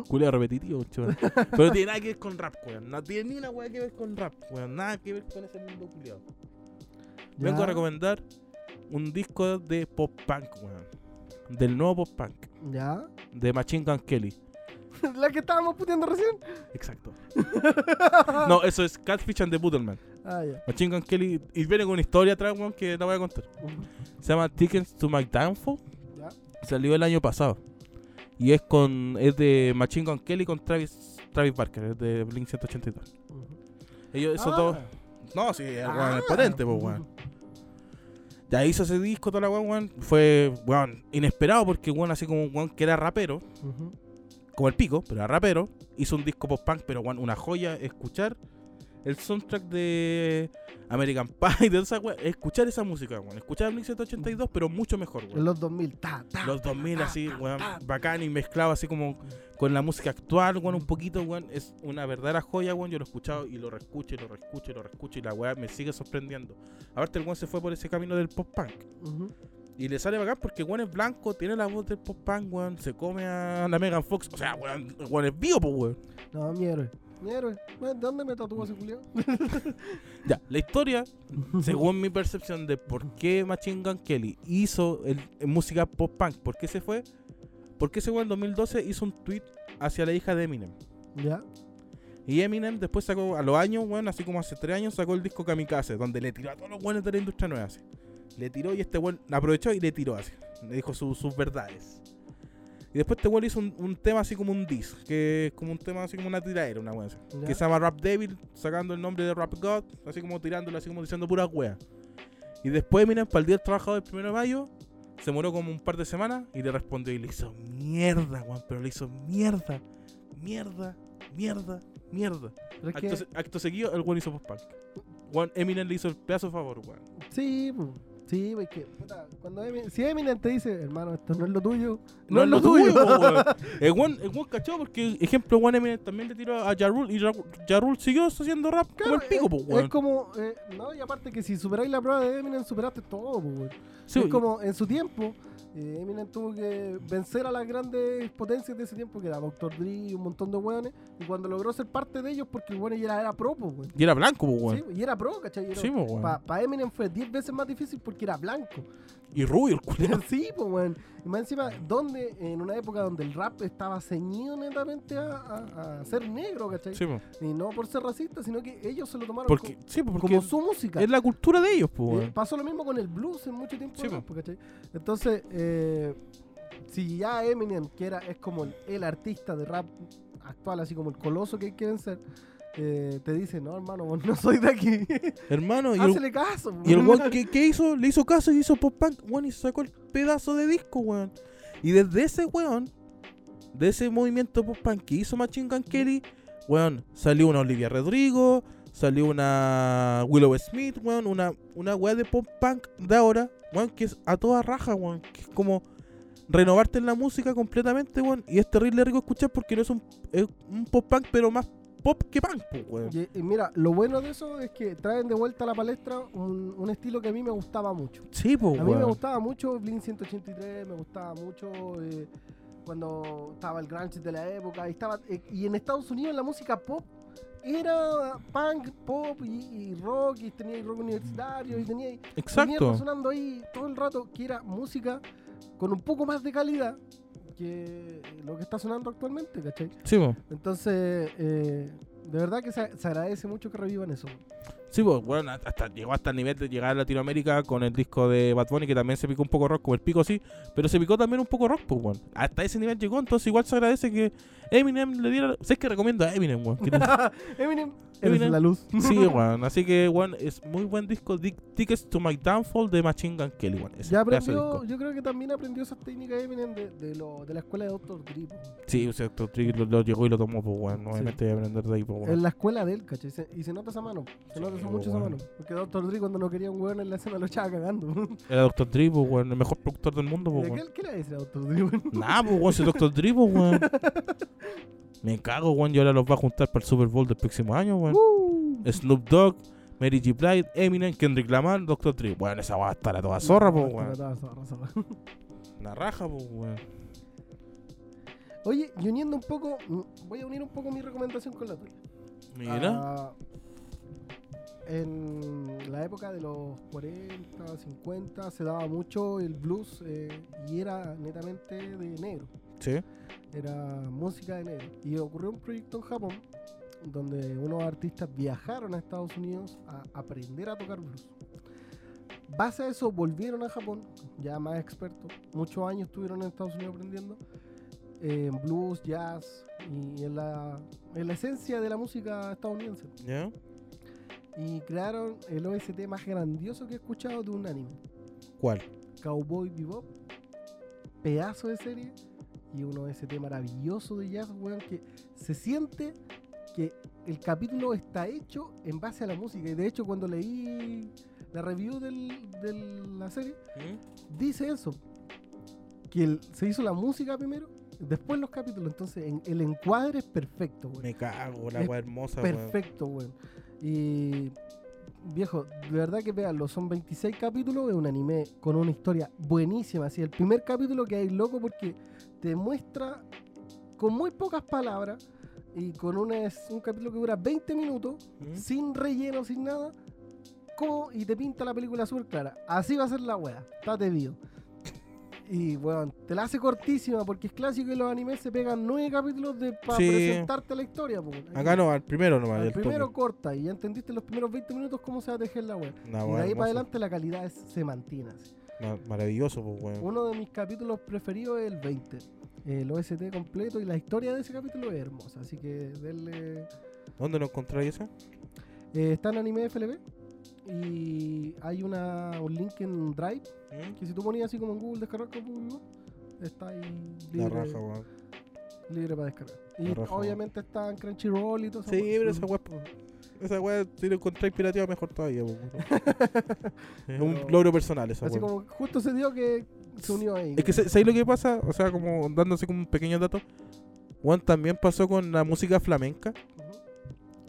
Speaker 4: Culia repetitivo, chaval. Pero tiene nada que ver con rap, weón. No tiene ni una weá que ver con rap, weón. Nada que ver con ese mundo culiado. Vengo
Speaker 3: Ya.
Speaker 4: a recomendar un disco de pop punk, weón. Del nuevo pop punk.
Speaker 3: ¿Ya?
Speaker 4: De Machine Gun Kelly.
Speaker 3: ¿La que estábamos puteando recién?
Speaker 4: Exacto. no, eso es Catfish and the Bootleman.
Speaker 3: Ah, ya.
Speaker 4: Machine Gun Kelly. Y viene con una historia atrás, weón, que la voy a contar. Se llama Tickets to My Downfall.
Speaker 3: Ya.
Speaker 4: Salió el año pasado. Y es con es de Machine Gun Kelly con Travis Travis Barker, es de Blink 182.
Speaker 3: Ujú.
Speaker 4: Ellos, esos
Speaker 3: Ah.
Speaker 4: dos. No, sí, el weón
Speaker 3: Ah.
Speaker 4: es potente, pues, weón. Ya hizo ese disco, toda la weón, weón. Fue, weón, inesperado porque, weón, así como un weón que era rapero,
Speaker 3: Ujú.
Speaker 4: como el pico, pero era rapero. Hizo un disco post-punk, pero, weón, una joya escuchar el soundtrack de American Pie, de esa weón. Escuchar esa música, weón. Escuchar Blink 182, pero mucho mejor, weón
Speaker 3: En los 2000. Ta, ta.
Speaker 4: los 2000 así, weón, bacán y mezclado así como con la música actual, weón, un poquito, weón, es una verdadera joya, weón, yo lo he escuchado y lo reescucho y lo reescucho y lo reescucho y la weá me sigue sorprendiendo. Aparte el weón se fue por ese camino del pop-punk
Speaker 3: Ujú.
Speaker 4: y le sale bacán porque weón es blanco, tiene la voz del pop-punk, weón, se come a la Megan Fox, o sea, weón, el weón es vivo, pues, weón.
Speaker 3: No, mi héroe. Mi héroe. ¿De dónde me tatuó ese culiao?
Speaker 4: Ya, la historia, según mi percepción de por qué Machine Gun Kelly hizo el, en música pop-punk, por qué se fue, por qué se fue en 2012, hizo un tweet hacia la hija de Eminem.
Speaker 3: ¿Ya?
Speaker 4: Y Eminem después sacó, a los años, bueno, así como hace tres años, sacó el disco Kamikaze, donde le tiró a todos los buenos de la industria nueva, así. Le tiró y este buen aprovechó y le tiró así. Le dijo su- sus verdades. Y después este buen hizo un, un tema así como un diss, que es como un tema así como una tiradera, una wea así.
Speaker 3: Ya.
Speaker 4: Que se llama Rap Devil, sacando el nombre de Rap God, así como tirándolo, así como diciendo pura wea. Y después Eminem, para el día del trabajador del 1 de mayo, se moró como un par de semanas y le respondió y le hizo mierda, Juan, pero le hizo mierda, mierda, mierda, mierda.
Speaker 3: Pero es que-
Speaker 4: Acto, se- acto seguido, el weón hizo post-punk. Juan Eminem le hizo el pedazo de favor, weón.
Speaker 3: Sí, po. sí, po, es que puta, cuando Eminem, si Eminem te dice, hermano, esto no es lo tuyo, no, es lo tuyo.
Speaker 4: po, weón. El weón, el weón cachó porque, ejemplo, Juan Eminem también le tiró a Jarul y Jarul siguió haciendo rap como el pico, po,
Speaker 3: es,
Speaker 4: weón.
Speaker 3: es como, eh, no, y aparte que si superáis la prueba de Eminem, superaste todo, po, weón.
Speaker 4: Sí,
Speaker 3: es como en su tiempo, eh, Eminem tuvo que vencer a las grandes potencias de ese tiempo, que era Dr. Dre y un montón de weones, y cuando logró ser parte de ellos, porque el weón ya era, era pro, po, weón.
Speaker 4: Y era blanco, po, weón.
Speaker 3: Sí, y era pro, ¿cachai?
Speaker 4: Sí, po, weón.
Speaker 3: Para Eminem fue 10 veces más difícil porque era blanco.
Speaker 4: Y rubio el culiao.
Speaker 3: sí, pues, weón. Y más encima, donde, en una época donde el rap estaba ceñido netamente a, a- a ser negro, ¿cachai?
Speaker 4: Sí, po.
Speaker 3: Y no por ser racista, sino que ellos se lo tomaron
Speaker 4: porque,
Speaker 3: co-
Speaker 4: sí, po, porque
Speaker 3: como su música.
Speaker 4: es la cultura de ellos, pues.
Speaker 3: Eh,
Speaker 4: weón.
Speaker 3: pasó lo mismo con el blues en mucho tiempo.
Speaker 4: Sí,
Speaker 3: atrás, po, ¿cachai? Entonces, eh, si ya Eminem, que era, es como el, el artista de rap actual, así como el coloso que quieren ser, eh, te dice, no, hermano, vos no soy de aquí.
Speaker 4: Hermano, y el,
Speaker 3: Hazle caso.
Speaker 4: y el
Speaker 3: weón.
Speaker 4: weón que, que hizo, le hizo caso y hizo pop-punk, weón, y sacó el pedazo de disco, weón. Y desde ese weón, de ese movimiento pop-punk que hizo Machine Gun Kelly, weón, salió una Olivia Rodrigo, salió una Willow Smith, weón, una, una weá de pop-punk de ahora, weón, que es a toda raja, weón, que es como renovarte en la música completamente, weón, y es terrible rico escuchar porque no es un, es un pop-punk, pero más pop que punk, po, weón.
Speaker 3: Y, y mira, lo bueno de eso es que traen de vuelta a la palestra un, un estilo que a mí me gustaba mucho.
Speaker 4: Sí, po,
Speaker 3: A mí me
Speaker 4: Oh, weón.
Speaker 3: gustaba mucho Blink 183, me gustaba mucho eh, cuando estaba el grunge de la época. Y, estaba, eh, y en Estados Unidos la música pop era punk, pop y, y rock, y tenía rock universitario, y tenía, y mierda
Speaker 4: Exacto.
Speaker 3: sonando ahí todo el rato, que era música con un poco más de calidad que lo que está sonando actualmente, ¿cachai?
Speaker 4: Sí, po.
Speaker 3: Entonces, eh, de verdad que se, se agradece mucho que revivan eso.
Speaker 4: Sí, pues, bueno, hasta, llegó hasta el nivel de llegar a Latinoamérica con el disco de Bad Bunny, que también se picó un poco rock, como el pico sí, pero se picó también un poco rock, pues, weón. Hasta ese nivel llegó, entonces igual se agradece que Eminem le diera... Sé que recomiendo a Eminem, weón. que te-
Speaker 3: Eminem,
Speaker 4: Eminem.
Speaker 3: eres la luz.
Speaker 4: sí, weón. Así que, weón, es muy buen disco. Dick- Tickets to My Downfall de Machine Gun Kelly, weón. Ese
Speaker 3: Ya
Speaker 4: pedazo de
Speaker 3: aprendió,
Speaker 4: disco.
Speaker 3: yo creo que también aprendió esas técnicas Eminem de, de, lo- de la escuela de Dr. Dre. po.
Speaker 4: Sí, o sea, Dr. Dre lo, lo llegó y lo tomó, pues, weón. Obviamente voy a aprender de ahí, pues,
Speaker 3: En
Speaker 4: weón.
Speaker 3: la escuela de él, ¿cachai? Se- y se nota esa mano. Se nota
Speaker 4: Sí,
Speaker 3: mucho
Speaker 4: weón.
Speaker 3: esa mano. Porque Dr. Dre cuando no quería un weón en la escena lo echaba cagando.
Speaker 4: Era Dr. Dre, pues, weón. El mejor productor del mundo, pues,
Speaker 3: ¿Qué,
Speaker 4: weón.
Speaker 3: ¿Qué le decía a Dr. Dre? weón?
Speaker 4: Nah, pues, weón, si Dr. Dre, pues, weón. Me cago, weón. Y ahora los va a juntar para el Super Bowl del próximo año, weón.
Speaker 3: Uh,
Speaker 4: Snoop Dogg, Mary G. Blige, Eminem, Kendrick Lamar, Dr. Dre. Bueno, esa va a estar a toda zorra, pues,
Speaker 3: estaba
Speaker 4: weón.
Speaker 3: toda zorra, zorra.
Speaker 4: Una raja, pues, weón.
Speaker 3: Oye, y uniendo un poco, mm, voy a unir un poco mi recomendación con la tuya.
Speaker 4: Mira.
Speaker 3: Ah, en la época de los 40, 50 se daba mucho el blues eh, y era netamente de negro.
Speaker 4: Sí.
Speaker 3: Era música de negro. Y ocurrió un proyecto en Japón donde unos artistas viajaron a Estados Unidos a aprender a tocar blues. Base a eso volvieron a Japón, ya más expertos. Muchos años estuvieron en Estados Unidos aprendiendo eh, blues, jazz y en la, en la esencia de la música estadounidense.
Speaker 4: ¿Ya?
Speaker 3: Y crearon el OST más grandioso que he escuchado de un anime.
Speaker 4: ¿Cuál?
Speaker 3: Cowboy Bebop, pedazo de serie y uno de ese tema maravilloso de jazz, weón, que se siente que el capítulo está hecho en base a la música. Y de hecho, cuando leí la review del- de la serie, dice eso, que el- se hizo la música primero, después los capítulos. Entonces, en- el encuadre es perfecto, weón
Speaker 4: Me cago, la
Speaker 3: Es
Speaker 4: weá hermosa, weón.
Speaker 3: perfecto, weón. Y. Viejo, de verdad que veanlo, son 26 capítulos, es un anime con una historia buenísima. Así, el primer capítulo que hay loco porque te muestra con muy pocas palabras y con un, es- un capítulo que dura 20 minutos,
Speaker 4: ¿Mm?
Speaker 3: sin relleno, sin nada, cómo- y te pinta la película súper clara. Así va a ser la wea, estate vivo. Y weón, te la hace cortísima porque es clásico que los animes se pegan nueve capítulos para
Speaker 4: Sí.
Speaker 3: presentarte la historia. po.
Speaker 4: Acá no, al primero nomás.
Speaker 3: Al
Speaker 4: del
Speaker 3: primero
Speaker 4: toque.
Speaker 3: corta y ya entendiste los primeros 20 minutos cómo se va a tejer la web.
Speaker 4: Una
Speaker 3: y
Speaker 4: weá
Speaker 3: de ahí
Speaker 4: hermosa.
Speaker 3: para adelante la calidad es- se mantiene. así.
Speaker 4: Ma- Maravilloso, pues, weón.
Speaker 3: Uno de mis capítulos preferidos es el 20. El OST completo y la historia de ese capítulo es hermosa. Así que denle.
Speaker 4: ¿Dónde lo encontráis esa?
Speaker 3: Eh, está en anime FLB y hay una, un link en Drive
Speaker 4: ¿Mm?
Speaker 3: que si tú ponías así como en Google descargar con Google, está ahí
Speaker 4: La
Speaker 3: libre,
Speaker 4: raja, weón.
Speaker 3: libre para descargar. Y
Speaker 4: La raja, weón.
Speaker 3: obviamente está en Crunchyroll y todo eso. Mm,
Speaker 4: Sí, pero esa weá. Esa weá, si lo encontráis pirateado, mejor todavía, pues, weón. Es un
Speaker 3: Pero-
Speaker 4: logro personal, esa
Speaker 3: Así
Speaker 4: weá.
Speaker 3: como justo se dio que se unió ahí.
Speaker 4: Es que sé- ¿sabes lo que pasa? O sea, como dándose como un pequeño dato. Juan también pasó con la música flamenca.
Speaker 3: Ujú.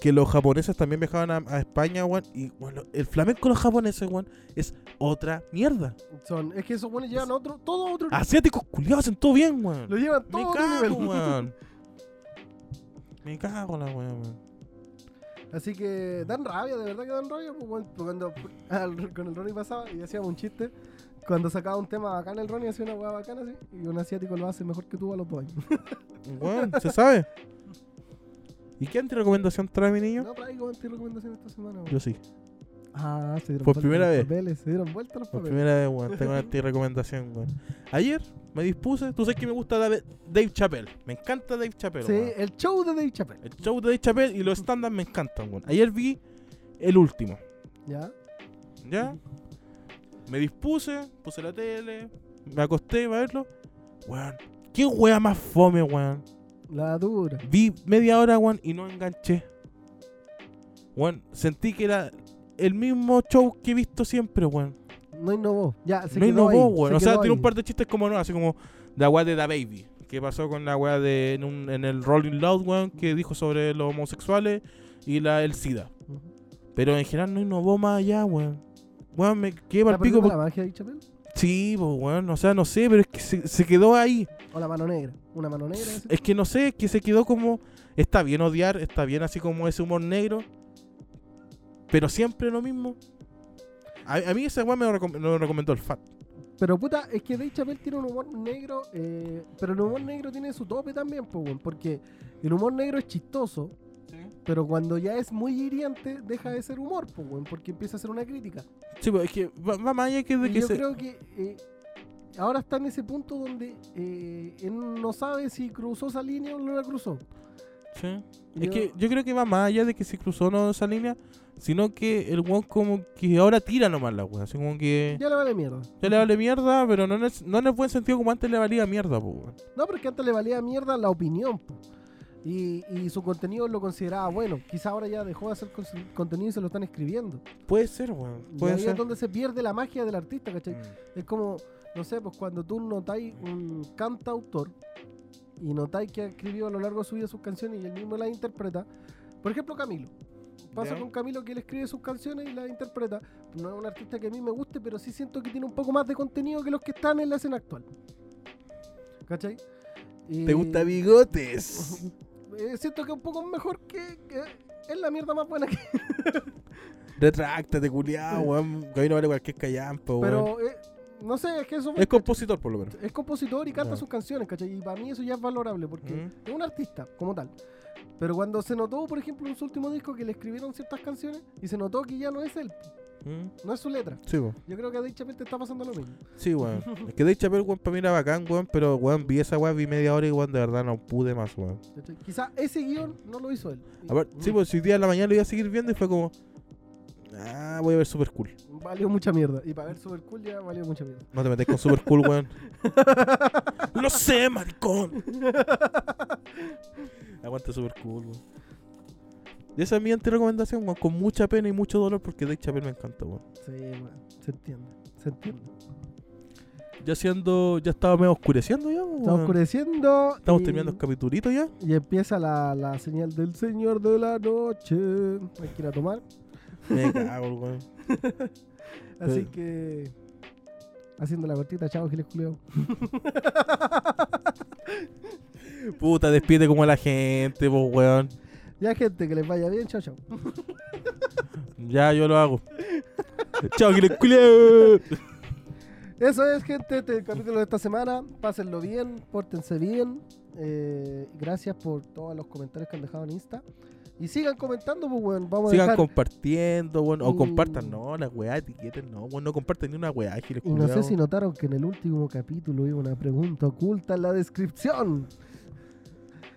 Speaker 4: Que los japoneses también viajaban a, a España, Juan. Y bueno, el flamenco de los japoneses, Juan, es otra mierda.
Speaker 3: Son, es que esos buenos llevan otro, todo otro
Speaker 4: Asiáticos culiados hacen todo bien,
Speaker 3: Lo
Speaker 4: Juan.
Speaker 3: llevan
Speaker 4: Me
Speaker 3: todo a otro
Speaker 4: cago,
Speaker 3: nivel.
Speaker 4: Juan. Me cago en la weá, Juan.
Speaker 3: Así que dan rabia, de verdad que dan rabia. pues, weón. Pues cuando al- con el Ronnie pasaba y hacíamos un chiste, cuando sacaba un tema bacán el Ronnie hacía una hueá bacana así, y un asiático lo hace mejor que tú a los dos años.
Speaker 4: Weón, se sabe. ¿Y qué antirecomendación trae mi niño?
Speaker 3: no traigo anti-recomendación esta semana. weón.
Speaker 4: Yo sí.
Speaker 3: Ah, se dieron
Speaker 4: Por
Speaker 3: vuelta
Speaker 4: primera
Speaker 3: los
Speaker 4: vez.
Speaker 3: papeles, se dieron vuelta los
Speaker 4: Por
Speaker 3: papeles.
Speaker 4: primera vez, weón. Tengo una antirecomendación, weón. Ayer me dispuse. Tú sabes que me gusta Dave- Dave Chappelle. Me encanta Dave Chappelle, weón.
Speaker 3: sí, el show de Dave Chappelle.
Speaker 4: El show de Dave Chappelle y los stand-up me encantan, weón. Ayer vi el último,
Speaker 3: ¿Ya?
Speaker 4: ¿ya? Me dispuse, puse la tele, me acosté para verlo. Weón, qué wea más fome, weón.
Speaker 3: La dura.
Speaker 4: Vi media hora, weón, y no enganché. Weón, sentí que era el mismo show que he visto siempre, weón.
Speaker 3: No innovó. Ya, se
Speaker 4: no
Speaker 3: quedó ahí,
Speaker 4: innovó, weón.
Speaker 3: se
Speaker 4: O sea,
Speaker 3: quedó
Speaker 4: tiene un
Speaker 3: ahí.
Speaker 4: par de chistes como no, así como la weá de Da Baby. Que pasó con la weá de en, un- en el Rolling Loud, weón, que dijo sobre los homosexuales y la, el SIDA.
Speaker 3: Ujú.
Speaker 4: Pero en general no innovó más allá, weón. Weón, me quedé para
Speaker 3: ¿Está
Speaker 4: el
Speaker 3: perdiendo
Speaker 4: pico. por-
Speaker 3: la magia de Dave Chappelle?
Speaker 4: Sí, po, weón. O sea, no sé, pero es que se, se quedó ahí.
Speaker 3: O la mano negra. Una mano negra. así.
Speaker 4: Es que no sé, es que se quedó como. Está bien odiar, está bien así como ese humor negro. Pero siempre lo mismo. A, a mí ese weón me lo, recom- me lo recomendó el Fat.
Speaker 3: Pero puta, es que Dave Chappelle tiene un humor negro, eh, pero el humor negro tiene su tope también, po, weón, porque el humor negro es chistoso, pero cuando ya es muy hiriente deja de ser humor, po, weón, porque empieza a ser una crítica.
Speaker 4: Sí, pues es que va, va más allá que de
Speaker 3: Y
Speaker 4: que
Speaker 3: yo
Speaker 4: se.
Speaker 3: creo que eh, ahora está en ese punto donde eh, él no sabe si cruzó esa línea o no la cruzó.
Speaker 4: Sí.
Speaker 3: Yo-
Speaker 4: Es que yo creo que va más allá de que se cruzó no esa línea, sino que el weón como que ahora tira nomás la weón. Así como que
Speaker 3: Ya le vale mierda.
Speaker 4: ya le vale mierda, pero no en el, no en el buen sentido como antes le valía mierda, po, weón.
Speaker 3: No, porque antes le valía mierda la opinión, po. Y, y su contenido lo consideraba bueno. Quizá ahora ya dejó de hacer cons- contenido y se lo están escribiendo.
Speaker 4: Puede ser, weón.
Speaker 3: Y
Speaker 4: Puede
Speaker 3: ahí
Speaker 4: ser.
Speaker 3: es donde se pierde la magia del artista, ¿cachai?
Speaker 4: Mm.
Speaker 3: Es como, no sé, pues cuando tú notáis un cantautor y notáis que ha escribido a lo largo de su vida sus canciones y él mismo las interpreta. Por ejemplo, Camilo. Pasa
Speaker 4: Ya.
Speaker 3: con Camilo que él escribe sus canciones y las interpreta. No es un artista que a mí me guste, pero sí siento que tiene un poco más de contenido que los que están en la escena actual. ¿Cachai? Y-
Speaker 6: ¿Te gusta bigotes?
Speaker 3: eh, siento que es un poco mejor que, que es la mierda más buena que.
Speaker 4: Retráctate, culiao, weón. Que ahí no vale cualquier callampo, weón.
Speaker 3: Pero eh, no sé, es que eso
Speaker 4: Es compositor, por lo menos.
Speaker 3: es compositor y canta
Speaker 4: Ya.
Speaker 3: sus canciones, ¿cachai? Y para mí eso ya es valorable porque
Speaker 4: Mm.
Speaker 3: es un artista como tal. Pero cuando se notó, por ejemplo, en su último disco que le escribieron ciertas canciones y se notó que ya no es él,
Speaker 4: Mm.
Speaker 3: no es su letra.
Speaker 4: Sí, weón.
Speaker 3: Yo creo que a Dave Chappelle te está pasando lo mismo.
Speaker 4: Sí, weón. es que Dave Chappelle, weón, para mí era bacán, weón. Pero, weón, vi esa weón, vi media hora y, weón, de verdad no pude más, weón.
Speaker 3: ¿cachai? Quizá ese guión no lo hizo él. mm,
Speaker 4: A ver, sí, pues si día de la mañana lo iba a seguir viendo y fue como. Ah, voy a ver Super Cool.
Speaker 3: Valió mucha mierda. Y para ver Super Cool ya valió mucha mierda.
Speaker 4: No te metes con Super Cool, weón. lo sé, maricón. Aguanta Super Cool, weón. Y esa es mi antirecomendación, weón. Con mucha pena y mucho dolor porque Dave Chappelle me encanta, weón.
Speaker 3: Sí, weón, se entiende, se entiende.
Speaker 4: Uh, Ya siendo. Ya estaba medio oscureciendo ya, weón.
Speaker 3: Está oscureciendo.
Speaker 4: Estamos
Speaker 3: y-
Speaker 4: terminando el capitulito ya.
Speaker 3: Y empieza la, la señal del señor de la noche. Hay que ir a tomar.
Speaker 4: Me cago, weón.
Speaker 3: Así
Speaker 4: Sí.
Speaker 3: que. Haciendo la cortita, chao, Giles Julio.
Speaker 4: Puta, despide como a la gente, pues, weón.
Speaker 3: Ya, gente, que les vaya bien, chao, chao.
Speaker 4: Ya yo lo hago. Chao, que le culeo.
Speaker 3: Eso es, gente, este es el capítulo de esta semana. Pásenlo bien, pórtense bien. Eh, gracias por todos los comentarios que han dejado en Insta. Y sigan comentando, pues, weón. Vamos a
Speaker 4: Sigan
Speaker 3: dejar.
Speaker 4: compartiendo, weón. O
Speaker 3: Mm.
Speaker 4: compartan, no, la weá, etiqueten, no, weón. No comparten ni una weá, giles
Speaker 3: Y no sé
Speaker 4: culiao.
Speaker 3: si notaron que en el último capítulo hubo una pregunta oculta en la descripción.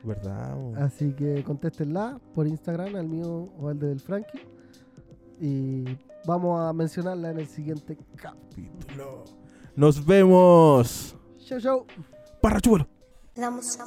Speaker 4: ¿Verdad, weón?
Speaker 3: Así que contéstenla por Instagram, al mío o al del Frankie. Y vamos a mencionarla en el siguiente capítulo.
Speaker 4: Capítulo. Nos vemos.
Speaker 3: Chao, chao.
Speaker 4: Parra, chúbalo.
Speaker 5: La música.